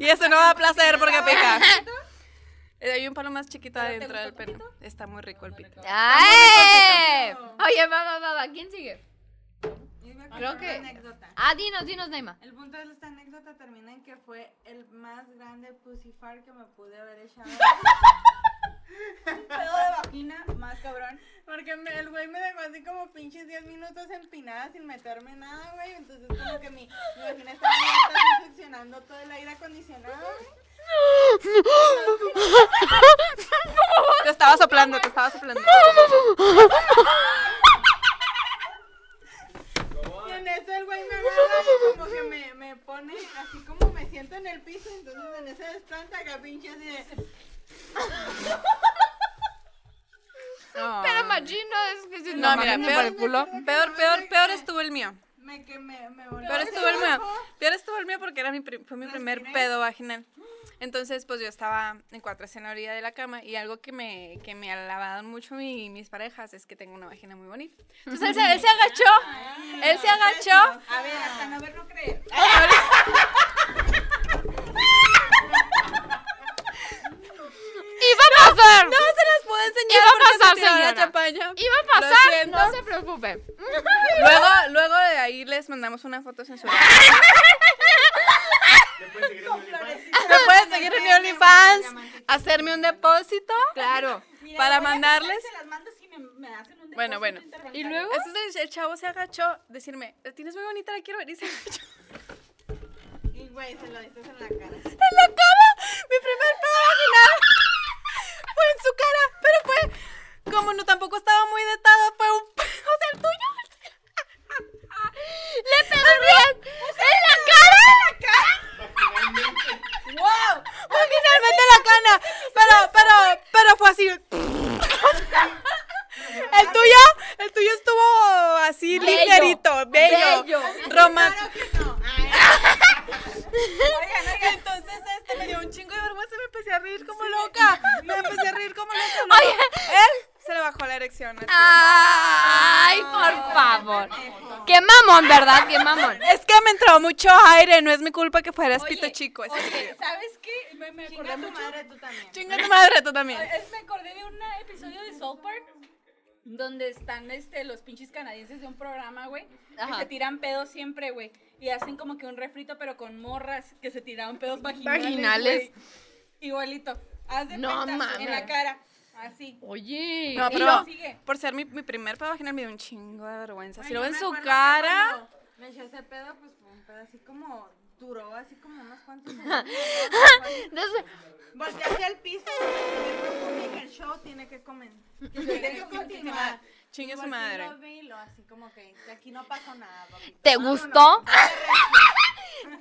S3: Y eso no va a placer porque pica. Eh, Hay un palo más chiquito
S4: ¿Pero te
S3: adentro
S4: gusta
S3: del
S4: el
S3: pelo.
S4: pito?
S3: Está muy rico el pito.
S2: ¡Ay! Oye, va, va, va, va. ¿Quién sigue? Creo
S1: Creo
S2: que-
S1: que. Anécdota.
S2: Ah, dinos, dinos, Neima.
S1: El punto de esta anécdota termina en que fue el más grande pussy fart que me pude haber
S3: (laughs)
S1: echado.
S4: Un pedo de vagina más cabrón.
S1: Porque me- el güey me dejó así como pinches 10 minutos empinada sin meterme nada, güey. Entonces, como que mi, mi vagina estaba abierta, así, succionando todo el aire acondicionado, güey.
S3: Te estaba soplando, te estaba soplando. (laughs)
S1: Y en eso el güey me agarra y como que me, me pone así como me siento en el piso. Entonces, en ese desplante, acá pinche así de.
S2: Pero machino es que si
S3: No, mira, peor,
S1: culo.
S3: peor, peor, peor estuvo el mío.
S1: Me que me, me voló.
S3: Peor estuvo el mío. Peor estuvo el mío porque era mi pri- fue mi primer
S1: Respiré.
S3: pedo vaginal. Entonces, pues yo estaba en cuatro en la orilla de la cama y algo que me, que me alababan mucho mi- mis parejas es que tengo una vagina muy bonita. Entonces él se, él se agachó, él se agachó.
S4: A ver, hasta no ver, no creer.
S2: Iba a pasar.
S3: No se las puedo enseñar
S2: Iba a
S3: porque se
S2: pasar,
S3: tiró la
S2: señora.
S3: chapaña.
S2: Iba a
S3: Lo
S2: pasar.
S3: siento.
S2: No se preocupe.
S3: Luego, luego de ahí les mandamos una foto censurada.
S5: ¿Te puedes seguir en OnlyFans?
S3: Me pueden seguir en mi OnlyFans, hacerme un depósito.
S2: Claro.
S4: Mira,
S3: Para
S4: voy a
S3: mandarles-
S4: dejar que Se las mando si me, me hacen un
S3: Bueno,
S4: depósito
S3: bueno.
S4: interbancario.
S2: ¿Y luego?
S3: Entonces el chavo se agachó, decirme, la tienes muy bonita, la quiero ver. Y se agachó.
S1: Y güey, se lo dices en la cara. (laughs)
S3: en la cara. Mi primer pedo vaginal fue en su cara, pero fue como no tampoco estaba muy detado, fue un (laughs) pedo, o sea, el tuyo.
S2: Le pegó bien. ¿En la cara? ¿En la cara?
S3: (laughs) ¡Wow! Originalmente la cana, pero, pero, pero fue así. El tuyo, el tuyo estuvo así
S2: Bello,
S3: ligerito, bello,
S2: bello.
S3: romántico.
S1: No, ay,
S3: Oigan, oigan, entonces este me dio un chingo de vergüenza y me empecé a reír como loca. Me empecé a reír como loca. Luego, él se le bajó la erección. así.
S2: Ah. Ay, por favor. Qué mamón, ¿verdad? Qué mamón.
S3: Es que me entró mucho aire, no es mi culpa que fueras
S4: Oye,
S3: pito chico. es
S4: Oye,
S3: serio.
S4: ¿sabes qué? Me, me acordé
S1: chinga tu
S4: mucho.
S1: madre tú también.
S3: Chinga tu madre, tú también.
S4: Es- me acordé de un episodio de South Park donde están este, los pinches canadienses de un programa, güey, que
S2: Ajá.
S4: se tiran pedos siempre, güey, y hacen como que un refrito pero con morras que se tiraban pedos vaginales.
S2: Vaginales.
S4: güey. Igualito. Haz de
S2: No
S4: cuenta,
S2: mames.
S4: en la cara, así.
S2: Oye.
S3: No,
S4: y
S3: pero
S4: luego sigue.
S3: por ser mi, mi primer pedo vaginal me dio un chingo de vergüenza. Si
S1: Ay,
S3: lo
S1: yo
S3: ven
S1: me
S3: su
S1: acuerdo que
S3: cara.
S1: cuando Me echó ese pedo, pues fue un pedo así como duró, así como unos cuantos segundos.
S2: Entonces,
S1: Volteé hacia el piso y profundo y que el show tiene que comenzar. Tiene que continuar.
S3: Chingue su
S1: Volteé y
S3: madre.
S1: Lo vi, y lo así como que de aquí no pasó nada. papito.
S2: ¿Te
S1: No, no, no.
S2: gustó?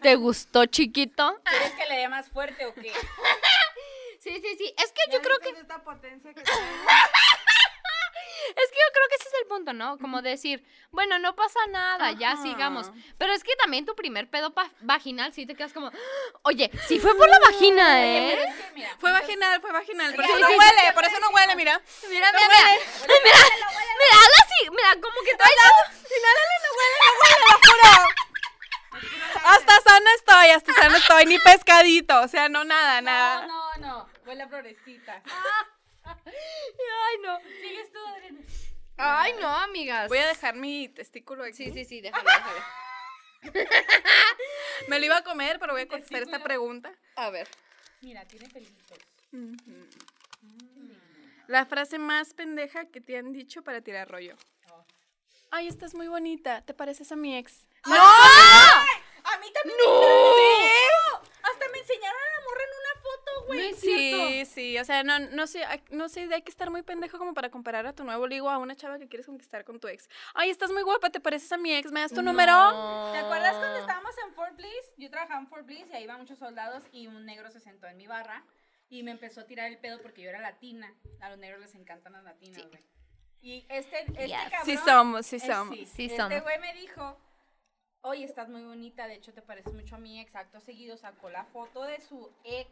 S2: ¿Te gustó, chiquito?
S4: ¿Quieres que le dé más fuerte o qué?
S2: Sí, sí, sí. Es que
S1: ¿Ya
S2: yo creo que
S1: viste esta potencia que traigo?
S2: Es que yo creo que ese es el punto, ¿no? Como decir, bueno, no pasa nada, ya
S3: Ajá.
S2: sigamos. Pero es que también tu primer pedo pa- vaginal, sí te quedas como, (gasps) oye, sí fue por la vagina,
S4: Oye, pero
S2: ¿eh?
S4: es que, mira,
S3: Fue vaginal, fue vaginal. Por
S2: Sí,
S3: eso no
S2: sí, sí.
S3: huele, por eso no huele, mira.
S2: Mira,
S3: No
S2: mira,
S3: huele.
S2: mira, mira, mira, hazla así, mira, como que trae
S3: Inhalale, no huele, no huele, lo juro. Hasta sana estoy, hasta sana estoy, ni pescadito. O sea, no nada,
S4: No,
S3: nada.
S4: no, no, huele a florecita.
S2: Ay, no.
S4: Sigues tú, Adriana.
S2: Ay, no, amigas.
S3: Voy a dejar mi testículo aquí.
S2: Sí, sí, sí, déjalo, déjalo.
S3: (laughs) Me lo iba a comer, pero voy a contestar esta pregunta.
S2: A ver.
S4: Mira, tiene pelitos.
S3: La frase más pendeja que te han dicho para tirar rollo. Ay, estás muy bonita. Te pareces a mi ex.
S4: A mí también me enseñaron eso. Hasta me enseñaron a la morra en una foto, güey.
S3: Sí, sí. O sea, no, no sé, ay, no sé, hay que estar muy pendejo como para comparar a tu nuevo ligo a una chava que quieres conquistar con tu ex. Ay, estás muy guapa. Te pareces a mi ex. ¿Me das tu número?
S4: ¿Te acuerdas cuando estábamos en Fort Bliss? Yo trabajaba en Fort Bliss y ahí iban muchos soldados y un negro se sentó en mi barra y me empezó a tirar el pedo porque yo era latina. A los negros les encantan las latinas, güey. Y este, este
S2: Yes.
S4: cabrón...
S3: Sí somos, sí
S4: eh,
S3: somos.
S2: Sí
S4: este
S2: somos.
S4: güey me dijo Oye, estás muy bonita, de hecho te pareces mucho a mi ex. Acto seguido sacó la foto de su ex.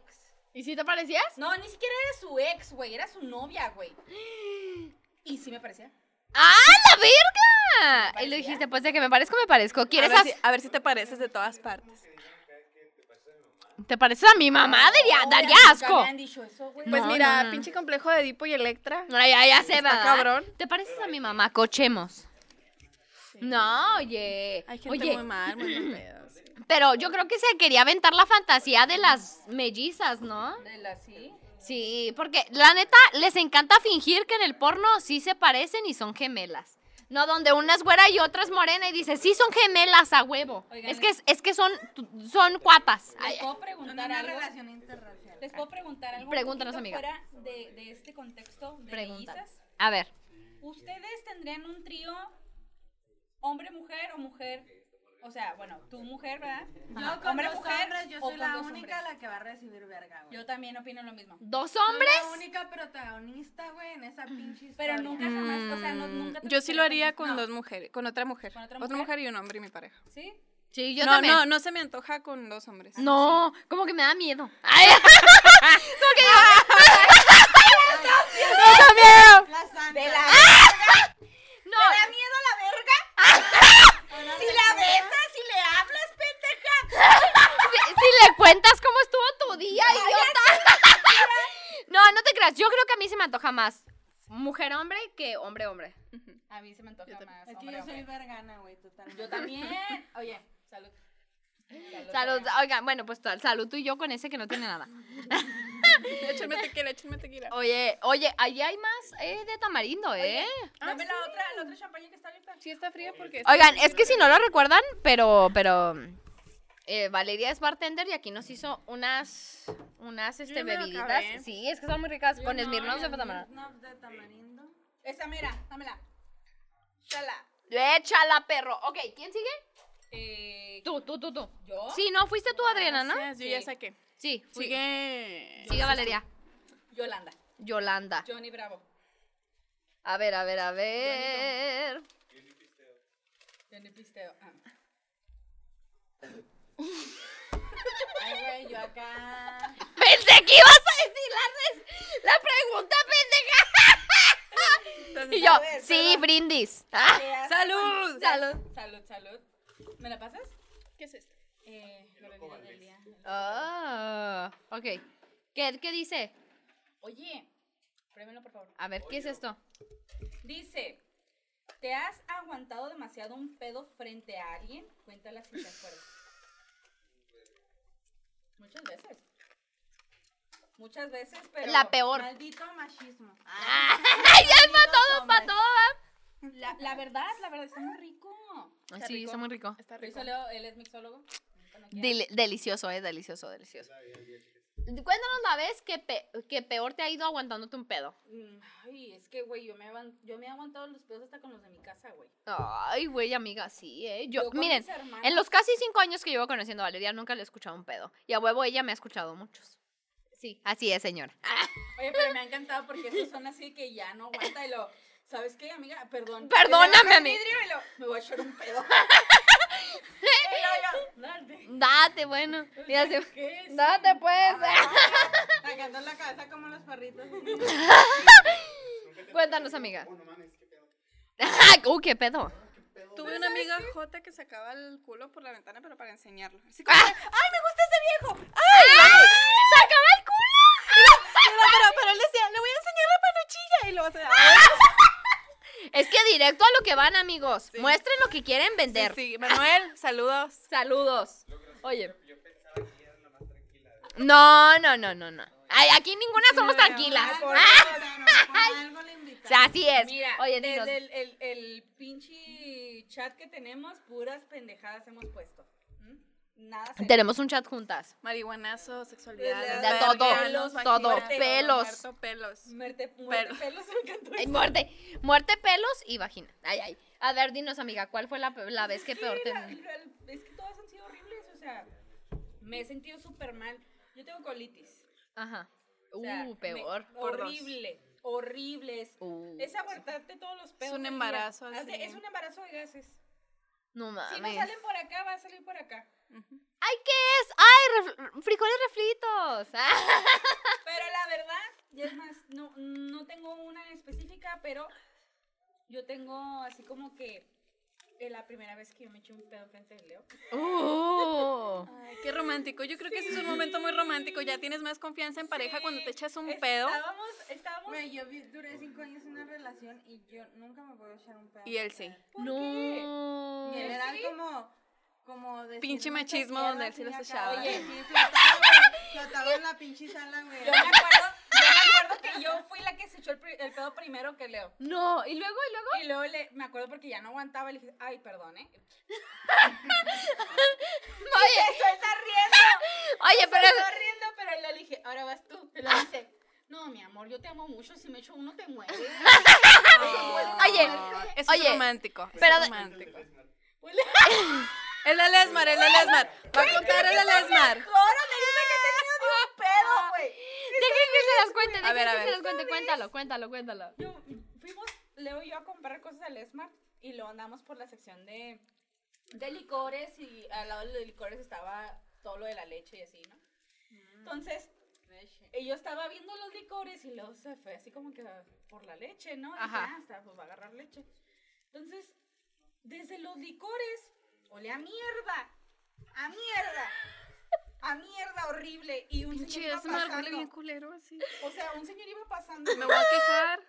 S2: ¿Y si te parecías?
S4: No, ni siquiera era su ex, güey, era su novia, güey. Y sí me parecía.
S2: ¡Ah, la verga! Y le
S4: parecía.
S2: dijiste, pues de que me parezco, me parezco. ¿Quieres
S3: a
S2: as-
S3: ver, si, a ver si te pareces de todas partes.
S2: ¿Te pareces a mi mamá? Diría,
S4: Oye,
S2: daría
S4: nunca
S2: asco.
S4: me han dicho eso, güey.
S3: Pues
S2: No,
S3: mira,
S2: no, no.
S3: pinche complejo de Edipo y Electra.
S2: No, ya, ya se
S3: Está
S2: va.
S3: cabrón.
S2: ¿Te pareces a mi mamá? Cochemos. No, oye.
S3: Hay gente
S2: Oye,
S3: muy mal, muy mal pedo, sí.
S2: pero yo creo que se quería aventar la fantasía de las mellizas, ¿no?
S4: De la sí.
S2: Sí, porque la neta les encanta fingir que en el porno sí se parecen y son gemelas. No, donde una es güera y otra es morena y dice, sí son gemelas a huevo.
S4: Oigan,
S2: es que es, es que son, son cuatas. Ay,
S4: ¿Les puedo
S1: Son
S4: preguntar
S1: una
S4: algo?
S1: relación interracial.
S4: ¿Les puedo preguntar algo? un
S2: Pregúntanos,
S4: poquito
S2: amiga.
S4: Fuera de, de este contexto de
S2: pregunta.
S4: mellizas?
S2: A ver.
S4: ¿Ustedes tendrían un trío hombre-mujer o mujer? O sea, bueno, tú mujer, ¿verdad?
S1: Yo con
S4: Hombre,
S1: dos
S4: mujer,
S1: hombres, yo
S4: o con
S1: soy la
S4: dos
S1: única
S4: hombres.
S1: la que va a recibir verga, güey.
S4: Yo también opino lo mismo.
S2: ¿Dos
S1: Soy
S2: hombres?
S1: la única protagonista, güey, en esa pinche historia.
S4: Pero nunca jamás, o sea, no- nunca. te
S3: Yo sí
S4: gustaría
S3: lo haría
S4: tener-
S3: con
S4: No.
S3: dos mujeres, con otra mujer.
S4: ¿Con otra
S3: otra
S4: mujer?
S3: mujer. y un hombre y mi pareja.
S4: ¿Sí?
S2: Sí, yo
S3: no,
S2: también.
S4: Ah,
S3: no, no se me antoja con dos hombres. (laughs)
S2: No, como que me da miedo. Ay, (laughs) como que digo, "Me da miedo".
S4: (laughs)
S1: La santa.
S4: De la. ¡Ah!
S2: No,
S4: ¿Te da miedo la verga? Si la besas, si le hablas, pendeja.
S2: si, si le cuentas cómo estuvo tu día, idiota. No, no te creas. Yo creo que a mí se me antoja más mujer-hombre que hombre-hombre.
S4: A mí se me antoja más.
S1: Es que
S4: hombre,
S1: yo soy
S4: hombre.
S1: vergana, güey, totalmente.
S4: Yo también. Oye, salud.
S2: Salud.
S4: verga.
S2: Oigan, bueno, pues tal, salud tú y yo con ese que no tiene nada.
S3: Échame tequila, échame tequila.
S2: Oye, oye, ahí hay más eh, de tamarindo, ¿eh?
S4: Dame la otra, la otra champaña que está abierta.
S3: Sí está fría porque...
S2: Oigan, es que si no lo recuerdan, pero, pero... eh, Valeria es bartender y aquí nos hizo unas unas este,
S3: ya me lo
S2: bebiditas.
S3: acabé.
S2: Sí, es que son muy ricas. con Smirnoff de Patamara.
S1: Smirnoff de tamarindo.
S4: Esa, mira, dámela. Chala.
S2: Échala, perro. Ok, ¿quién sigue?
S4: Eh,
S2: Tú, tú, tú, tú.
S4: ¿Yo?
S2: Sí, no, fuiste tú, Adriana, ¿no?
S3: Gracias, Yo ya
S4: Sí.
S3: saqué.
S2: ¿Oh? Sí, fui. sigue.
S3: Sigue...
S2: Valeria.
S4: Yolanda.
S2: Yolanda.
S4: Johnny Bravo.
S2: A ver, a ver, a ver.
S4: Johnny Pisteo. Ah.
S1: Ay, güey, yo acá.
S2: (laughs) Pensé que ibas a decir la, res- la pregunta, pendeja. (laughs) y yo, sí, brindis. Ah,
S3: ¡Salud!
S2: salud.
S4: Salud, salud. ¿Me la pasas?
S3: ¿Qué es esto?
S4: Eh, Carolina Delia.
S2: Ah, ok. ¿Qué, ¿Qué dice?
S4: Oye, prémelo por favor.
S2: A ver, ¿qué es esto?
S4: Dice, ¿te has aguantado demasiado un pedo frente a alguien? Cuéntala si te acuerdas. Muchas veces. Muchas veces, pero...
S2: La peor. Ah,
S1: Maldito machismo.
S2: ¡Ay, (laughs) ya para todo, para todo! ¿eh?
S4: La, la verdad, la verdad, está muy rico.
S2: va. Sí, está muy rico.
S3: Está
S4: Luis
S3: rico.
S4: Oleo, él es mixólogo. Cuando quiera.
S2: Del- delicioso, es delicioso, delicioso. Cuéntanos la vez que, pe- que peor te ha ido aguantándote un pedo.
S4: Mm, Ay, es que, güey, yo me, aguan- yo me he aguantado los pedos hasta con los de mi casa, güey.
S2: Ay, güey, amiga, sí, ¿eh? Yo,
S4: con
S2: miren,
S4: mis hermanos-
S2: en los casi cinco años que llevo conociendo a Valeria nunca le he escuchado un pedo. Y a huevo ella me ha escuchado muchos. Sí, así es, señora.
S3: Ah,
S4: Oye, pero me ha encantado porque esos son así que ya no aguanta y lo... ¿Sabes qué, amiga? Perdón.
S2: Perdóname,
S4: Le bajas el
S2: ami-
S4: vidrio y lo, Me voy a echar un pedo. Y luego yo,
S2: Date, bueno. Y así,
S4: "Date,
S2: (laughs)
S4: ¿Qué es?
S2: Date, pues.
S1: Sacando la cabeza como los perritos.
S2: Cuéntanos, amiga.
S5: Oh, no mames, qué pedo.
S2: ¡Uh, qué pedo!
S3: Tuve una amiga J que sacaba el culo por la ventana, pero para enseñarlo. Así como, "Ah,
S2: Ah.
S3: ¡ay, me gusta ese viejo!
S2: ¡Sacaba el culo!
S3: (laughs) Pero, pero, pero él decía, le voy a enseñar la panuchilla. Y luego, o sea,
S2: Es que directo a lo que van, amigos. Muestren lo que quieren vender.
S3: sí, sí. Manuel, saludos.
S2: Saludos. Oye. No, no, no, no, no. Ay, aquí ninguna somos tranquilas.
S1: Por
S2: Ah, (laughs)
S1: algo le
S2: o sea,
S1: invitaron.
S2: así es.
S4: Mira,
S2: Oye, dinos.
S4: desde el, el, el pinche chat que tenemos, puras pendejadas hemos puesto. ¿m? Nada serio.
S2: Tenemos un chat juntas.
S3: Marihuanazo, sexualidad,
S4: De
S3: verga,
S2: todo,
S3: pelos,
S2: todo,
S3: vagina,
S2: pelos.
S3: muerto, pelos.
S4: Muerte, muerte
S3: Pero-
S4: pelos, me encantó
S2: Ay,
S4: eso.
S2: muerte. Muerte, pelos y vagina. Ay, ay. A ver, dinos, amiga, ¿cuál fue la, pe- la vez que
S4: Sí,
S2: peor te...
S4: la- la- Es que todas han sido horribles, o sea, me he sentido súper mal. Yo tengo colitis.
S2: Ajá.
S4: o sea,
S2: Uh,
S4: me-
S2: peor.
S3: Por dos.
S4: horrible, horrible. Es,
S2: Uh.
S4: es aguantarte todos los pedos.
S3: un
S4: del día.
S3: embarazo
S4: Haz de-
S3: así.
S4: Es un embarazo de gases.
S2: No Ah, mames.
S4: Si no salen por acá, va a salir por acá.
S2: ¡Ay, ref- frijoles refritos! Ah,
S4: Pero la verdad, ya es más, no, no tengo una específica, pero yo tengo así como que eh, la primera vez que yo me eché un pedo frente de Leo.
S2: uh.
S3: Ay, qué romántico. Yo creo que ese es un momento muy romántico. Ya tienes más confianza en pareja
S4: Sí.
S3: cuando te echas un pedo.
S4: Estábamos, estábamos.
S1: Güey, yo vi- duré cinco años en una relación y yo nunca me puedo echar un pedo.
S3: Y él sí.
S4: ¿Por
S2: no.
S4: qué?
S1: Y él era
S4: ¿Sí?
S1: como. Como decir,
S3: Pinche
S1: no te
S3: machismo
S1: quiero,
S3: donde él sí
S1: así
S3: los
S1: acá,
S3: echaba.
S1: Oye,
S4: (laughs)
S1: sí, flotaba, güey, flotaba en la pinche sala, güey.
S4: Yo me acuerdo, yo me acuerdo que yo fui la que se echó el, pri- el pedo primero que Leo.
S2: No, y luego, y luego.
S4: Y luego le, me acuerdo porque ya no aguantaba y le dije, ay, perdón,
S3: (laughs)
S4: ¿eh?
S2: Oye,
S4: Se suelta riendo,
S3: Eh,
S2: oye,
S4: se
S2: pero.
S4: suelta riendo, pero le dije, ahora vas tú. Y le dice, no, mi amor, yo te amo mucho, si me echo uno te
S3: (laughs)
S4: mueres. (laughs)
S3: Ah.
S2: Oye,
S3: Eso
S2: oye,
S3: es romántico. eso
S2: pero-
S3: es romántico. El Alesmar, el Alesmar. Va a contar el Alesmar.
S4: Ahora me dice que te tenido ni un pedo, güey.
S2: Dejen que se las cuente,
S3: A ver,
S2: dejen
S3: a
S2: que se
S3: ver.
S2: las cuente. Cuéntalo, cuéntalo, cuéntalo.
S4: ah, Yo- fuimos, Leo y yo, a comprar cosas al Smart y luego andamos por la sección de, de licores y al lado de los licores estaba todo lo de la leche y así, ¿no? Entonces, y yo estaba viendo los licores y luego se fue así como que por la leche, ¿no? Dije,
S2: Ajá.
S4: ah, está, pues va a agarrar leche. Entonces, desde los licores, olía a mierda, a mierda, a mierda horrible. Y un
S3: Pinche
S4: señor iba
S3: Alesmar, huele bien
S4: pasando,
S3: culero así.
S4: o sea, un señor iba pasando.
S3: Me voy a quejar.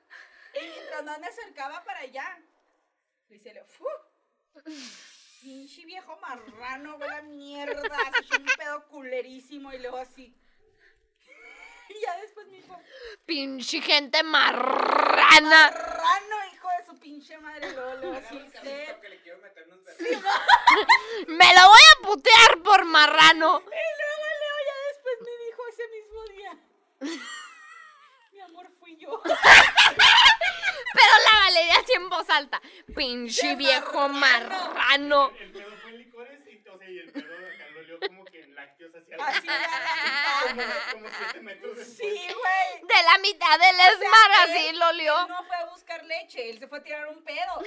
S4: Y mientras más me acercaba para allá, le hice le ¡fu! Pinche viejo marrano, güey, la mierda. Se echó un pedo culerísimo y luego así. Y ya después me dijo,
S2: Pinche gente marrana.
S4: rano, hijo de su pinche madre. Y luego, luego así, "Usted".
S6: que le quiero meter unos
S2: Me lo voy a putear por marrano.
S4: Y luego Leo ya después me dijo ese mismo día. Mi amor, fui yo.
S2: Pero la Valeria así en voz alta. Pinche viejo marrano.
S6: El pedo fue en licores y, o sea, y el pedo acá lo olió como que en lácteos hacia la
S4: Así ya.
S6: como, como siete metros después.
S4: Sí, güey.
S2: De la mitad del
S3: (laughs)
S2: esmar
S4: él-
S2: así lo
S4: Él
S2: olió.
S4: no fue a buscar leche, él se fue a tirar un pedo.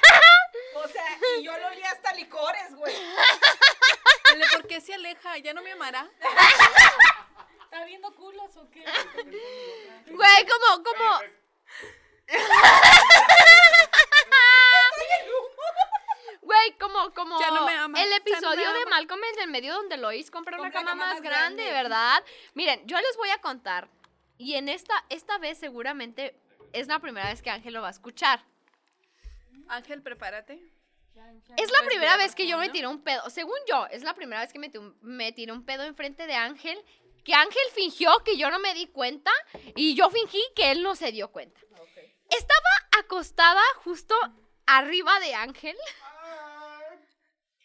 S3: (laughs)
S4: o sea, y yo lo olía hasta licores, güey.
S3: Dile, ¿Por qué se aleja? ¿Ya no me amará?
S4: ¿Está viendo culos o qué?
S3: (laughs)
S2: Güey, como, como.
S6: Oye,
S2: Güey, como, como
S3: Ya no me ama,
S2: el
S3: ya no me
S2: episodio de
S3: ama.
S2: Malcolm en el medio donde Lois compra una
S4: Compra
S2: cama más grande, ¿verdad? Miren, yo les voy a contar. Y en esta, esta vez seguramente es la primera vez que Ángel lo va a escuchar.
S3: Ángel, prepárate.
S2: Es la
S3: Respira
S2: primera vez que yo me
S3: profundo.
S2: tiré un pedo. Según yo, es la primera vez que me, tu- me tiré un pedo enfrente de Ángel. Que Ángel fingió que yo no me di cuenta y yo fingí que él no se dio cuenta. Estaba acostada justo arriba de Ángel.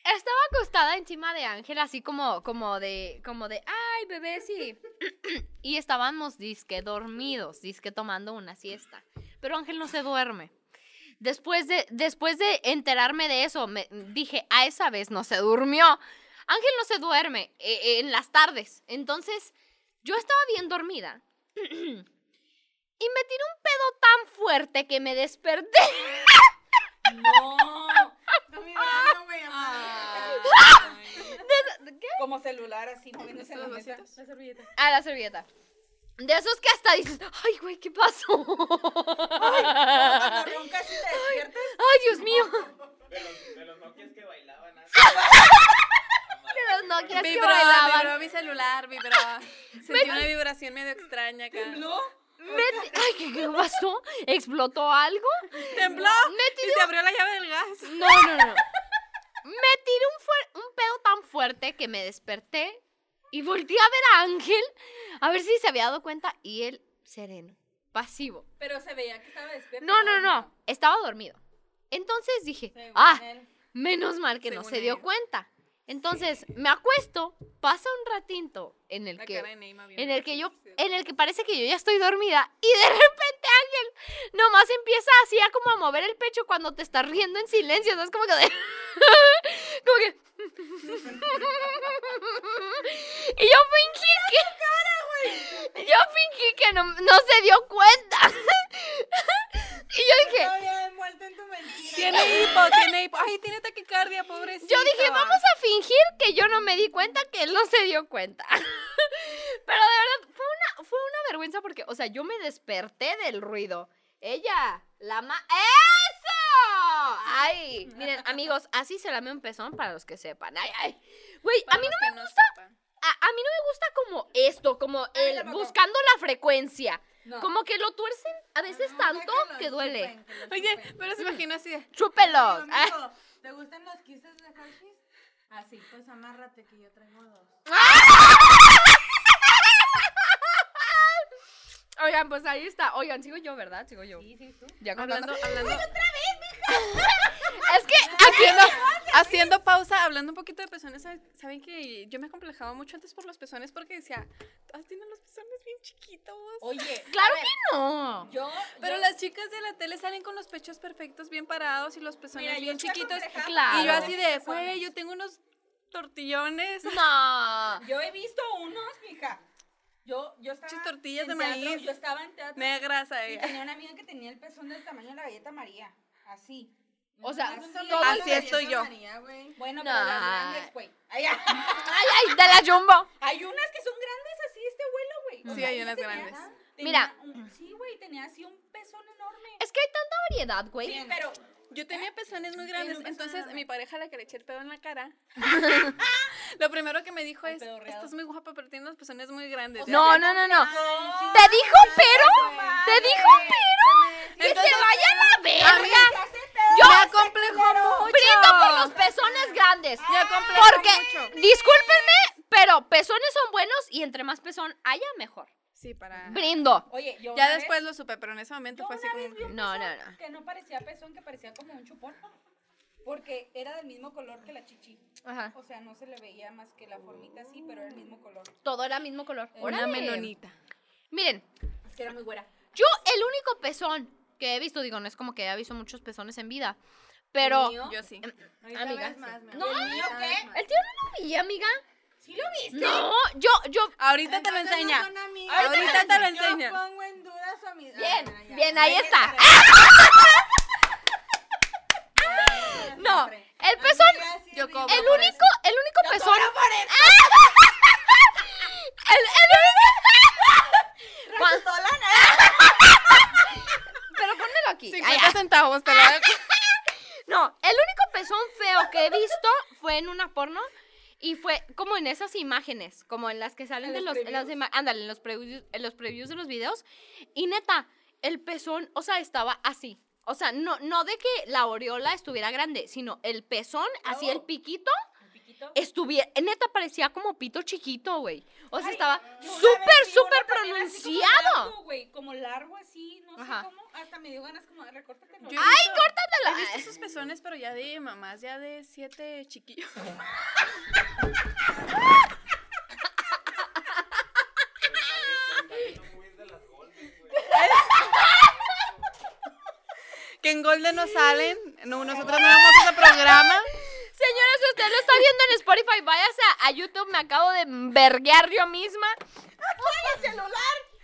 S2: Estaba acostada encima de Ángel, así como, como de, como de, ay, bebé, sí. (clears throat) y estábamos disque dormidos, disque tomando una siesta. Pero Ángel no se duerme. Después de, después de enterarme de eso, me dije, a esa vez no se durmió. Ángel no se duerme eh, eh, en las tardes. Entonces, yo estaba bien dormida. (clears throat) y me tiré un pedo tan fuerte que me desperté. (laughs)
S4: No.
S1: Estoy vibrando, güey, aparte.
S4: Como celular así, moviéndose en la
S3: ¿Estos
S4: mesa.
S3: vasitos?
S4: La servilleta.
S2: A la servilleta. De esos que hasta dices, ay, güey, ¿qué pasó?
S4: Cuando
S2: (laughs)
S4: roncas y te despiertas,
S2: ay,
S4: (laughs)
S2: Dios mío.
S6: pues, De los, de los Nokias que bailaban así.
S2: Los Nokias que
S3: Vibró, vibró
S2: bailaban.
S3: mi celular, vibró. Sentí una vibración medio extraña acá.
S4: tembló.
S2: Me- Ay, ¿qué, qué pasó? ¿Explotó algo?
S3: ¿Tembló?
S2: Me
S3: Y se abrió la llave del gas.
S2: No, no, no. Me tiré un, fuer- un pedo tan fuerte que me desperté y volteé a ver a Ángel a ver si se había dado cuenta y él sereno, pasivo.
S4: Pero se veía que estaba despierto.
S2: No, no, no, estaba dormido. Entonces dije, ah, menos mal que no
S3: Según
S2: se dio
S3: él.
S2: cuenta. Entonces me acuesto, pasa un ratito en el
S3: La
S2: que
S3: cara de Neima bien
S2: en el que yo
S3: graciosa.
S2: en el que parece que yo ya estoy dormida y de (laughs) repente Ángel nomás empieza así a como a mover el pecho cuando te estás riendo en silencio, ¿sabes? Como que de- (laughs) como que (laughs) y yo fingí que Yo fingí que no, no se dio cuenta. (laughs) y yo dije,
S1: Todavía envuelta en tu mentira.
S3: Tiene hipo,
S4: (laughs)
S3: tiene hipo. Ay, tiene taquicardia, pobrecito.
S2: Yo dije, vamos a fingir que yo no me di cuenta, que él no se dio cuenta. (laughs) Pero de verdad, fue una, fue una vergüenza porque, o sea, yo me desperté del ruido. Ella, la ma... ¡Eso! ¡Ay! Miren, (laughs) amigos, así se lame un pezón para los que sepan. ¡Ay, ay! Güey, a mí no me gusta... A, a mí no me gusta como esto, como el
S4: tampoco.
S2: buscando la frecuencia.
S4: No.
S2: Como que lo tuercen a
S1: Ah,
S2: veces tanto
S1: lo
S2: que duele. ah.
S1: chupen, que lo
S3: Oye,
S1: chupen.
S3: pero se imagina así
S4: (laughs)
S3: de.
S2: Chúpelos.
S1: Oye, amigo, ¿te gustan los kisses de Hershey's?
S4: Así.
S1: Pues amárrate que yo traigo dos.
S2: (laughs) Oigan, pues ahí está. Oigan, sigo yo, ¿verdad? Sigo yo.
S4: Sí, sí, tú.
S2: Ya
S3: Hablando, hablando.
S2: (laughs) Es que
S3: Haciendo, haciendo pausa, hablando un poquito de pezones, ¿saben- ¿saben que yo me complejaba mucho antes por los pezones porque decía, todas tienen los pezones bien chiquitos.
S4: Oye,
S2: Claro
S4: a ver,
S2: que no.
S4: Yo,
S3: Pero
S4: yo-
S3: las chicas de la tele salen con los pechos perfectos, bien parados y los pezones
S4: mira, yo
S3: bien
S4: estoy
S3: chiquitos.
S4: acomplejada
S2: Claro.
S3: Y yo
S4: por
S3: así de,
S4: los
S3: güey,
S4: pezones.
S3: yo tengo unos tortillones. (laughs)
S2: No.
S4: Yo he visto unos, mija. Yo, yo estaba.
S3: Muchas tortillas
S4: en
S3: de
S4: teatro,
S3: maíz.
S4: Yo estaba en teatro.
S3: Negras
S4: Y (laughs)
S3: ahí.
S4: tenía una amiga que tenía el pezón del tamaño de la galleta María. Así.
S2: O sea,
S4: Así.
S2: todo
S3: Así estoy yo.
S1: María, güey.
S4: Bueno, pero las
S2: Nah.
S4: grandes, güey. Ay, ay.
S2: Ay, ay, de la jumbo.
S4: (laughs) Hay unas que son grandes así, este vuelo, güey. O
S3: Sí,
S4: sea,
S3: hay
S4: ella
S3: unas
S4: tenía-
S3: grandes.
S4: tenía
S2: Mira.
S4: un- sí, güey, tenía así un pezón enorme.
S2: Es que hay tanta variedad, güey.
S4: Sí, pero
S3: Yo tenía pezones muy grandes,
S1: pezón
S3: entonces
S1: enorme.
S3: mi pareja, la que le eché el pedo en la
S4: (laughs)
S3: cara, (laughs) lo primero que me dijo
S4: El
S3: es,
S4: pedorreado.
S3: estás muy guapa, pero tienes los pezones muy grandes.
S2: No, no, no,
S4: No,
S2: no. ¿Te dijo
S4: no,
S2: pero?
S4: madre.
S2: ¿Te dijo pero? Que
S3: Entonces-
S2: se vaya a la verga.
S4: Se hace pedo.
S2: Yo
S3: Ah, me acomplejó mucho.
S2: brindo por los pezones grandes.
S3: Me acomplejó mucho.
S2: Porque, discúlpenme, pero pezones son buenos y entre más pezón haya, mejor.
S3: Sí, para...
S2: Brindo.
S4: Oye, yo
S3: Ya
S4: una
S3: después
S4: vez-
S3: lo supe, pero en ese momento
S4: yo
S3: fue así
S4: una
S3: como...
S4: vez vi un
S2: No,
S4: pezón
S2: no, no.
S4: Que no parecía pezón, que parecía como un chupón. Porque era del mismo color que la chichi.
S2: Ajá.
S4: O sea, no se le veía más que la formita así, pero era el mismo color.
S2: Todo era mismo color.
S3: Una
S2: Órale.
S3: menonita.
S2: Miren,
S4: Es que era muy güera.
S2: Yo, el único pezón que he visto, digo, no es como que haya visto muchos pezones en vida, pero.
S4: ¿El mío?
S3: Yo sí.
S1: Ahorita
S2: Amiga,
S1: ves más, mi
S2: No, ¿el
S1: amor. Ahorita
S4: mío
S1: ves
S4: qué?
S1: más.
S2: ¿El tío no lo vi, amiga?
S4: ¿Sí lo viste?
S2: No, yo, yo.
S3: Ahorita te lo
S1: Entonces no
S3: enseña.
S1: son amigas.
S3: Ahorita te lo enseña.
S1: Yo pongo en duda su amistad.
S2: Bien,
S1: Ah, ya.
S2: bien, ahí
S1: Hay que
S2: está.
S1: estar ahí.
S2: No,
S1: Siempre.
S2: el pezón.
S1: Amiga, sí,
S3: yo
S1: amiga.
S3: cobro.
S2: El único, el único pezón. (laughs) El, el único. Cuan- (laughs) Pero pónmelo aquí. Ay,
S3: 50
S2: ay.
S3: centavos te lo dan.
S2: No, el único pezón feo que he visto fue en una porno y fue como en esas imágenes, como en las que salen
S4: En
S2: de
S4: los
S2: los, en las ima- ándale, en los previews, en los previews de los videos y neta, el pezón, o sea, estaba así. O sea, no, no de que la aureola estuviera grande, sino el pezón, así el piquito,
S4: ¿El piquito?
S2: estuviera, neta parecía como pito chiquito, güey. O sea,
S4: Ay,
S2: estaba
S4: yo una
S2: súper,
S4: vez vi
S2: súper
S4: una también así como
S2: pronunciado.
S4: largo, güey, Como largo así, no
S2: Ajá.
S4: sé cómo. Hasta me dio ganas como de recórtatelo.
S3: Yo he
S2: Ay,
S3: visto-
S2: córtatela.
S3: He visto esos pezones, pero ya de mamás, ya de siete chiquillos. (laughs) Que en Golden no salen. No, nosotros no vamos a ese programa.
S2: Señora, si usted lo está viendo en Spotify, váyase a, a YouTube. Me acabo de verguear yo misma. ¡Ay, el celular!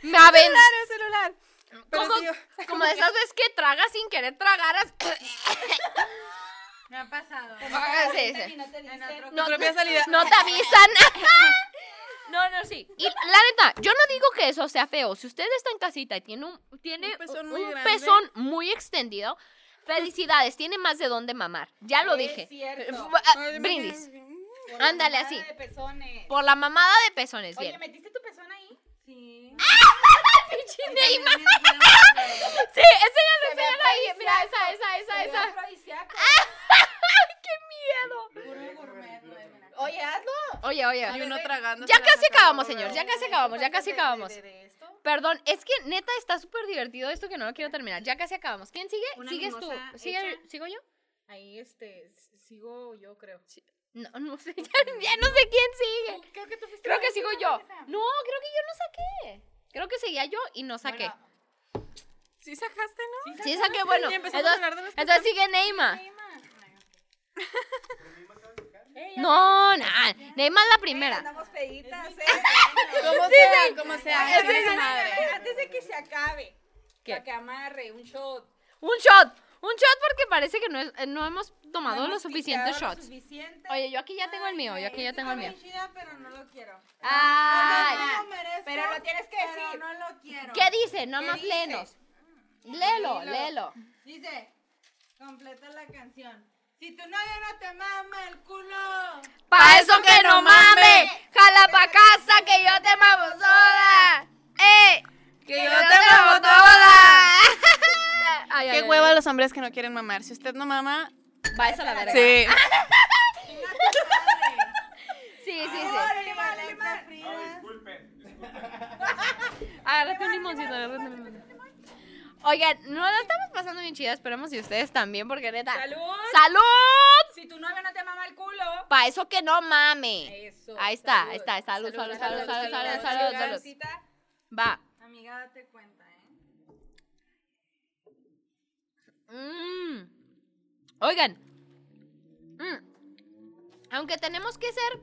S2: Me aven...
S3: Celular, el celular. Pero
S2: Como,
S3: sí, yo-
S2: como de esas veces que tragas sin querer tragaras.
S1: Me ha pasado.
S2: Ah, sí,
S4: Ahorita
S2: sí.
S4: y no te diste.
S1: otro-
S2: No,
S3: propia salida.
S2: no te avisan. (laughs) No, no, sí. Y la neta, yo no digo que eso sea feo. Si usted está en casita y tiene un, tiene
S3: Un pezón
S2: un-
S3: muy
S2: un
S3: grande.
S2: pezón muy extendido, felicidades, tiene más de dónde mamar. Ya lo
S4: Es
S2: dije. (laughs)
S4: cierto.
S2: Ah,
S3: Ay, me
S2: Brindis.
S3: quedé-
S4: Por la
S2: Ándale,
S4: mamada
S2: así.
S4: de pezones.
S2: Por la mamada de pezones, bien.
S4: Oye, ¿metiste tu pezón ahí?
S1: Sí.
S2: (laughs) Pinche
S1: Ay,
S2: Neymar.
S1: también es cierto, güey.
S2: Sí, enséñalo,
S4: Se ve
S2: enséñalo ahí. Mira, esa,
S4: afrodisíaco,
S2: esa, esa,
S4: Se ve
S2: esa. Ah.
S4: afrodisíaco.
S2: (laughs)
S1: Puro gourmet, güey, mira.
S4: Oye, hazlo.
S2: Oye,
S3: Y
S2: oye.
S3: uno tragando.
S2: Ya casi acabamos, señor. Ya casi acabamos, ya casi acabamos.
S4: De- de esto.
S2: Perdón, es que neta está súper divertido esto que no lo quiero terminar. Ya casi acabamos. ¿Quién sigue?
S4: Una
S2: ¿Sigues tú?
S4: mimosa
S2: ¿Sigue-
S4: hecha.
S2: ¿Sigo yo?
S4: Ahí, este, s- sigo yo, creo.
S2: No, (laughs) no sé. Ya, ya no sé quién sigue.
S4: Tú- Creo que tú fuiste
S2: Creo
S4: la
S2: que sigo yo.
S4: última,
S2: No, creo que yo no saqué. Creo que seguía yo y no saqué.
S4: Bueno,
S3: Sí sacaste, ¿no?
S2: Sí, saqué, bueno.
S3: Y empezamos a hablar de
S2: Entonces,
S3: los
S2: entonces sigue Neymar.
S4: Neymar. Ey, ya
S2: No, nah, Neymar la primera.
S4: Andamos peditas, eh.
S3: Como sea, como sea.
S4: Ay,
S3: chingue su
S4: espérame,
S3: madre.
S4: Antes de que se acabe.
S2: ¿Qué?
S4: Para que amarre un shot.
S2: Un shot. Un shot porque parece que no, es- eh, no hemos tomado
S4: hemos
S2: los suficientes
S4: pisteado lo
S2: shots.
S4: suficiente.
S2: Oye, yo aquí ya tengo el
S1: Ay,
S2: mío, yo
S1: güey,
S2: aquí ya tengo el
S1: está
S2: mío.
S1: bien chida, pero no lo quiero.
S2: ¡Ay!
S1: No lo merezco,
S4: Pero lo tienes que
S1: pero
S4: decir.
S1: no lo quiero.
S2: ¿Qué dice? Nomás
S4: dice?
S2: léenos. Léelo,
S4: Dilo.
S2: léelo.
S1: Dice, completa la canción. Si tu novio no te mama el culo.
S2: Pa' eso que no mames, jala pa' casa que yo te mamo sola. ¡Eh!
S3: Que yo te
S2: (laughs)
S3: mamo toda. Qué hueva los hombres que no quieren mamar. Si usted no mama,
S2: Vais a la verga.
S3: sí.
S2: sí, sí.
S1: Por mi Valencia
S5: No,
S1: Frida.
S5: disculpen, disculpen.
S2: Agárrate un limoncito, agárrate un limoncito. Oigan, no la estamos pasando bien chida, esperemos y ustedes también, porque neta.
S4: ¡Salud!
S2: ¡Salud!
S4: Si tu novio no te mama el culo.
S2: Pa' eso que no mame.
S4: Eso.
S2: Ahí está, ahí está, salud, salud, salud, salud, salud, salud, salud.
S4: salud.
S2: Va.
S1: Amiga, date cuenta, ¿eh?
S2: Mm. Oigan. Mm. Aunque tenemos que ser.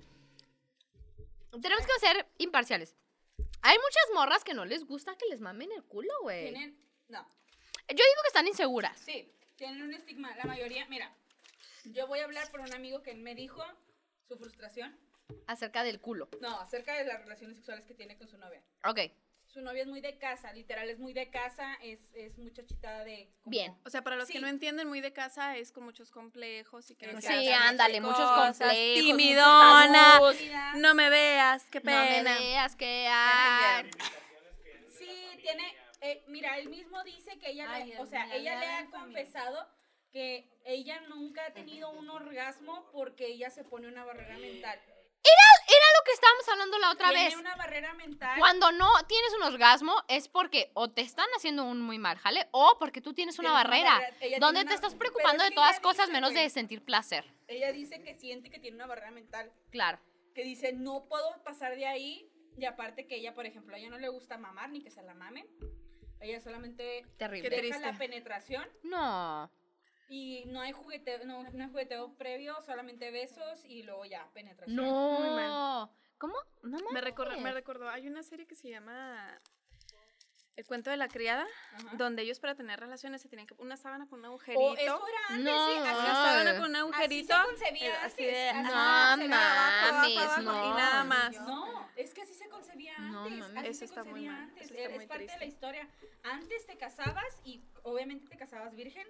S2: Tenemos que ser imparciales. Hay muchas morras que no les gusta que les mamen el culo, güey. Yo
S4: Tienen, no,
S2: digo que están inseguras.
S4: sí, tienen un estigma. La mayoría, mira, yo voy a hablar por un amigo que me dijo su frustración.
S2: Acerca del culo.
S4: No, acerca de las relaciones sexuales que tiene con su novia.
S2: Ok.
S4: Su novia es muy de casa, literal, es muy de casa, es, es muchachita de... como-
S2: Bien.
S3: O sea, para los
S4: Sí.
S3: que no entienden muy de casa, es con muchos complejos y que
S4: Sí,
S3: no quieren
S2: Sí,
S3: hacer muchas
S2: ándale, muchos
S3: cosas,
S2: complejos.
S3: Timidona.
S2: muchos tabús.
S3: No me veas, qué
S2: No me
S3: pena.
S2: veas que hay.
S4: Sí, tiene... eh, mira, él mismo dice que ella,
S1: Ay,
S4: le,
S1: Dios
S4: o sea,
S1: mío,
S4: ella
S1: ya
S4: le
S1: la
S4: ha
S1: familia.
S4: confesado que ella nunca ha tenido un orgasmo porque ella se pone una barrera mental.
S2: Era lo que estábamos hablando la otra
S4: tiene
S2: vez.
S4: una barrera mental.
S2: Cuando no tienes un orgasmo es porque o te están haciendo un muy mal jale o porque tú tienes una
S4: Tienes una
S2: barrera
S4: barrera. Ella
S2: donde
S4: tiene
S2: te
S4: una-
S2: estás
S4: pero
S2: preocupando
S4: es
S2: de
S4: que
S2: todas
S4: ya
S2: cosas
S4: dice,
S2: menos de
S4: güey.
S2: sentir placer.
S4: Ella dice que siente que tiene una barrera mental,
S2: Claro.
S4: que dice no puedo pasar de ahí. Y aparte que ella, por ejemplo, a ella no le gusta mamar ni que se la mamen. Ella solamente
S2: Terrible.
S4: deja
S3: triste.
S4: la penetración
S2: No.
S4: y no hay jugueteo, no, no hay jugueteo previo, solamente besos y luego ya penetración. Pues Muy mal.
S2: No. ¿Cómo? No
S3: Me, recor-
S2: mames.
S3: me recordó, hay una serie que se llama El cuento de la criada,
S4: Ajá.
S3: donde ellos para tener relaciones se tenían que una sábana con un agujerito.
S4: O eso era antes,
S2: No,
S4: sí, así-
S3: Una sábana con un
S4: así
S3: agujerito.
S4: se concebía
S3: eh,
S4: antes.
S3: así de-
S4: así
S2: No
S4: se concebía abajo, abajo,
S2: mames,
S4: abajo.
S2: no.
S3: Y nada más.
S4: No, es que así se concebía antes.
S2: No, mames.
S4: así
S3: Eso
S4: se
S3: está muy
S4: concebía
S3: mal,
S4: antes.
S3: eso está
S4: Es
S3: muy
S4: parte de la
S3: triste.
S4: historia. Antes te casabas y obviamente te casabas virgen.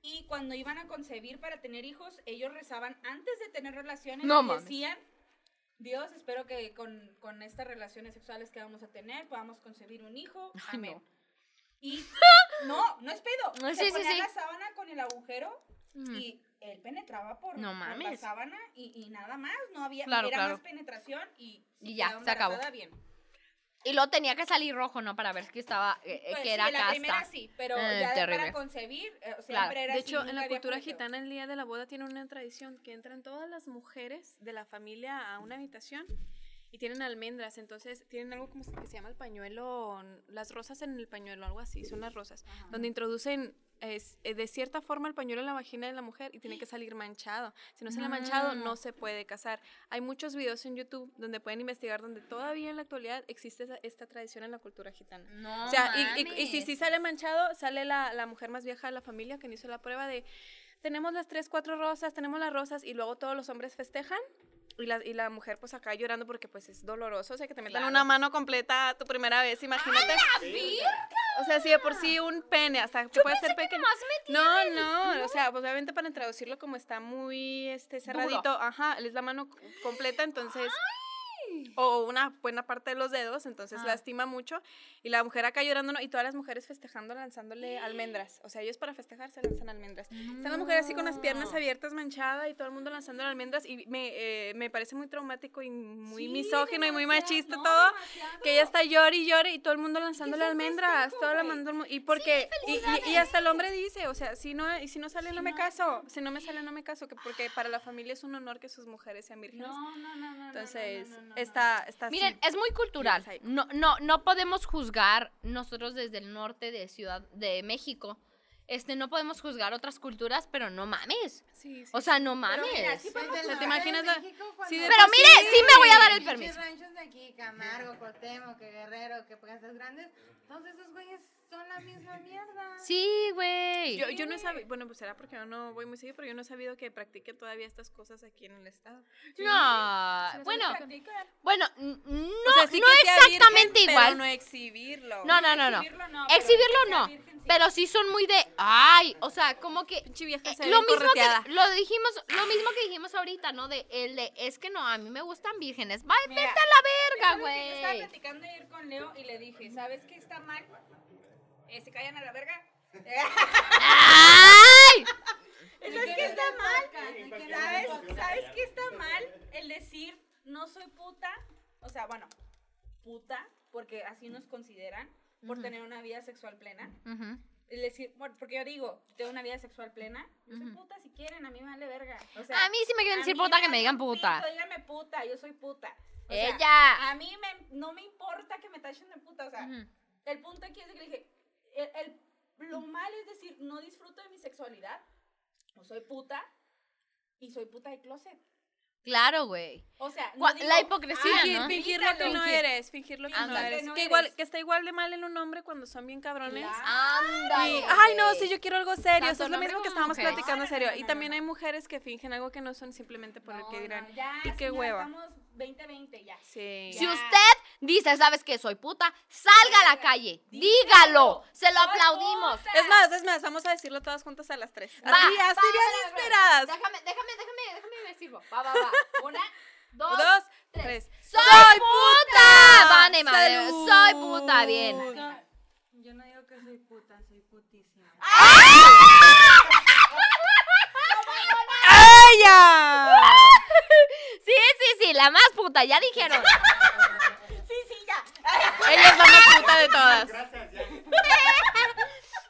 S4: Y cuando iban a concebir para tener hijos, ellos rezaban antes de tener relaciones y
S2: No mames.
S4: decían, Dios, espero que con, con estas relaciones sexuales que vamos a tener podamos concebir un hijo.
S2: Ay,
S4: Amén.
S2: no. (laughs)
S4: Y no, no es pedo.
S2: No,
S4: se
S2: sí, sí,
S4: ponían
S2: sí.
S4: la sábana con el agujero
S2: Mm.
S4: y él penetraba por,
S2: No
S4: por la
S2: mames.
S4: sábana y, y nada más, no había
S2: Claro,
S4: era
S2: claro.
S4: más penetración y, si
S2: Y ya,
S4: quedaba
S2: se acabó. Eh,
S4: embarazada, bien.
S2: Y luego tenía que salir rojo, ¿no? Para ver que estaba, eh, eh,
S4: Pues
S2: que
S4: sí,
S2: era
S4: la primera
S2: casta.
S4: sí, pero
S2: Eh,
S4: ya de-
S2: terrible.
S4: para concebir eh, siempre
S2: Claro.
S4: era así,
S3: De hecho,
S4: nunca
S3: en la
S4: había
S3: cultura
S4: jugueteo.
S3: gitana, el día de la boda tiene una tradición que entran todas las mujeres de la familia a una habitación y tienen almendras. Entonces, tienen algo como que se llama el pañuelo, las rosas en el pañuelo, algo así, son las rosas, donde introducen. es- eh, de cierta forma el pañuelo en la vagina de la mujer y tiene que salir manchado. Si no sale manchado,
S4: Ah.
S3: no se puede casar. Hay muchos videos en YouTube donde pueden investigar donde todavía en la actualidad existe esa- esta tradición en la cultura gitana.
S2: No
S3: O sea, y, y- y si
S2: mames.
S3: sí sale manchado, sale la, la mujer más vieja de la familia que hizo la prueba de, tenemos las tres, cuatro rosas, tenemos las rosas, y luego todos los hombres festejan, y la, y la mujer pues acá llorando porque pues es doloroso, o sea, que te metan
S2: Claro.
S3: una mano completa tu primera vez, imagínate. O sea, si de por sí un pene, hasta que puede ser pequeño.
S2: Nomás me-
S3: No, no, o sea, pues obviamente para traducirlo como está muy este cerradito, ajá, es la mano c- completa, entonces o una buena parte de los dedos, entonces
S2: Ah.
S3: lastima mucho y la mujer acá llorando ¿no? y todas las mujeres festejando lanzándole almendras, o sea, ellos para festejar se lanzan almendras. Está la mujer así con las piernas
S2: No.
S3: abiertas, manchada y todo el mundo lanzándole almendras y me, eh, me parece muy traumático y muy misógino y muy machista todo. Que ella está llore y llore y todo el mundo lanzándole almendras, todo el mundo y porque y, y- y hasta el hombre dice, o sea, si no y si no sale no me caso, si no me sale no me caso, que porque para la familia es un honor que sus mujeres sean vírgenes.
S4: No, no, no, no, no, no.
S3: Entonces,
S4: no, no, no, no.
S3: está está así.
S2: Miren, es muy cultural.
S3: Bien psycho.
S2: No, no, no podemos juzgar nosotros desde el norte de Ciudad de México este, no podemos juzgar otras culturas, pero no mames.
S3: Sí, sí.
S2: O sea, no
S4: Pero
S2: mames.
S4: mira, sí podemos
S1: Desde
S3: ¿No
S1: la-
S3: te
S4: jugar.
S3: imaginas la-
S1: en México cuando-
S3: sí, de
S2: Pero
S3: pues
S2: mire, sí me voy a dar el
S1: Pinches
S2: permiso.
S1: ranchos de aquí, Camargo, Cotemo, que Guerrero, que Casas Grandes, todos esos güeyes son la (laughs) misma mierda.
S2: Sí, güey.
S3: Yo, yo no he sabido, bueno, pues será porque yo no voy muy seguido, pero yo no he sabido que practiquen todavía estas cosas aquí en el estado.
S2: No.
S3: Sí, sí,
S2: ah, Bueno,
S3: sí,
S4: Practicar.
S2: bueno, n- no,
S3: O sea, sí
S2: no
S3: que sea virgen,
S2: exactamente
S3: pero
S2: igual.
S3: no exhibirlo.
S2: No, no, no, no.
S4: Exhibirlo no. pero
S2: Exhibirlo
S4: que sea
S2: no,
S4: virgen sí.
S2: pero sí son muy de, ay, o sea, como que
S3: Pinche vieja
S2: Eh,
S3: se ve
S2: lo
S3: bien
S2: mismo
S3: correteada.
S2: que lo dijimos, lo mismo que dijimos ahorita, ¿no? De el de es que no, a mí me gustan vírgenes. Va,
S4: Mira,
S2: vete a la verga,
S4: ¿sabes qué? Yo Estaba
S2: güey.
S4: platicando ayer con Leo y le dije, ¿sabes qué está mal? Eh, ¿Se callan a la verga?
S2: ¡Ay!
S4: ¿Sabes qué está
S6: En
S4: mal?
S6: cualquier
S4: ¿Sabes,
S6: momento.
S4: ¿Sabes qué está mal? El decir, no soy puta. O sea, bueno, puta, porque así nos consideran por
S2: Ujú.
S4: tener una vida sexual plena.
S2: Ujú.
S4: El decir, bueno, porque yo digo, tengo una vida sexual plena. Yo soy
S2: Ujú.
S4: puta si quieren, a mí me vale verga. O sea,
S2: A mí sí me
S4: a
S2: quieren decir
S4: mí
S2: puta que me
S4: vale
S2: digan
S4: un
S2: puta.
S4: pito, díganme puta, yo soy puta. O sea,
S2: Ella.
S4: a mí me- no me importa que me tachen de puta. O sea,
S2: Ujú.
S4: el punto aquí es de que le dije, el, el- lo mal es decir, no disfruto de mi sexualidad, no soy puta, y soy puta de closet.
S2: Claro, güey.
S4: O sea, no
S2: Gua-
S4: digo,
S2: la hipocresía,
S4: "Ah,
S2: ¿no?
S3: Fingir, fingir lo que no
S4: quítalo".
S3: eres, fingir lo que no
S4: Ándale.
S3: eres.
S4: Que no
S3: Que igual,
S4: eres.
S3: que está igual de mal en un hombre cuando son bien cabrones.
S4: Claro.
S2: Anda.
S3: Y, ay, no, sí, yo quiero algo serio.
S2: Tanto
S3: Eso es
S2: en
S3: lo
S2: hombre
S3: mismo que
S2: como
S3: estábamos
S2: mujer.
S4: No,
S3: platicando
S4: no,
S3: serio.
S4: no,
S3: Y
S4: no,
S3: también
S4: no.
S3: hay mujeres que fingen algo que no son simplemente por el
S4: No,
S3: que
S4: no,
S3: dirán.
S4: ya,
S3: y qué
S4: señora,
S3: hueva.
S4: Estamos 20, 20 ya.
S3: Sí.
S2: Si
S4: Ya.
S2: usted dice, ¿sabes que Soy puta, salga a la calle. Dígalo. Se lo
S4: Soy
S2: aplaudimos.
S4: puta.
S3: Es más, es más, vamos a decirlo todas juntas a las tres.
S2: Va,
S3: así,
S2: va,
S3: así
S2: va, va.
S3: bien inspiradas.
S2: Déjame, déjame, déjame, déjame me sirvo. Va, va, (laughs) va. Una, dos,
S3: Dos,
S2: tres.
S3: tres.
S2: ¡Soy puta! Vale, madre. Soy puta, bien. (laughs)
S1: No, yo no digo que soy puta, soy putísima.
S2: Ah,
S3: ¡Ella!
S2: Sí, sí, sí, la más puta, ya dijeron.
S4: Sí, sí, ya.
S3: Ella es la más puta de todas.
S6: Gracias, ya.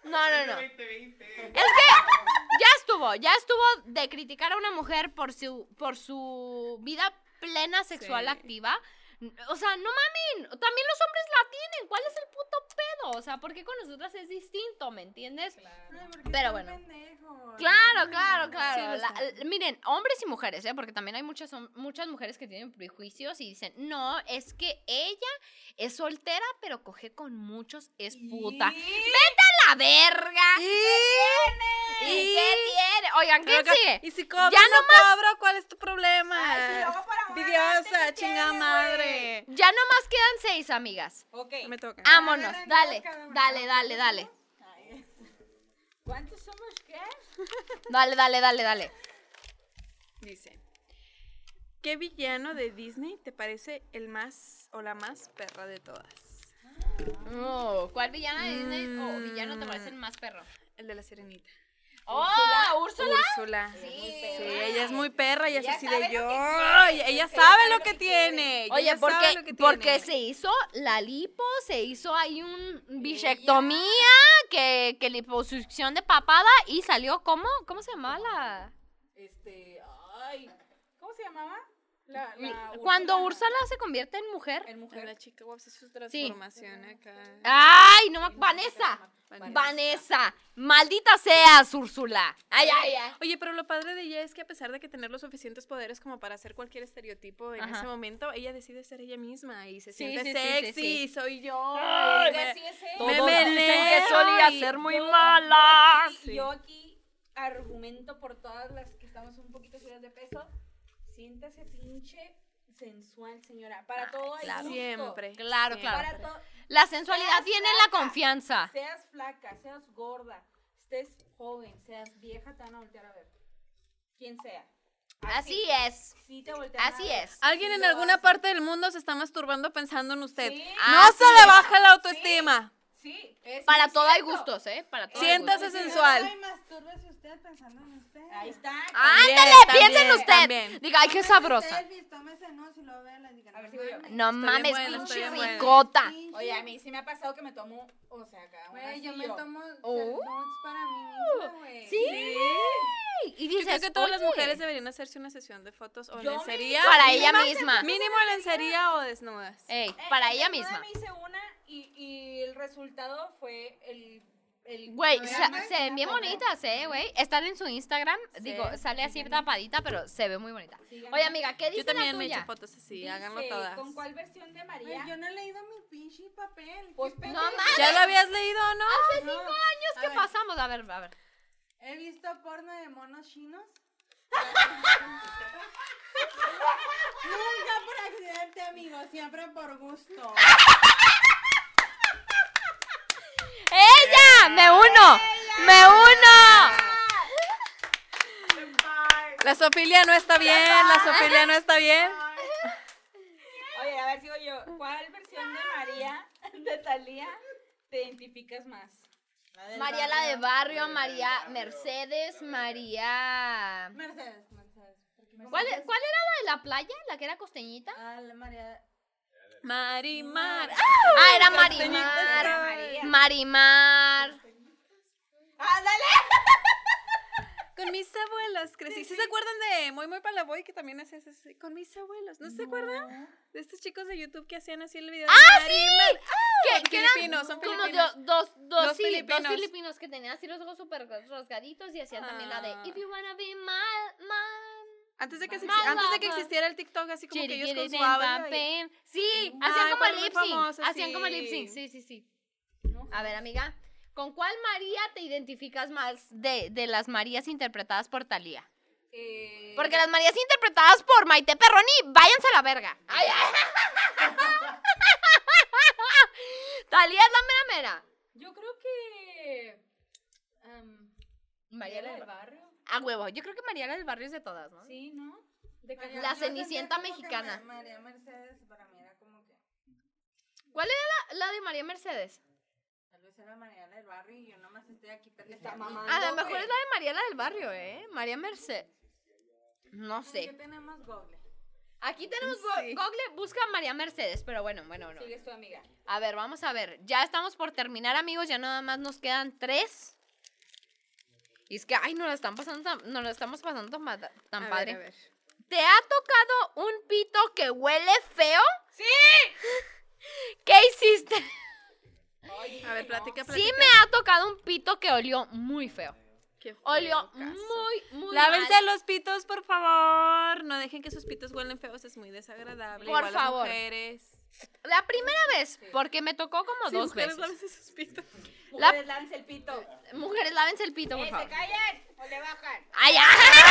S2: No, no, no. Es
S6: 20, 20.
S2: que ya estuvo, ya estuvo de criticar a una mujer por su, por su vida plena sexual
S3: Sí.
S2: activa. O sea, no mamen, también los hombres la tienen. ¿Cuál es el puto pedo? O sea, ¿por qué con nosotras es distinto, me entiendes?
S1: Ay, porque
S2: Pero
S1: son
S2: bueno.
S1: pendejos.
S2: Claro, claro,
S3: Sí,
S2: claro.
S3: lo
S2: La-
S3: está.
S2: l- miren, hombres y mujeres, ¿eh? porque también hay muchas, hom- muchas mujeres que tienen prejuicios y dicen, no, es que ella es soltera, pero coge con muchos, es puta. ¡Vete a la verga!
S3: Y-
S2: ¿Y
S3: y-
S2: qué tiene? Oigan, ¿qué
S3: Pero que-
S2: sigue?
S3: Y si cobro,
S2: Ya
S3: no cobro, ¿cuál es tu
S4: Ay, si
S3: problema?
S4: luego para abajo,
S3: Vidiosa,
S4: ¿qué
S3: chingada
S4: tiene,
S3: madre.
S2: Ya nomás quedan seis, amigas.
S4: Ok.
S3: Me toca.
S2: Vámonos,
S1: Agarran dos
S2: dale,
S1: cada una.
S2: dale, dale, dale.
S4: Ay. ¿Cuántos somos qué?
S2: Dale, dale, dale,
S3: (laughs)
S2: dale.
S3: Dice. ¿Qué villano de Disney te parece el más o la más perra de todas?
S2: Oh, ¿Cuál villano de Disney o villano te
S3: Mm.
S2: parece el más perro?
S3: El de la Serenita.
S2: ¡Oh, Úrsula!
S3: Úrsula.
S2: Sí,
S3: Sí,
S2: perra.
S3: ella es muy perra, ella es
S4: Ella
S3: así
S4: sabe
S3: de
S4: lo
S3: yo.
S4: que quiere,
S3: Ella
S4: ella sabe
S3: sabe lo
S4: lo
S3: que
S4: que quiere".
S3: tiene.
S2: Oye,
S3: ella sabe lo
S2: porque,
S3: que
S2: porque
S3: tiene.
S2: se hizo la lipo, se hizo ahí un bichectomía, que, que liposucción de papada y salió, ¿cómo? ¿Cómo se llamaba la...?
S4: Este, ay. ¿Cómo se llamaba? La, la
S2: Cuando Úrsula se convierte en mujer.
S4: En mujer.
S3: La chica guapa, su transformación acá.
S2: ¡Ay, no! me- ¡Vanessa! ¡Vanessa! ¡Maldita seas, Úrsula! ¡Ay, ay, ay!
S3: Oye, pero lo padre de ella es que a pesar de que tener los suficientes poderes como para hacer cualquier estereotipo en
S2: Ajá.
S3: ese momento, ella decide ser ella misma y se
S2: Sí,
S3: siente
S2: sí, sí, sí,
S3: sexy,
S2: sí.
S3: soy yo.
S2: Ay,
S3: me-
S4: Sí, ese es.
S3: Todos dicen que solía ser
S2: muy
S4: mala.
S3: Sí.
S4: Yo aquí argumento por todas las que estamos un poquito subidas de peso. Siéntase pinche sensual, señora. Para todo hay
S2: claro.
S4: gusto.
S3: Siempre.
S2: Claro,
S3: siempre.
S4: Para
S2: claro.
S4: todo.
S2: La sensualidad viene en la confianza.
S4: Seas flaca, seas gorda, estés joven, seas vieja, te van a voltear a ver. Quien sea.
S2: Así es.
S4: Sí te voltean a
S2: Así
S4: ver.
S2: es.
S3: Alguien
S4: Sí
S3: en
S4: lo
S3: alguna
S4: hace.
S3: parte del mundo se está masturbando pensando en usted.
S4: Sí.
S3: No
S2: Así
S3: se le
S2: es.
S3: baja la autoestima.
S4: Sí, es
S2: Para
S4: muy
S2: todo hay
S4: cierto.
S2: gustos, ¿eh? Para todo hay
S4: pues,
S3: Siéntase
S2: gustos.
S3: sensual.
S1: Ay, mastúrbese usted pensando en usted.
S4: Ahí está.
S3: También,
S2: ¡Ándale! ¡Piensen
S3: también,
S2: usted!
S3: también.
S2: Diga, ay, qué
S1: Tómese
S2: sabrosa.
S1: selfies, Tómese, no, si lo vean, les digan.
S4: A ver si
S1: no
S4: voy yo.
S1: mames,
S2: No
S3: Estoy
S2: mames,
S3: buena,
S1: pinche
S2: pinche
S3: estoy buena.
S2: ricota.
S1: pinche
S4: Oye, a mí sí me ha pasado que me tomo, o sea, cada una
S1: Güey, yo
S4: así
S1: me
S4: yo.
S1: tomo
S2: Oh.
S1: donuts para mí misma, güey.
S2: Sí. Y dices,
S3: Yo creo que todas las
S2: "Oye".
S3: mujeres deberían hacerse una sesión de fotos o
S4: Yo
S3: lencería.
S2: Para ella
S3: mínimo-
S2: misma.
S3: Mínimo lencería o desnudas.
S2: Ey,
S4: Eh,
S2: para
S4: en
S2: ella
S4: Bermuda
S2: misma.
S4: me hice una y, y el resultado fue el el
S2: Güey, sa-
S4: programa
S2: se ven bien
S4: como-
S2: bonitas, ¿eh, güey? Están en su Instagram.
S4: Sí,
S2: Digo, sale
S4: sí,
S2: así
S4: sí.
S2: tapadita, pero se ve muy bonita.
S4: Síganla.
S2: Oye, amiga, ¿qué dice
S3: Yo también
S2: la
S3: me he hecho
S2: tuya?
S3: fotos así,
S4: Dice,
S3: háganlo todas.
S4: ¿Con cuál versión de
S1: Güey,
S4: María?
S1: yo no he leído mi pinche papel.
S4: Pues,
S1: ¿Qué
S4: pe-
S1: pedo?
S2: No mames,
S3: ¿Ya lo habías leído o no?
S2: Ah,
S1: No.
S2: ¿qué
S1: A ver,
S2: pasamos? A ver, a ver.
S1: He visto porno de monos chinos. Nunca por accidente, amigo, siempre por gusto.
S2: ¡Ella! ¡Me uno! ¡Me uno!
S3: La sofilia no está bien, la sofilia no está bien.
S4: Oye, a ver, sigo yo. ¿Cuál versión de María, de Talía, te identificas más?
S1: La del
S2: María la de
S1: barrio.
S2: barrio,
S5: del
S2: María
S5: barrio,
S2: Mercedes,
S5: la de-
S2: María...
S1: Mercedes, Mercedes. porque Mercedes-
S2: ¿Cuál, cuál era la de la playa? ¿La que era costeñita?
S1: Ah, la María.
S3: Marimar.
S2: Ah, era
S4: Era
S2: Marimar.
S4: María.
S2: Marimar.
S4: ¡Ándale!
S3: Con mis abuelos crecí. ¿Sí, se acuerdan de Muy Muy Palaboy que también hacías así? Con mis abuelos. ¿No, se acuerdan? De estos chicos de YouTube que hacían así el video. ¡Ah, sí!
S2: Que, que eran
S3: Ah, filipinos, son
S2: como
S3: filipinos.
S2: do- dos, dos,
S3: Dos
S2: fili- dos filipinos.
S3: filipinos.
S2: que tenían así los ojos súper rasgaditos y hacían también la
S3: Ah.
S2: de If you wanna be my man.
S3: Antes de que, se-
S2: Mamá,
S3: antes de que
S2: mamá.
S3: existiera el TikTok, así como que ellos con su habla y-
S2: Chiriquiririmbampem. Sí, hacían
S3: Ay,
S2: como
S3: fueron
S2: el
S3: muy
S2: lip sync.
S3: famosos,
S2: Hacían como el
S3: sí.
S2: lip sync, sí, sí, sí. A ver, amiga, ¿con cuál María te identificas más de, de las Marías interpretadas por Talía?
S4: Eh,
S2: Porque las Marías interpretadas por Maite Perroni, váyanse a la verga. Ay, ay. (laughs) Talía es la mera mera.
S4: Yo creo que... am,
S2: María la
S4: del
S2: del
S4: barrio.
S2: A huevo, yo creo que María la del barrio es de todas, ¿no?
S4: Sí, ¿no? De
S1: María-
S4: cajón.
S2: (laughs) La
S1: yo sentía
S2: Cenicienta
S1: como que
S2: mexicana.
S1: Ma- María Mercedes para mí era como que.
S2: ¿Cuál era Ah, la, la de María Mercedes?
S1: Tal vez era María la del barrio y yo nomás estoy aquí pendejeando.
S4: Está mamando,
S2: A lo mejor
S4: güey.
S2: es la de María la del barrio, ¿eh? María Mercedes. No sé.
S1: Aquí tenemos Google.
S2: Aquí tenemos Go-
S3: Sí.
S2: Google, busca a María Mercedes, pero bueno, bueno, bueno.
S4: Sigues tu amiga.
S2: A ver, vamos a ver. Ya estamos por terminar, amigos. Ya nada más nos quedan tres. Y es que, ay, nos la están pasando tan- nos la estamos pasando tan, pa- tan
S3: A ver,
S2: padre.
S3: a ver.
S2: ¿Te ha tocado un pito que huele feo?
S4: ¡Sí!
S2: (laughs) ¿Qué
S3: (laughs)
S2: hiciste?
S4: Oye,
S3: A ver,
S4: no.
S3: platica,
S2: Sí
S3: platica.
S2: me ha tocado un pito que olió muy feo.
S3: Qué feo
S2: Olió
S3: caso.
S2: muy, muy
S3: Lávense
S2: mal.
S3: los pitos, por favor. No dejen que sus pitos huelen feos, es muy
S2: Por
S3: desagradable. Igual las
S2: favor.
S3: mujeres.
S2: La primera vez, porque me tocó como
S3: Sí,
S2: dos
S3: mujeres,
S2: veces.
S3: lávense sus pitos.
S4: Mujeres, lance el Pues, pito.
S2: Mujeres, lávense el pito, por
S4: ¡Eh, se
S2: favor.
S4: callan! ¡O le bajan!
S2: ¡Ay,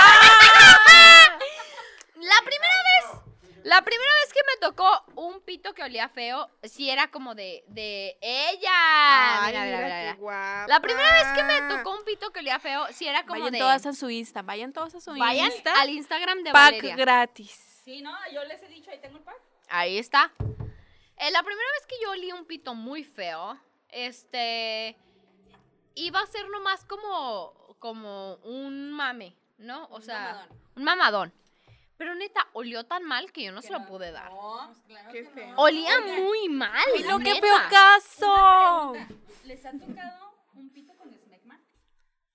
S2: ay! (laughs) La primera vez, la primera vez que me tocó un pito que olía feo, sí era como de, de ella. Mira, mira, mira, mira. La primera vez que me tocó un pito que olía feo, sí era como
S3: Vayan
S2: de.
S3: todas a su Insta, vayan todas a su
S2: vayan
S3: Insta.
S2: al Instagram de
S3: Pack
S2: Valeria.
S3: gratis.
S4: Sí, ¿no? Yo les he dicho, ahí tengo el pack.
S2: Ahí está. Eh, la primera vez que yo olí un pito muy feo, este. Iba a ser nomás como. como un mame, ¿no? O
S4: Un
S2: sea.
S4: mamadón.
S2: Un mamadón. Pero neta, olió tan mal que yo no se
S4: Que
S2: lo
S4: no-
S2: pude dar.
S4: No.
S1: Pues claro
S3: Qué
S1: que no.
S3: feo.
S2: Olía
S4: Oigan,
S2: muy mal.
S3: ¡Y Pues lo que
S2: neta.
S3: feo caso!
S4: Una pregunta, ¿Les ha tocado un pito con smegma?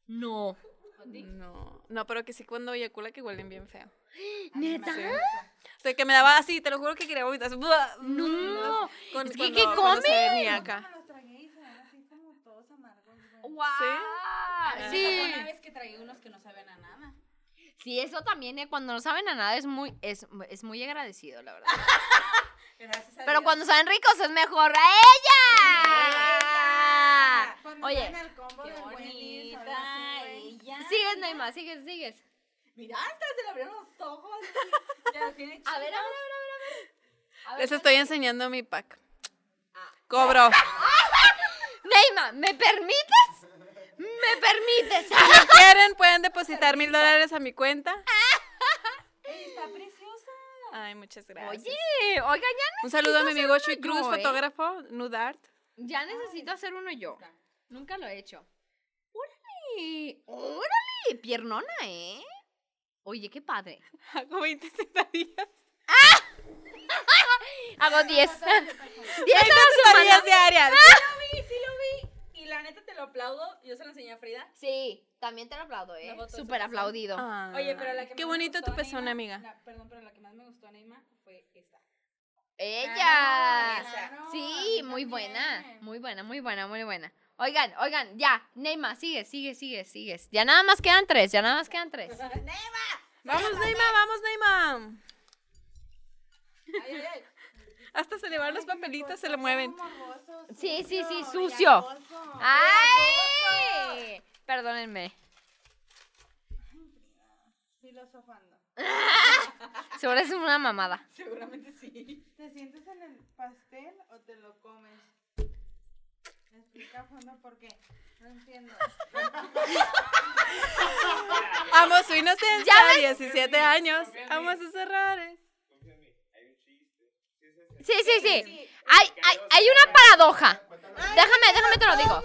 S2: No.
S4: ¿A ti?
S3: No, no, pero que sí cuando eyacula que huelen bien feo.
S4: ¿Ah?
S2: ¿Neta?
S3: Sí. O sea, que me daba así, te lo juro que quería vomitar.
S2: No.
S3: Con,
S2: Es que,
S3: cuando-
S2: ¿qué
S3: cuando
S2: comen?
S3: se venía
S1: Me
S3: acá.
S1: los tragué y se ven así como todos amargos. güey.
S2: Guau.
S4: Me tocó
S2: Sí.
S4: Una vez que traía unos que no saben a nada.
S2: Sí, eso también, eh, cuando no saben a nada es muy, es, es muy agradecido, la verdad.
S1: Gracias a
S2: Pero
S1: Dios.
S2: cuando saben ricos es mejor a ella.
S1: Cuando
S2: Oye,
S1: ven al combo
S4: Qué
S1: del Wendy's,
S4: bonita
S1: ahora sí, güey.
S4: ella.
S2: sigues, Neymar, sigues, sigues.
S4: Mira, hasta se le abrieron los ojos. Ya lo tiene
S2: A ver, a ver, a ver, a
S4: chido.
S2: ver. a ver. A ver,
S3: Les estoy enseñando mi pack.
S4: Ah.
S3: Cobro.
S2: (laughs) Neymar, ¿me permites? ¿Me permites?
S3: Si quieren, pueden depositar mil dólares a mi cuenta.
S4: (laughs) Está preciosa.
S3: Ay, muchas gracias.
S2: Oye, oigan, ya,
S3: Un saludo a mi amigo
S2: hacer
S3: Chuy
S2: uno
S3: Cruz,
S2: yo, ¿eh?
S3: fotógrafo, Nudart.
S2: ya necesito hacer uno yo.
S4: Está.
S2: Nunca lo he hecho. ¡Órale! ¡Órale! Piernona, ¿eh? Oye, qué padre.
S3: Hago 20 sentadillas.
S2: Hago 10. 10
S3: Sentadillas diarias.
S4: Sí, sí lo vi. Y la neta te lo aplaudo. Yo se lo enseñé a Frida.
S2: Sí, también te lo aplaudo, ¿eh?
S4: La foto de
S2: Súper
S4: su
S2: aplaudido.
S4: Oye, pero la que
S3: Qué
S4: más me
S3: bonito
S4: gustó
S3: tu
S4: a
S3: persona,
S4: Neymar-
S3: amiga.
S4: la- perdón, pero la que más me gustó a Neymar fue esta.
S2: ¡Ella!
S4: Claro,
S2: Sí, muy
S1: también.
S2: buena. Muy buena, muy buena, muy buena. Oigan, oigan, ya. Neymar, sigue, sigue, sigue, sigue. Ya nada más quedan tres, ya nada más quedan tres.
S3: Vamos, Neymar, vamos, Neymar.
S4: Ay, ay, ay.
S3: Hasta se le van los papelitos, se le mueven.
S2: Sí, sí, sí, sucio. ¡Ay! Perdónenme.
S1: Filosofando.
S2: Seguro es una mamada.
S4: Seguramente sí.
S1: ¿Te sientes en el pastel o te lo comes? Me Explica a fondo por qué. No entiendo.
S3: Amo su inocencia,
S2: Ya
S3: 17 años. Amo sus errores.
S6: Confía en mí, hay un chiste. Sí, es ese.
S2: Sí, sí, sí. Hay, hay, hay una paradoja.
S6: Ah, Cuéntalo.
S2: Déjame, déjame te lo digo.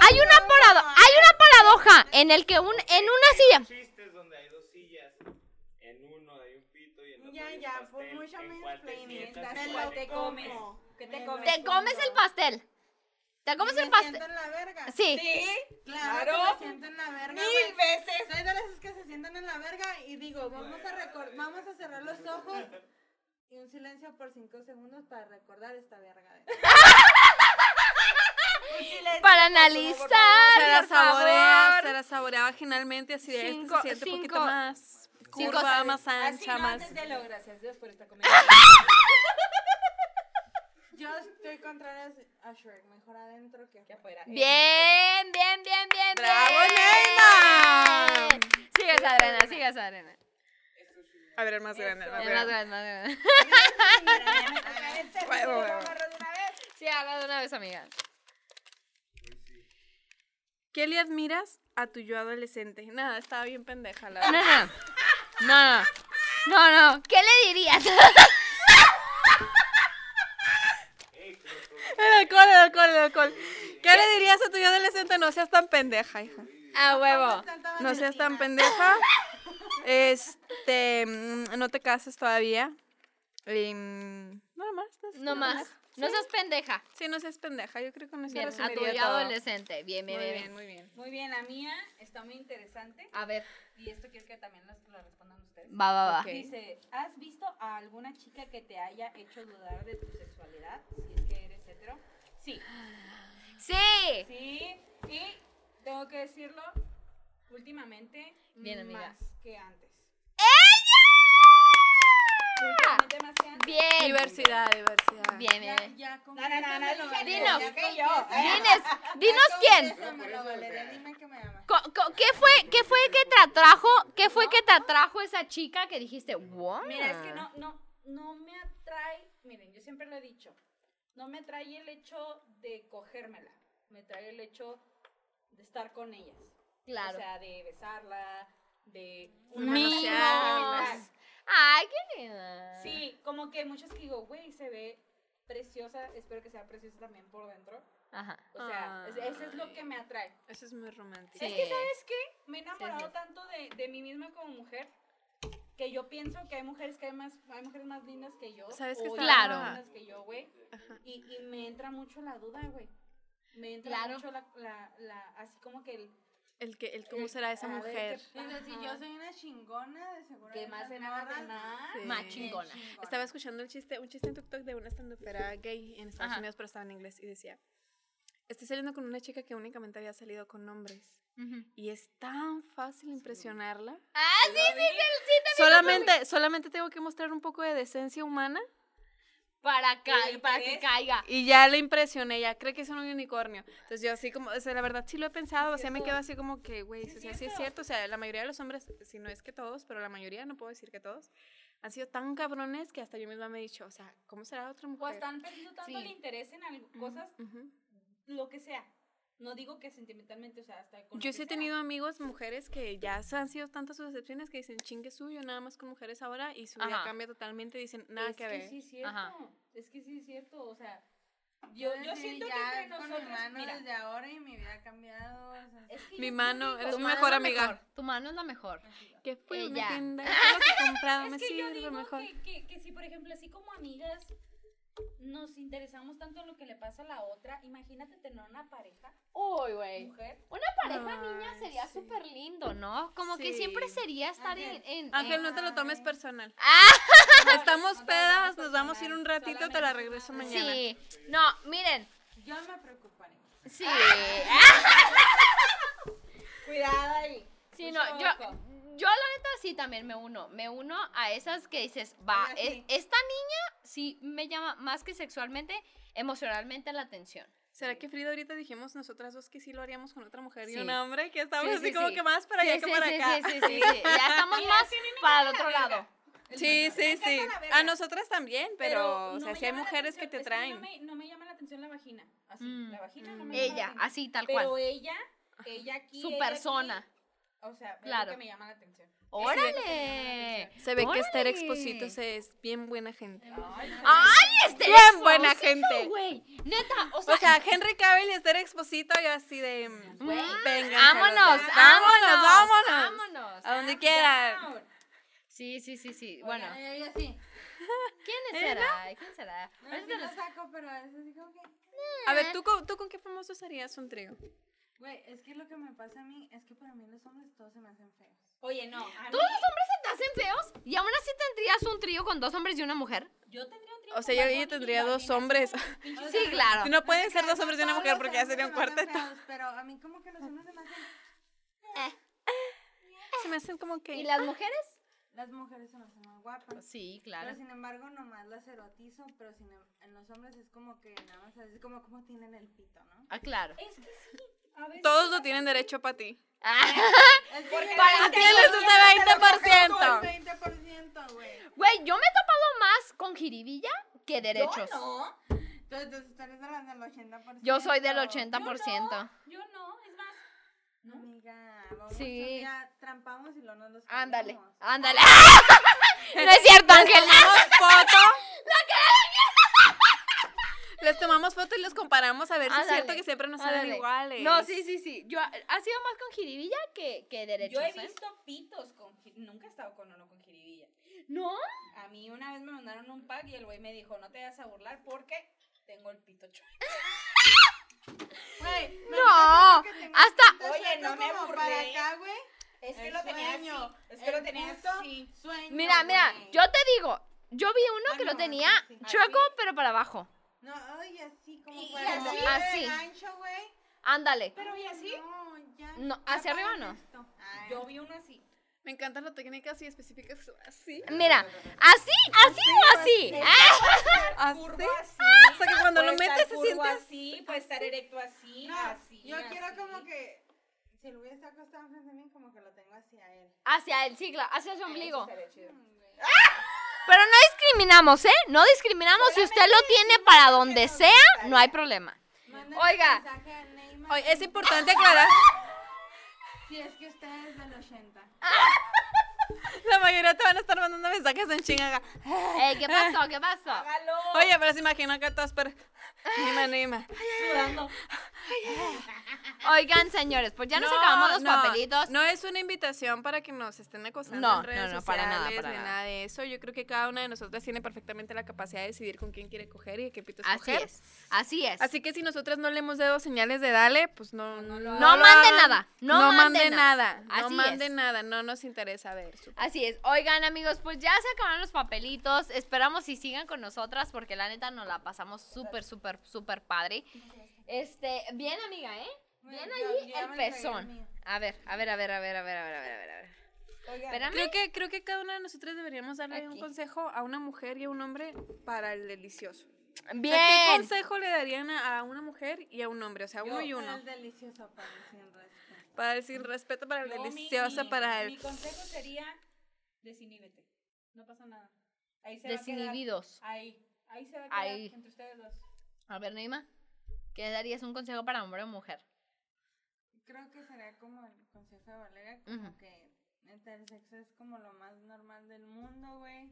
S2: Hay una paradoja, hay una paradoja en el que un, en una silla.
S6: Hay chistes donde hay dos sillas. En uno hay un pito y en otro
S1: Ya,
S6: hay un
S1: ya, por
S6: pastel.
S1: mucho
S6: ¿En
S1: menos
S6: cuál te
S1: planning.
S6: sientas?
S1: Me
S6: ¿Cuál
S1: lo
S6: te
S1: como.
S6: comes?
S4: ¿Qué
S1: Me
S4: te
S1: lo
S4: comes?
S2: Te comes el pastel. Te comes
S1: ¿Y
S2: el
S1: me
S2: pastel.
S1: siento en la verga?
S2: Sí.
S4: Sí,
S1: Claro,
S4: Claro.
S1: que me siento en la verga. güey.
S4: mil veces.
S1: Soy de las que se sientan en la verga y digo, vamos a recor- vamos a cerrar los ojos y un silencio por 5 segundos para recordar esta verga. de-
S2: Para
S3: Se
S2: analizar,
S3: la
S2: por
S3: saborea,
S2: favor.
S3: se la saborea vaginalmente, así de esto
S2: Cinco-
S3: se siente un poquito
S2: cinco-
S3: más
S2: cinco-
S3: curva, más
S4: Así
S3: ancha,
S4: no,
S3: más...
S4: antes de lo, gracias Dios por (laughs) esta comida.
S1: Yo estoy contra a Shrek, mejor adentro que
S4: Que afuera.
S1: afuera.
S2: Bien, bien, bien, bien,
S3: ¡Bravo,
S2: bien.
S3: Neymar!
S2: Sigues, Adriana, sigues, Adriana.
S3: A ver, el más grande, el más
S2: El más
S3: grande.
S2: grande, más grande.
S1: Mira, ya me toca este, así que
S3: Huevo,
S1: lo
S3: huevo.
S1: agarro de una vez.
S2: (laughs) Sí, habla de una vez, amiga.
S3: ¿Qué le admiras a tu yo adolescente? Nada, estaba bien pendeja la
S2: No,
S3: verdad. (laughs)
S2: no. No, no. No, no. ¿Qué le dirías?
S3: El alcohol, el alcohol, el alcohol. ¿Qué le dirías a tu yo adolescente? No seas tan pendeja, hija.
S2: A huevo.
S1: Tanta
S3: No seas tan
S1: valentina.
S2: (laughs)
S3: pendeja. Este, mm, no te cases todavía. Y, mm, nada más.
S2: No más. No seas pendeja.
S3: Sí, no seas pendeja. Yo creo que no se
S2: Bien, a tu
S3: resumiría
S2: yo
S3: todo.
S2: adolescente. Bien,
S3: Muy
S2: bien, bien,
S3: bien,
S2: bien.
S3: muy bien.
S4: Muy bien, la mía está muy interesante.
S2: A ver.
S4: Y esto quiero que también las- lo respondan ustedes.
S2: Va, va, va.
S3: Ok.
S4: Dice, ¿has visto a alguna chica que te haya hecho dudar de tu sexualidad? Si es que eres hetero. Sí,
S2: Sí.
S4: sí. Y tengo que decirlo, últimamente
S2: Bien, amiga.
S4: más que antes. ¡Ella! Últimamente más que antes.
S2: Bien.
S3: Diversidad, diversidad.
S2: Bien,
S1: Ya,
S2: bien, bien.
S1: ya, con
S4: No, no, no, no,
S1: confiésalo,
S4: dije
S1: Valeria,
S2: yo,
S1: ya
S4: dije yo. ¿eh?
S1: confiésalo.
S2: Dines, dinos
S1: Ya
S2: quién.
S1: confiésamelo, Valeria, dime que me amas.
S2: Co- co- ¿Qué fue, qué fue que te atrajo? ¿Qué fue que te atrajo esa chica que dijiste, wow?
S4: Mira, es que no, no, no me atrae, miren, yo siempre lo he dicho, no me atrae el hecho de cogérmela, me atrae el hecho de estar con ellas.
S2: Claro.
S4: O sea, de besarla, de...
S2: Mimos.
S4: manoseada, de
S2: Ay, qué linda.
S4: besar. Sí, como que muchas que digo, güey, se ve preciosa, espero que sea preciosa también por dentro.
S2: Ajá.
S4: O sea, es- eso es lo que me atrae.
S3: Eso es muy romántico.
S2: Sí.
S4: Es que, ¿sabes qué? Me he enamorado
S2: sí.
S4: tanto de, de mí misma como mujer que yo pienso que hay mujeres que hay más, hay mujeres más lindas que yo.
S3: ¿Sabes qué
S4: que
S3: estaba-
S2: Claro.
S4: Más lindas que yo, güey. Y, y me entra mucho la duda, güey. Me entra
S2: Claro.
S4: mucho la, la, la, así como que el...
S3: El que, el cómo será esa
S4: a ver,
S3: mujer.
S4: qué-
S1: Dice, si yo soy una chingona, de seguro.
S4: que
S1: hay
S4: más
S1: otras
S4: enanas de
S1: morras
S4: nada.
S3: Sí.
S2: Más
S1: bien
S2: chingona.
S1: chingonas.
S3: Estaba escuchando el chiste, un chiste en TikTok de una standupera gay en Estados
S2: Ajá.
S3: Unidos, pero estaba en inglés y decía, estoy saliendo con una chica que únicamente había salido con hombres
S2: Ujú.
S3: y es tan fácil impresionarla.
S2: Ah, sí, sí, sí, sí, también.
S3: Solamente, solamente tengo que mostrar un poco de decencia humana
S2: Para, ca-
S4: ¿Le
S2: para que
S4: crees?
S2: caiga.
S3: y ya la impresioné, ya cree que es un unicornio. Entonces yo así como, o sea, la verdad sí lo he pensado, o sea, me quedo así como que, güey, o sea, sí es cierto, o sea, la mayoría de los hombres, si no es que todos, pero la mayoría, no puedo decir que todos, han sido tan cabrones que hasta yo misma me he dicho, o sea, ¿cómo será otra
S4: O
S3: mujer?
S4: Pues están perdiendo tanto
S2: Sí.
S4: el interés en algo- cosas,
S3: Ujú.
S4: lo que sea. No digo que sentimentalmente, o sea, hasta con lo
S3: Yo
S4: que
S3: sí
S4: sea.
S3: he tenido amigos, mujeres, que ya se han sido tantas sus excepciones que dicen, chingue suyo, nada más con mujeres ahora, y su vida
S2: Ajá.
S3: cambia totalmente, dicen, nada
S4: es
S3: que ver.
S4: sí es cierto.
S2: Ajá.
S4: Es que sí es cierto. O sea, yo, yo
S1: Sí,
S4: siento
S1: ya
S4: que entre
S1: con mi
S4: nosotros.
S1: mano
S4: mira,
S1: desde ahora y mi vida ha cambiado. o sea,
S4: es que
S3: Mi
S4: yo
S3: mano,
S4: digo-
S3: eres
S2: Tu
S3: mi
S2: mano
S3: mejor
S2: es la
S3: amiga.
S2: Tu mano es la mejor.
S3: Que fui a
S2: Ella.
S3: una tienda, todo lo que he comprado
S4: (laughs)
S3: me
S4: Es que yo
S3: sirve
S4: digo
S3: mejor.
S4: que, que, que si, por ejemplo, así como amigas nos interesamos tanto en lo que le pasa a la otra, imagínate tener una pareja,
S2: Uy, güey.
S4: mujer.
S3: (laughs)
S2: Una pareja niña
S3: Ay,
S2: sería
S3: sí.
S2: súper lindo, ¿no? Como que
S3: Sí.
S2: siempre sería estar en,
S1: Ángel,
S2: en- en-
S3: Ángel, no te lo tomes personal.
S2: ¡Ah!
S3: Estamos
S4: no te lo
S3: pedas,
S4: tomes
S3: nos vamos a ir
S4: personal,
S3: un ratito, te la
S4: solamente
S3: regreso mañana.
S2: Sí. No, miren. Ah,
S1: yo me preocuparé.
S2: Sí, Sí.
S3: (laughs)
S4: Cuidado ahí.
S2: Sí,
S4: Mucho
S2: no, yo,
S4: ojo.
S2: yo la neta sí también me uno. Me uno a esas que dices, va,
S4: Ahora
S2: es-
S4: sí.
S2: esta niña sí me llama más que sexualmente, emocionalmente la atención.
S3: ¿Será que Frida ahorita dijimos nosotras dos que sí lo haríamos con otra mujer y
S2: Sí.
S3: un hombre? Que estamos
S2: Sí,
S3: así
S2: sí,
S3: como
S2: sí.
S3: que más para
S2: Sí,
S3: allá que
S2: sí,
S3: para
S2: sí,
S3: acá.
S2: sí, sí, sí, sí.
S3: (laughs)
S2: Ya estamos más para el otro lado.
S3: Sí, sí, sí.
S4: a la verga.
S3: A nosotras también, pero, o
S4: no
S3: sea,
S4: me
S3: sí hay
S4: llama la
S3: mujeres que
S4: atención-
S3: te
S4: es
S3: traen.
S4: No me, no me llama la atención la vagina. Así,
S2: Mm.
S4: la vagina no
S3: Mm.
S4: me llama la
S2: Ella,
S4: atención.
S2: así, tal
S4: Pero
S2: cual.
S4: ella, ella aquí.
S2: Su
S4: ella aquí,
S2: persona.
S4: o sea, claro.
S2: Claro.
S4: que me llama la atención.
S2: ¡Órale!
S3: Se ve que Esther
S2: ¡Órale!
S3: Exposito se es bien buena gente.
S4: Ay,
S2: ¡Ay, este
S3: Bien
S2: es
S3: buena
S2: famosito,
S3: gente.
S2: güey! Neta, o sea,
S3: O sea, Henry Cavill y Esther Exposito y así de... mm,
S2: Güey.
S3: Venga.
S2: vámonos, vámonos,
S3: vámonos, vámonos. Ah.
S2: vámonos.
S3: A donde quieran.
S2: Sí, sí, sí, sí. Bueno,
S1: Ay, yo sí.
S3: ¿Eh?
S2: ¿quién será? ¿Quién será?
S1: No, sí lo saco, pero a veces digo que.
S3: A ver, ¿tú, con- ¿tú con qué famosos harías un trío?
S1: Güey, es que lo que me pasa a mí es que para mí los hombres todos se me hacen feos.
S4: Oye, no. a
S2: ¿Todos
S4: mí-
S2: los hombres se te hacen feos? ¿Y aún así tendrías un trío con dos hombres y una mujer?
S4: Yo tendría un trío
S3: O sea,
S4: con Bad
S3: yo,
S4: Bunny
S3: yo
S4: y
S3: tendría
S4: Valentina
S3: dos hombres. (laughs)
S1: O
S2: Sí,
S1: sea,
S2: claro.
S3: No pueden
S1: te
S3: ser
S1: creas,
S3: dos hombres y
S1: no
S3: una mujer
S1: todos los
S3: porque ya sería un
S1: hombres se me hacen
S3: cuarteto.
S1: feos, pero a mí como que los hombres se me hacen.
S3: Se me hacen como que...
S2: ¿Y las mujeres?
S1: Las mujeres se me hacen más
S3: Pues,
S1: guapas.
S2: Sí,
S1: Pero sin embargo, nomás las erotizo, pero sin em- en los hombres es como que nada más es como como tienen el pito, ¿no?
S2: Ah, claro.
S3: Eh,
S4: Es que sí. A veces
S3: Todos lo tienen derecho
S2: (laughs)
S3: para ti.
S2: Ah,
S3: eh.
S1: Es
S4: Porque
S2: Para ti
S3: Tienes ese 20%.
S1: 20%, güey.
S2: Güey, yo me he topado más con jiribilla que derechos.
S4: Yo no.
S1: Entonces, tú eres de las del 80%.
S2: Yo soy del 80%.
S4: Yo no. Es más. ¿no?
S1: Amiga, vamos
S2: Sí.
S1: un día, trampamos y luego nos los
S2: Ándale,
S1: comemos.
S2: ándale.
S3: Ah.
S2: (laughs) No es cierto, Ángel. (laughs)
S3: foto. Les tomamos foto y los comparamos a ver si es
S2: Ándale,
S3: cierto que siempre nos salen
S2: ándale.
S3: iguales.
S2: No, sí, sí, sí. Yo ha ha sido más con jiribilla que, que derechos.
S4: Yo he
S2: ¿eh?
S4: visto pitos con. ji- Nunca he estado con uno con jiribilla.
S2: No,
S4: A mí una vez me mandaron un pack y el güey me dijo, no te vayas a burlar porque tengo el pito chueco.
S1: Güey, me
S2: no.
S1: encanta que tengas
S2: Hasta
S1: tanto
S4: Oye,
S1: sueño
S4: no me
S1: como
S4: burlé.
S1: para acá, güey.
S4: Es que
S1: El
S4: lo tenía
S1: sueño,
S4: así. Es que lo
S1: el
S4: tenía
S1: punto,
S4: así.
S1: Sueño,
S2: Mira, mira,
S1: güey.
S2: yo te digo, yo vi uno que
S1: Bueno,
S2: lo tenía
S1: sí, sí.
S2: chueco, pero para abajo.
S1: No, ay, así como
S4: Y- y
S1: para
S4: así.
S1: arriba de
S2: Así.
S1: gancho, güey.
S2: Ándale.
S4: Pero y así,
S1: No, ya.
S2: No,
S1: ya
S2: ¿hacia arriba o
S1: paren
S2: no?
S1: esto. Ah, Ay,
S4: yo vi uno
S3: (laughs)
S4: así.
S3: Me encantan las técnicas y específicas que son así.
S2: Mira, así, así o así.
S3: Así.
S4: Curvo así.
S3: Ah, O sea que cuando lo
S4: puede estar
S3: metes se
S4: curvo
S3: siente
S4: así, puede estar erecto así,
S1: No,
S4: así.
S1: yo quiero
S4: así.
S1: como que si el güey está acostado enfrente de mí, como que lo tengo hacia él.
S2: Hacia el ciclo, hacia su
S4: Ah, eso
S2: ombligo.
S4: estaría chido.
S2: Pero no discriminamos, ¿eh? No discriminamos. Si usted lo tiene para donde sea, no hay problema.
S1: Mándenle
S2: Oiga.
S1: mensaje a Neymar
S3: Oye, es importante aclarar,
S1: Si es que usted es del 80.
S3: la mayoría te van a estar mandando mensajes en
S2: (laughs)
S3: chingaga.
S2: Ey, ¿Qué pasó? ¿Qué pasó?
S4: Hágalo.
S3: Oye, pero se imagino que todas per... Anima, anima.
S4: sudando.
S2: Oigan, señores, pues ya nos acabamos los papelitos.
S3: No es una invitación para que nos estén acosando
S2: No,
S3: en redes
S2: no, no,
S3: sociales,
S2: para nada, para
S3: ni
S2: nada.
S3: nada de eso. Yo creo que cada una de nosotras tiene perfectamente la capacidad de decidir con quién quiere coger y qué pito
S2: Así
S3: escoger.
S2: es. Así es.
S3: pues, Así que si nosotras no le hemos dado señales de dale, pues no no,
S2: No
S3: lo
S2: mande
S3: hagan.
S2: nada, no mande
S3: mande
S2: nada.
S3: nada. no
S2: Así
S3: mande
S2: es.
S3: nada, no nos interesa ver su-
S2: Así es. Oigan, amigos, pues ya se acabaron los papelitos. Esperamos si sigan con nosotras porque la neta nos la pasamos súper, súper, súper padre. Este, bien, amiga, ¿eh? Bien
S1: Yo-
S2: allí
S1: yo ya
S2: el
S1: me pegué el mío.
S2: pezón. A ver, a ver, a ver, a ver, a ver, a ver, a ver, a ver, a ver.
S1: Oigan,
S2: Espérame.
S3: Creo que creo que cada una de nosotras deberíamos darle un
S2: Aquí.
S3: consejo a una mujer y a un hombre para el delicioso. O sea, ¿Qué
S2: Bien.
S3: consejo le darían a, a una mujer y a un hombre? O sea, uno y
S1: yo-
S3: uno.
S1: El delicioso para el sin respeto.
S3: Para el sin respeto, para el
S4: Yo, mi-
S3: delicioso,
S4: mi-
S3: para el...
S4: Mi consejo sería, desinhíbete. No pasa nada. Ahí se va a quedar.
S2: Desinhibidos.
S4: Ahí. Ahí se va a quedar
S2: Ahí.
S4: entre ustedes dos.
S2: A ver, Neima, ¿qué darías un consejo para hombre o mujer?
S1: Creo que sería como el consejo de Valeria, como
S2: Ujú.
S1: que neta, el sexo es como lo más normal del mundo, güey.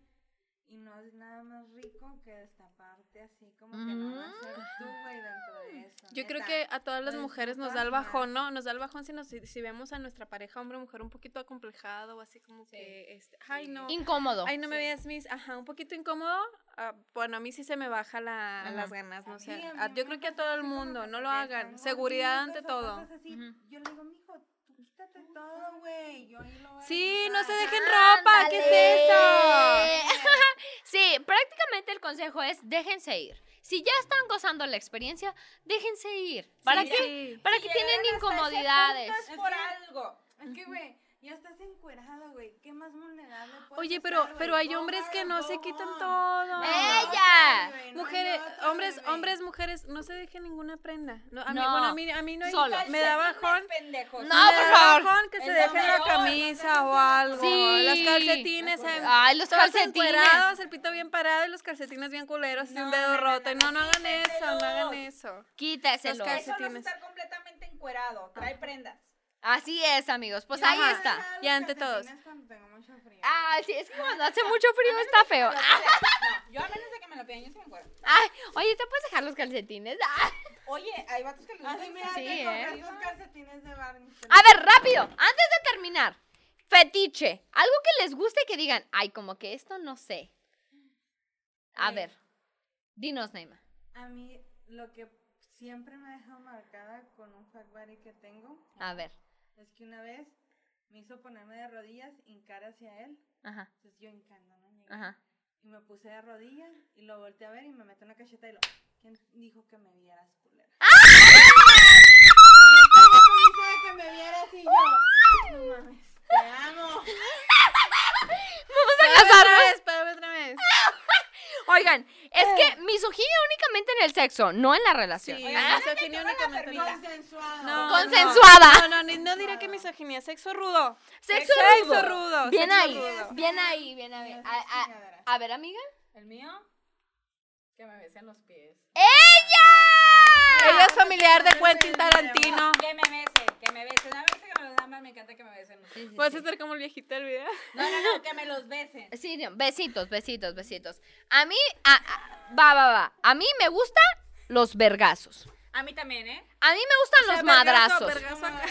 S1: Y no es nada más rico que destaparte así, como que no va a ser tú, güey, dentro de eso.
S3: Mm. Yo creo
S1: neta.
S3: que a todas las
S1: Lo
S3: mujeres nos
S1: disfrutas
S3: da el
S1: más.
S3: bajón, ¿no? Nos da el bajón si, nos, si vemos a nuestra pareja, hombre o mujer, un poquito acomplejado o así como que... Este, ay, no.
S2: Incómodo.
S3: Ay, no me veas mis... Ajá, un poquito incómodo. Ah, bueno, a mí sí se me baja la-
S2: Ajá.
S3: las ganas, no
S1: A
S3: sé.
S1: mí, a mí
S3: Ah,
S1: me
S3: yo creo que a
S1: pasa
S3: todo el
S1: así como
S3: mundo,
S1: que
S3: no
S1: te
S3: lo
S1: ves
S3: hagan.
S1: tan
S3: Seguridad
S1: bonitos
S3: ante
S1: o
S3: todo.
S1: cosas así.
S2: Ujú.
S1: Yo le digo, mijo, tú quítate todo, güey. Yo ahí lo voy a
S3: Sí, no
S1: quitar".
S3: se dejen ropa, ¿qué es eso?
S2: (laughs) Sí, prácticamente el consejo es déjense ir. Si Si ya están gozando la experiencia, déjense ir. ¿Para
S4: Sí,
S2: qué? ¿Para
S4: Si
S2: qué tienen
S4: llegaron hasta ese
S2: incomodidades?
S4: punto Es por algo.
S1: Es que, güey, ya estás encuerada, güey. ¿Qué más vulnerable puedes
S3: Oye,
S1: estar,
S3: pero,
S1: güey?
S3: pero hay
S1: Go
S3: hombres que
S1: hard
S3: no
S1: or
S3: se
S1: go
S3: quitan
S1: home.
S3: todo.
S1: No hay
S2: ¡Ella!
S1: otra, güey, no hay
S3: Mujeres,
S1: otra,
S3: hombres,
S1: güey.
S3: hombres, mujeres, no se dejen ninguna prenda. No, a mí,
S2: No,
S3: bueno, a mí, a mí no hay-
S2: solo.
S3: me da bajón.
S4: Pendejos.
S2: No,
S3: me
S2: por
S3: da
S2: favor.
S3: bajón que se
S4: Es
S3: dejen la
S4: mejor,
S3: camisa o algo.
S2: Sí.
S3: Los calcetines. eh,
S2: Ay, los
S3: todos
S2: calcetines.
S3: encuerados, el pito bien parado y los calcetines bien culeros, así
S4: No,
S3: un
S4: no,
S3: dedo
S4: no,
S3: roto. Y
S4: no,
S3: No,
S4: no,
S3: no hagan eso, no hagan
S4: quítenselos.
S3: eso.
S2: Quítaselo.
S3: Los calcetines.
S4: Eso no es estar completamente encuerado.
S3: Ah.
S4: Trae prendas.
S2: Así es, amigos. Pues ahí
S1: Yo me
S2: está.
S1: dejaba
S3: Y
S1: los
S3: ante todos.
S1: calcetines cuando tengo mucho frío.
S2: Ah, sí, es que cuando hace mucho frío está
S4: (laughs)
S2: feo.
S4: Pero, o sea, no, yo a menos de que me lo pidan, yo sí me encuero.
S2: Ay, oye, ¿te puedes dejar los calcetines? (laughs) Ah.
S4: Oye, hay vatos que les
S1: Así
S4: gustan.
S1: mira,
S2: Sí,
S1: te
S2: ¿eh?
S1: compras los calcetines de Barney.
S2: A ver, rápido, antes de terminar. Fetiche. Algo que les guste que digan, ay, como que esto no sé. A
S1: Ay.
S2: ver. Dinos, Neima.
S1: A mí lo que siempre me ha dejado marcada con un fuck buddy que tengo
S2: A ver.
S1: es que una vez me hizo ponerme de rodillas, hincar hacia él.
S2: Ajá,
S1: Entonces yo hincando, ¿no? Llegué.
S2: ajá.
S1: Y me puse de rodillas y lo volteé a ver y me metí una cacheta y lo... ¿Quién dijo que me vieras, culera?
S3: ¡Ah!
S1: ¿Quién te dijo que me vieras y yo? No mames, te amo.
S2: Vamos a
S3: Otra
S2: casarnos.
S3: vez, espérame otra vez.
S2: Oigan, es que misoginia únicamente en el sexo, no en la relación.
S3: Eh. Sí,
S2: Ah,
S3: misoginia únicamente no.
S1: Consensuado.
S3: No,
S2: Consensuada.
S3: No, no, no, no diré que misoginia, sexo rudo.
S2: Sexo
S3: Sexo
S2: rudo.
S3: rudo,
S2: Bien
S3: sexo
S2: ahí,
S3: rudo.
S2: bien ahí, bien ahí.
S1: Dios,
S2: A- a-
S1: chingadera.
S2: a ver, amiga.
S4: El mío, que me besen los pies.
S3: Ella es familiar de Quentin Tarantino.
S4: Que me besen, que me besen. A veces que me nada más me encanta que me besen los pies.
S3: Puedes estar como el viejito del video.
S4: No, no, no, que me los besen.
S2: Sí, no, besitos, besitos, besitos. A mí, a- a- va, va, va. A mí me gustan los vergazos.
S4: A mí también, ¿eh?
S2: A mí me gustan
S3: (laughs)
S2: los madrazos.
S3: vergazo acá.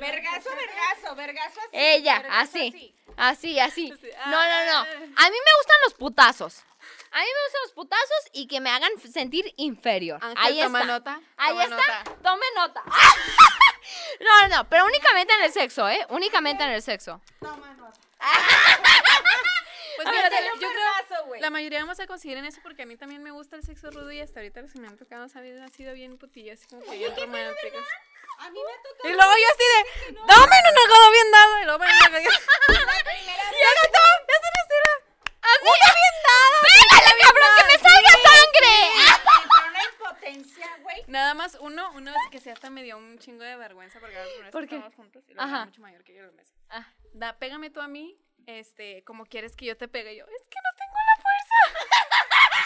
S4: Vergazo, vergazo, vergazo así.
S2: Ella,
S4: vergazo
S2: así, así, así.
S3: Así,
S2: No, no, no.
S3: ah.
S2: A mí me gustan los putazos. A mí me gustan los putazos y que me hagan f- sentir inferior.
S3: Ángel,
S2: Ahí
S3: Ah, toma
S2: está.
S3: nota,
S2: Ahí
S3: toma
S2: está.
S3: nota.
S2: Tome nota. (laughs) No, no, no. Pero únicamente en el sexo, ¿eh? Únicamente en el sexo.
S1: Toma nota.
S3: Pues
S4: A
S3: mira,
S4: ver, dale un
S3: yo
S4: vergazo,
S3: creo
S4: güey.
S3: la mayoría vamos a conseguir en eso porque a mí también me gusta el sexo rudo y hasta ahorita los que me han tocado ¿sabes? han sido bien putillas, como que (laughs) bien románticos.
S4: A mí me ha tocado
S3: Y luego yo así de, dame no nos quedó bien dado. Y luego me (laughs) yo
S4: la primera vez.
S3: no, no, me hacen así la-
S2: ¡Una bien ¡Pégale, cabrón! ¡Que me salga sangre! Ah.
S4: Pero una impotencia, güey.
S3: Nada más uno, uno es que se hasta me dio un chingo de vergüenza porque ahora primera vez
S2: ¿Por
S3: que
S2: qué?
S3: estábamos juntos y luego
S2: Ajá.
S3: era mucho mayor que yo lo mes.
S2: Ah.
S3: Da, pégame tú a mí, este, como quieres que yo te pegue. Yo, es que no tengo la fuerza.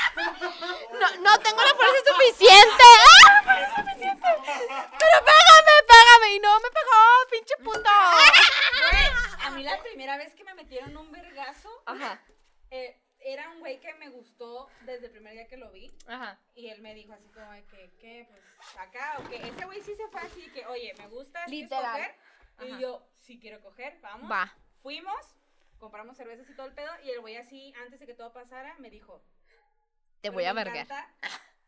S2: No, no tengo la (laughs) fuerza suficiente. ¡Ah! Pero pégame, pégame. Y no me pegó, pinche punto.
S4: A mí la primera vez que me metieron un vergazo,
S2: Ajá,
S4: eh, era un güey que me gustó desde el primer día que lo vi.
S2: ajá.
S4: Y él me dijo así como de que, ¿qué? Pues acá, o que ese güey sí se fue así, que, oye, me gusta, ¿quieres
S2: Literal.
S4: coger?
S2: Ajá.
S4: Y yo, sí quiero coger, vamos.
S2: Va.
S4: Fuimos, compramos cervezas y todo el pedo. Y el güey así, antes de que todo pasara, me dijo,
S2: Te
S4: "Pero
S2: voy a
S4: me
S2: vergar.
S4: encanta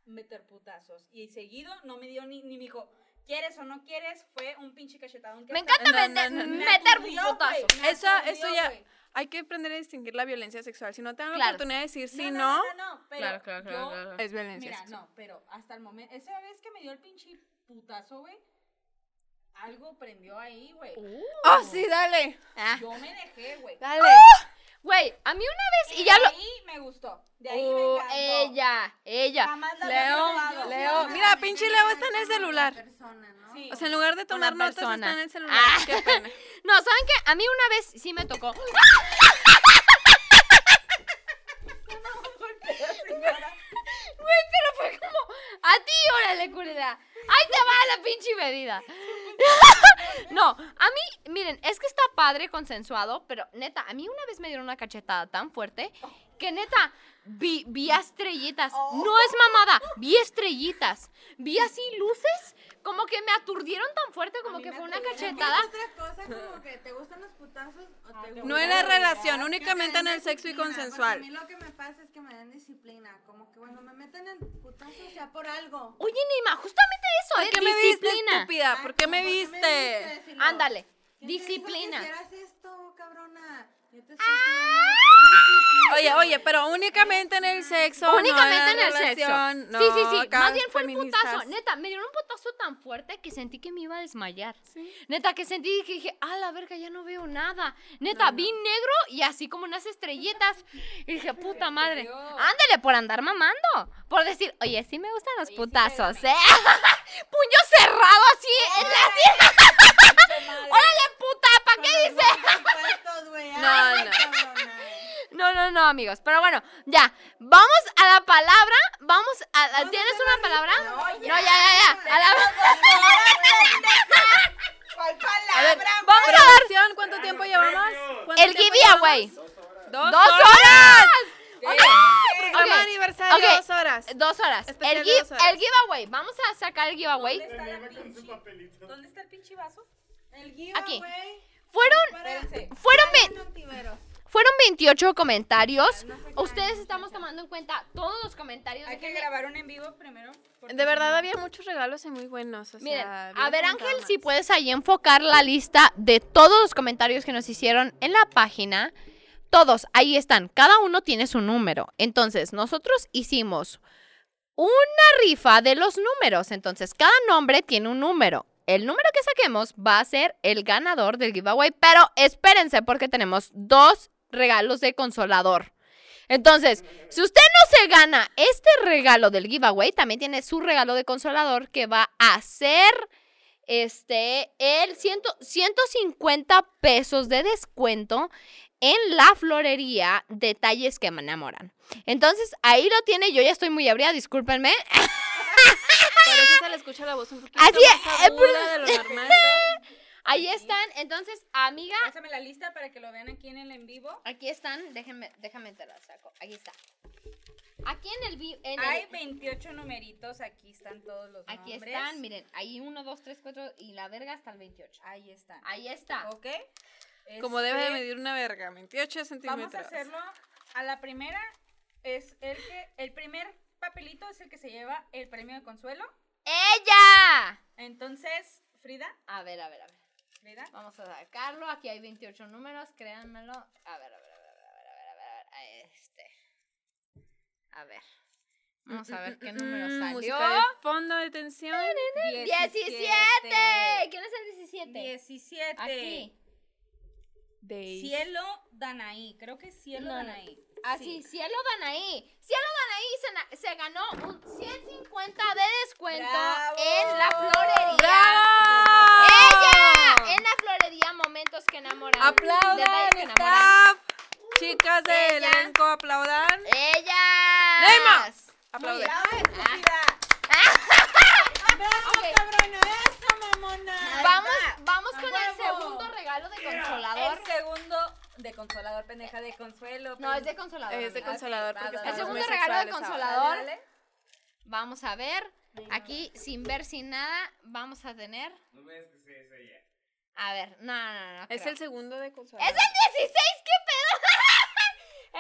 S4: meter putazos. Y seguido no me dio ni, ni me dijo, ¿quieres o no quieres? Fue un pinche cachetadón que
S2: Me
S4: hasta-
S2: encanta
S3: No,
S2: meter,
S3: no, no, no.
S2: meter
S4: aturdió,
S2: putazo.
S4: güey, me
S3: Eso,
S4: aturdió,
S3: eso ya.
S4: güey.
S3: Hay que aprender a distinguir la violencia sexual. Si no te dan la
S2: Claro.
S3: oportunidad de decir sí, no,
S4: no, no, no, pero
S2: Claro, claro, claro,
S4: yo-
S2: claro.
S3: es violencia
S4: Mira,
S3: sexual.
S4: no, pero hasta el momento, esa vez que me dio el pinche putazo, güey, algo prendió ahí, güey.
S2: Uh.
S3: Oh, sí, dale.
S2: Ah,
S4: Yo me dejé,
S3: (laughs)
S4: güey.
S3: Dale.
S2: Güey, a mí una vez y
S4: Y
S2: ya
S4: de
S2: lo.
S4: ahí me gustó. De ahí
S2: Oh,
S4: me encantó.
S2: ella, ella.
S4: Jamás la había
S3: Leo,
S4: probado.
S3: Leo. Mira, pinche Leo está en el celular.
S1: Persona, ¿no?
S4: Sí.
S3: O sea, en lugar de tomar notas,
S2: persona.
S3: está en el celular.
S2: Ah.
S3: Qué pena.
S2: No, ¿saben qué? A mí una vez sí me
S4: (laughs)
S2: tocó. Güey, pero fue como, a ti órale, culera. Ahí te va la pinche medida. (laughs) No, a mí, miren, es que está padre consensuado, pero neta, a mí una vez me dieron una cachetada tan fuerte que neta, vi, vi estrellitas. No es mamada, vi estrellitas. Vi así luces, como que me aturdieron tan fuerte como
S4: mí
S2: que
S4: me
S2: fue una
S4: aturdieron.
S2: cachetada.
S1: Es otra cosa como que te gustan los putazos o te gusta-
S3: No en la relación, únicamente en el sexo y
S1: Disciplina,
S3: consensual.
S1: porque A mí lo que me pasa es que me dan disciplina. Como que, bueno, me meten en putazos, o sea, por algo.
S2: Oye, Nima, justamente eso,
S3: ¿Por
S2: ¿eh?
S3: qué me viste,
S2: Disciplina.
S3: estúpida? ¿Por qué me viste?
S1: viste? Si no,
S2: Ándale,
S1: ¿quién te dijo que
S2: disciplina. Ah.
S1: hicieras esto, cabrona? Yo te estoy pidiendo que
S3: Oye, oye, pero únicamente en el sexo. no
S2: Únicamente en el
S3: relación,
S2: sexo.
S3: no
S2: sí, sí, sí.
S3: acá
S2: Más bien fue el
S3: feministas.
S2: putazo. Neta, me dieron un putazo tan fuerte que sentí que me iba a desmayar. Neta, que sentí que dije, a la verga, ya no veo nada. Neta, vi negro y así como unas estrellitas. Y dije, puta madre.
S4: Dios.
S2: Ándale por andar mamando. Por decir, oye, sí me gustan los
S4: Oye, sí me
S2: putazos,
S4: gustan.
S2: ¿eh? (laughs) Puño cerrado así en la sien. (laughs) ¡Órale, puta! ¿Para qué dices?
S1: No,
S3: No, no.
S2: No, no, no, amigos. Pero bueno, ya. Vamos a la palabra. Vamos a. a-
S1: Vamos a
S2: ¿Tienes
S1: hacer
S2: una
S1: la
S2: palabra?
S1: lista.
S2: No,
S1: No,
S2: ya,
S1: ya.
S2: ya, ya. A (laughs) la-
S1: ¿Cuál
S3: A ver,
S1: palabra?
S3: vamos a ver. ¿Cuánto tiempo llevamos? ¿Cuánto
S2: El
S3: tiempo
S2: giveaway.
S3: llevamos?
S2: ¡Dos
S3: Dos,
S2: horas!
S3: Ok. Programa
S2: Ok.
S3: de aniversario,
S2: Ok.
S3: dos horas.
S2: Dos horas.
S3: Especial
S2: El,
S3: de
S2: gi-
S3: dos horas.
S2: el giveaway. Vamos a sacar el giveaway.
S4: ¿Dónde está la
S6: Terminaba con su
S4: pinche-
S6: papelito.
S4: ¿Dónde está el pinche vaso?
S1: El guión,
S2: Aquí.
S1: güey.
S2: Fueron.
S4: Espérense.
S2: Fueron, ve-
S1: Hay un antivero.
S2: fueron 28 comentarios. Ustedes estamos tomando en cuenta todos los comentarios.
S4: Hay que
S2: Déjenme-
S4: grabar un en vivo primero. porque
S3: De
S4: si
S3: verdad
S4: no-
S3: había muchos regalos y muy buenos. o sea,
S2: Miren,
S3: había
S2: a ver
S3: comentado
S2: Ángel,
S3: más.
S2: si puedes ahí enfocar la lista de todos los comentarios que nos hicieron en la página. Todos, ahí están. Cada uno tiene su número. Entonces, nosotros hicimos una rifa de los números. Entonces, cada nombre tiene un número. El número que saquemos va a ser el ganador del giveaway. Pero espérense porque tenemos dos regalos de consolador. Entonces, si usted no se gana este regalo del giveaway, también tiene su regalo de consolador que va a ser este el ciento- 150 pesos de descuento en la florería Detalles que me enamoran. Entonces, ahí lo tiene. Yo ya estoy muy ebria, discúlpenme.
S3: Por eso se le escucha la voz un poquito
S2: Así
S3: más
S2: es, eh, por-
S3: aguda de lo normal.
S2: Ahí están. Entonces, amiga,
S4: Pásame la lista para que lo vean aquí en el en vivo.
S2: aquí están. Déjenme, déjame te la saco. Aquí está. Aquí en el... vi- en el-
S4: Hay 28 numeritos, aquí están todos los
S2: Aquí
S4: nombres.
S2: están, miren, ahí 1, 2, 3, 4 y la verga hasta el 28.
S4: Ahí están.
S2: Ahí está.
S4: ¿Ok?
S3: Como debe de
S4: Este,
S3: medir una verga, 28 centímetros.
S4: Vamos a hacerlo a la primera. Es el que. El primer papelito es el que se lleva el premio de consuelo.
S2: ¡Ella!
S4: Entonces, Frida,
S2: A ver, a ver, a ver.
S4: Frida.
S2: Vamos a sacarlo. Aquí hay 28 números, créanmelo. A ver, a ver, a ver, a ver, a ver, a ver, a ver. a Este. A ver. Vamos a ver qué número
S3: Mm,
S2: salió.
S3: Música de fondo de tensión.
S2: 17. ¿Quién es el 17?
S4: 17.
S2: Aquí.
S3: Days.
S4: Cielo Danaí. Creo que es Cielo
S2: No, no.
S4: Danaí.
S2: Así,
S4: Sí.
S2: Cielo Danaí. Cielo Danaí se, na- se ganó un 150 de descuento
S4: ¡Bravo!
S2: en la florería.
S3: ¡Bravo!
S2: ¡Ella! En la florería Momentos que enamoran.
S3: ¡Aplaudan,
S2: Detalles que enamoran.
S3: staff! Chicas del
S2: Ella.
S3: elenco, aplaudan.
S2: ¡Ella!
S3: Neymar.
S2: Muy
S3: Aplaudan.
S2: bien.
S1: ¡Bravo, estúpida! ¡Bravo,
S2: Ok.
S1: cabrona! ¡Eso, mamona!
S2: Vamos, vamos con el
S4: ¡Bravo!
S2: segundo regalo de consolador.
S4: El segundo de consolador, pendeja de consuelo.
S2: No,
S4: pen-
S2: es de consolador.
S3: Es de
S2: amiga.
S3: consolador porque
S4: El
S2: El
S3: estamos
S2: segundo
S3: muy
S2: regalo de
S3: sexuales ahora.
S2: consolador.
S4: Dale, dale.
S2: Vamos a ver. Aquí, sin ver, sin nada, vamos a tener.
S6: No me digas que sea esa ya.
S2: A ver, no, no, no.
S3: Es
S2: creo.
S3: el segundo de
S2: ¡Es
S3: consolador.
S2: el 16! ¿Qué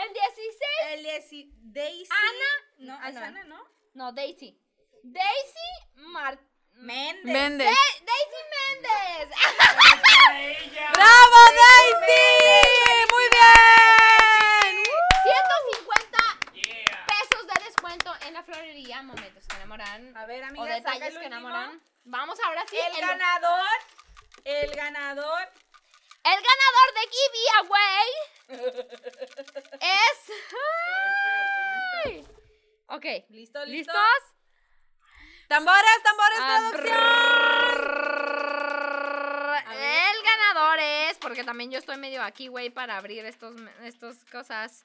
S2: pedo? (laughs) ¡El 16!
S4: El dieci- Daisy.
S2: Ana.
S4: No,
S2: Ah,
S4: es
S2: no.
S4: Ana, ¿no?
S2: No, Daisy. Daisy Mar...
S4: Méndez.
S3: Méndez.
S2: Daisy Méndez.
S3: ¡Bravo, Daisy! ¡Muy bien!
S2: 150
S6: Yeah.
S2: pesos de descuento en la florería. Momentos que enamoran.
S4: A ver, amiga,
S2: o
S4: saca
S2: detalles
S4: el
S2: que
S4: último.
S2: enamoran. Vamos ahora sí.
S4: El ganador. El ganador.
S2: el ganador de Giveaway es... ¡Ay! Ok.
S4: Listo, listo.
S2: ¿Listos?
S3: ¡Tambores, tambores,
S2: Ah,
S3: producción!
S2: El ganador es, porque también yo estoy medio aquí, güey, para abrir estos, estas cosas.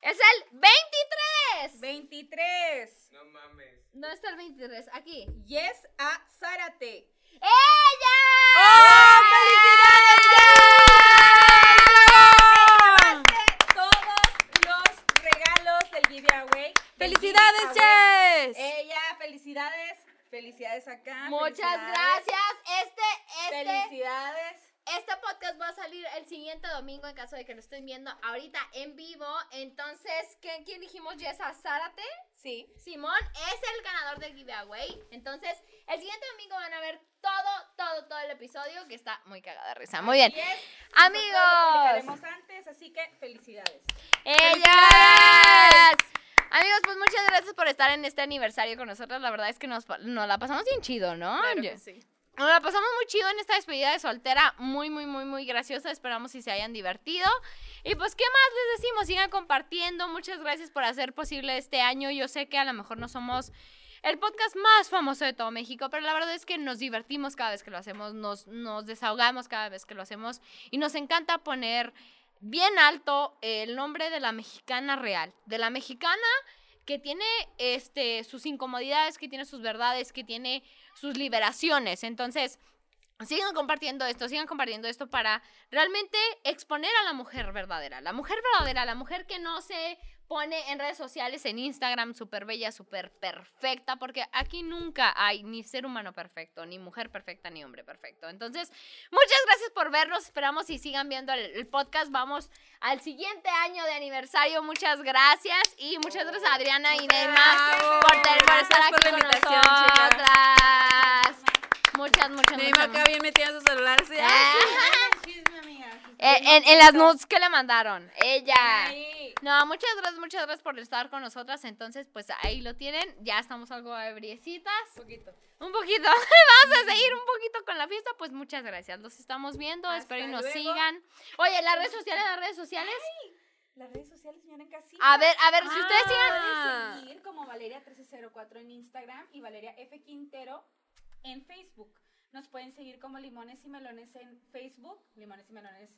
S2: Es el 23.
S4: 23.
S6: No mames.
S2: No está el 23? Aquí.
S4: Yes a Zárate. ¡Oh,
S3: ¡Oh,
S2: ¡Ella!
S3: ¡Bravo!
S4: Todos los regalos del giveaway. del
S3: ¡Felicidades,
S4: giveaway.
S2: Eh,
S3: Jess!
S4: Ella, felicidades. Felicidades acá.
S2: Ah, Muchas
S4: felicidades,
S2: gracias. Este, este,
S4: Felicidades.
S2: este podcast va a salir el siguiente domingo en caso de que lo estén viendo ahorita en vivo. Entonces, ¿quién, quién dijimos? Yesa Zárate.
S4: Sí.
S2: Simón es el ganador del giveaway. Entonces, el siguiente domingo van a ver todo, todo, todo, todo el episodio que está muy cagada de risa. Muy bien.
S4: Y es- nosotros Lo
S2: Amigos,
S4: publicaremos antes, así que felicidades.
S2: ellas. Amigos, pues muchas gracias por estar en este aniversario con nosotros. La verdad es que nos, pa- nos la pasamos bien chido, ¿no?
S3: Claro
S2: Yo-
S3: que sí.
S2: Nos la pasamos muy chido en esta despedida de soltera, muy, muy, muy, muy graciosa. Esperamos si se hayan divertido. Y pues, ¿qué más les decimos? Sigan compartiendo. Muchas gracias por hacer posible este año. Yo sé que a lo mejor no somos el podcast más famoso de todo México, pero la verdad es que nos divertimos cada vez que lo hacemos, nos, nos desahogamos cada vez que lo hacemos y nos encanta poner bien alto el nombre de la mexicana real, de la mexicana que tiene este, sus incomodidades, que tiene sus verdades, que tiene sus liberaciones. Entonces, sigan compartiendo esto, sigan compartiendo esto para realmente exponer a la mujer verdadera. La mujer verdadera, la mujer que no se pone en redes sociales, en Instagram, súper bella, súper perfecta, porque aquí nunca hay ni ser humano perfecto, ni mujer perfecta, ni hombre perfecto. Entonces, muchas gracias por vernos, esperamos y sigan viendo el, el podcast. Vamos al siguiente año de aniversario, muchas gracias y muchas gracias a Adriana y Neymar
S3: Bravo.
S2: por, tener- por estar
S3: Gracias
S2: aquí
S3: por la
S2: con
S3: invitación,
S2: nosotras. Muchas, muchas,
S3: Neymar
S2: muchas.
S3: acá bien metida en su celular. así,
S2: Eh,
S3: (laughs) "Ah,
S1: Chisme, amiga.
S2: En, en- en las notes que le mandaron. Ella.
S4: Ahí.
S2: No, muchas gracias, muchas gracias por estar con nosotras. Entonces, pues ahí lo tienen. Ya estamos algo ebriecitas.
S4: Poquito.
S2: Un poquito. (laughs) Vamos a seguir un poquito con la fiesta. Pues muchas gracias. Los estamos viendo.
S4: Hasta
S2: Espero y nos
S4: luego.
S2: sigan. Oye, las redes sociales, las redes sociales.
S4: Las redes sociales vienen casi.
S2: A ver, a ver, si ustedes sigan.
S3: Ah.
S4: seguir como Valeria 1304 en Instagram y Valeria F Quintero en Facebook. Nos pueden seguir como Limones y Melones en Facebook, Limones y Melones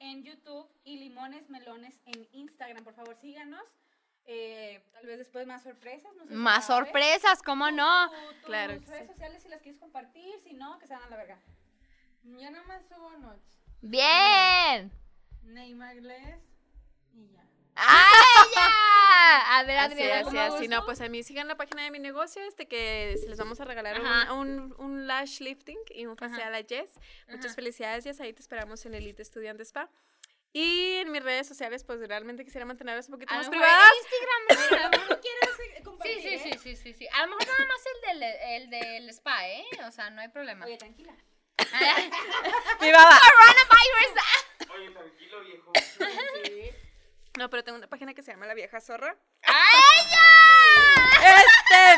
S4: en YouTube y Limones Melones en Instagram. Por favor, síganos. Eh, tal vez después más sorpresas. no sé si
S2: Más
S4: sabe.
S2: sorpresas, ¿cómo no?
S4: Tu- tus
S3: Claro que
S4: redes
S3: sí.
S4: sociales si las quieres compartir, si no, que se van a la verga.
S1: Yo nada más subo notes.
S2: Bien.
S1: Neymar Glass y
S2: (laughs)
S1: ya.
S2: ¡Ay, ya! A ver,
S3: Así,
S2: Adriana.
S3: así,
S2: ¿cómo vas?
S3: así. No, pues a mí sigan la página de mi negocio, este que se les vamos a regalar
S2: Ajá.
S3: un, un, un lash lifting y un facial a Jess.
S2: Ajá.
S3: Muchas felicidades, Jess. Ahí te esperamos en Elite Estudiante Spa. Y en mis redes sociales, pues realmente quisiera mantenerlas un poquito
S2: A lo
S3: más
S2: mejor (laughs)
S3: privadas.
S2: Instagram. ¿no? A lo mejor-
S4: ¿Quieres eh, compartir?
S2: Sí, sí,
S4: eh?
S2: sí, sí, sí, sí. A lo mejor nada más el del, el del spa, ¿eh? O sea, no hay problema.
S4: Oye, tranquila.
S3: Mi baba.
S2: Coronavirus. (laughs)
S6: Oye, tranquilo, (laughs) viejo.
S3: No, pero tengo una página que se llama La Vieja Zorra.
S2: ¡A ella!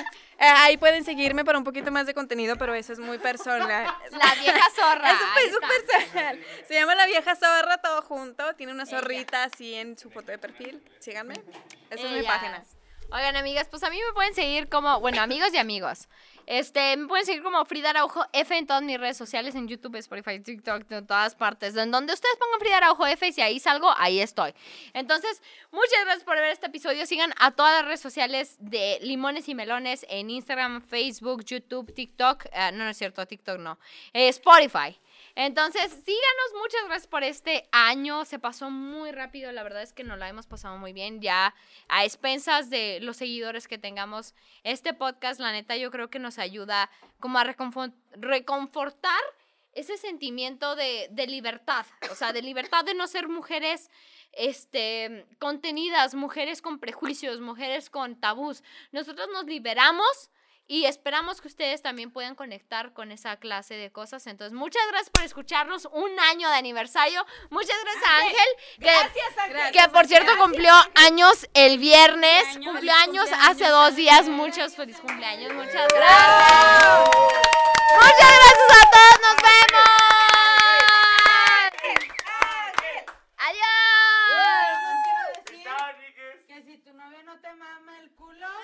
S3: Este, eh, ahí pueden seguirme para un poquito más de contenido, pero eso es muy personal.
S2: (laughs) La vieja zorra.
S3: Eso
S2: ahí
S3: es
S2: está.
S3: súper personal. Se llama La Vieja Zorra, todo junto. Tiene una
S2: Ella.
S3: zorrita así en su foto de perfil. Síganme. Esa es mi
S2: Ellas.
S3: página.
S2: Oigan, amigas, pues a mí me pueden seguir como, bueno, amigos y amigos. Este, me pueden seguir como Frida Araujo F en todas mis redes sociales, en YouTube, Spotify, TikTok, en todas partes. En donde ustedes pongan Frida Araujo F y si ahí salgo, ahí estoy. Entonces, muchas gracias por ver este episodio. Sigan a todas las redes sociales de Limones y Melones en Instagram, Facebook, YouTube, TikTok. Ah, no, no es cierto, TikTok no. Eh, Spotify. Entonces, síganos, muchas gracias por este año. Se pasó muy rápido, la verdad es que nos la hemos pasado muy bien. Ya a expensas de los seguidores que tengamos, este podcast, la neta, yo creo que nos ayuda como a reconfo- reconfortar ese sentimiento de, de libertad, o sea, de libertad de no ser mujeres este, contenidas, mujeres con prejuicios, mujeres con tabús. Nosotros nos liberamos y esperamos que ustedes también puedan conectar con esa clase de cosas. Entonces, muchas gracias por escucharnos un año de aniversario. Muchas gracias a Ángel. que-
S4: Gracias, Ángel.
S2: que por cierto cumplió años el viernes,
S4: Cumpleaños.
S2: cumplió años
S4: Feliz
S2: hace
S4: cumpleaños,
S2: dos días,
S4: Ángel.
S2: muchos feliz cumpleaños, muchas gracias. Muchas gracias a todos, nos vemos. Adiós.
S1: Pero no quiero decir
S6: Está, niggas.
S1: que si tu novio no te mama el culo.
S2: Ah.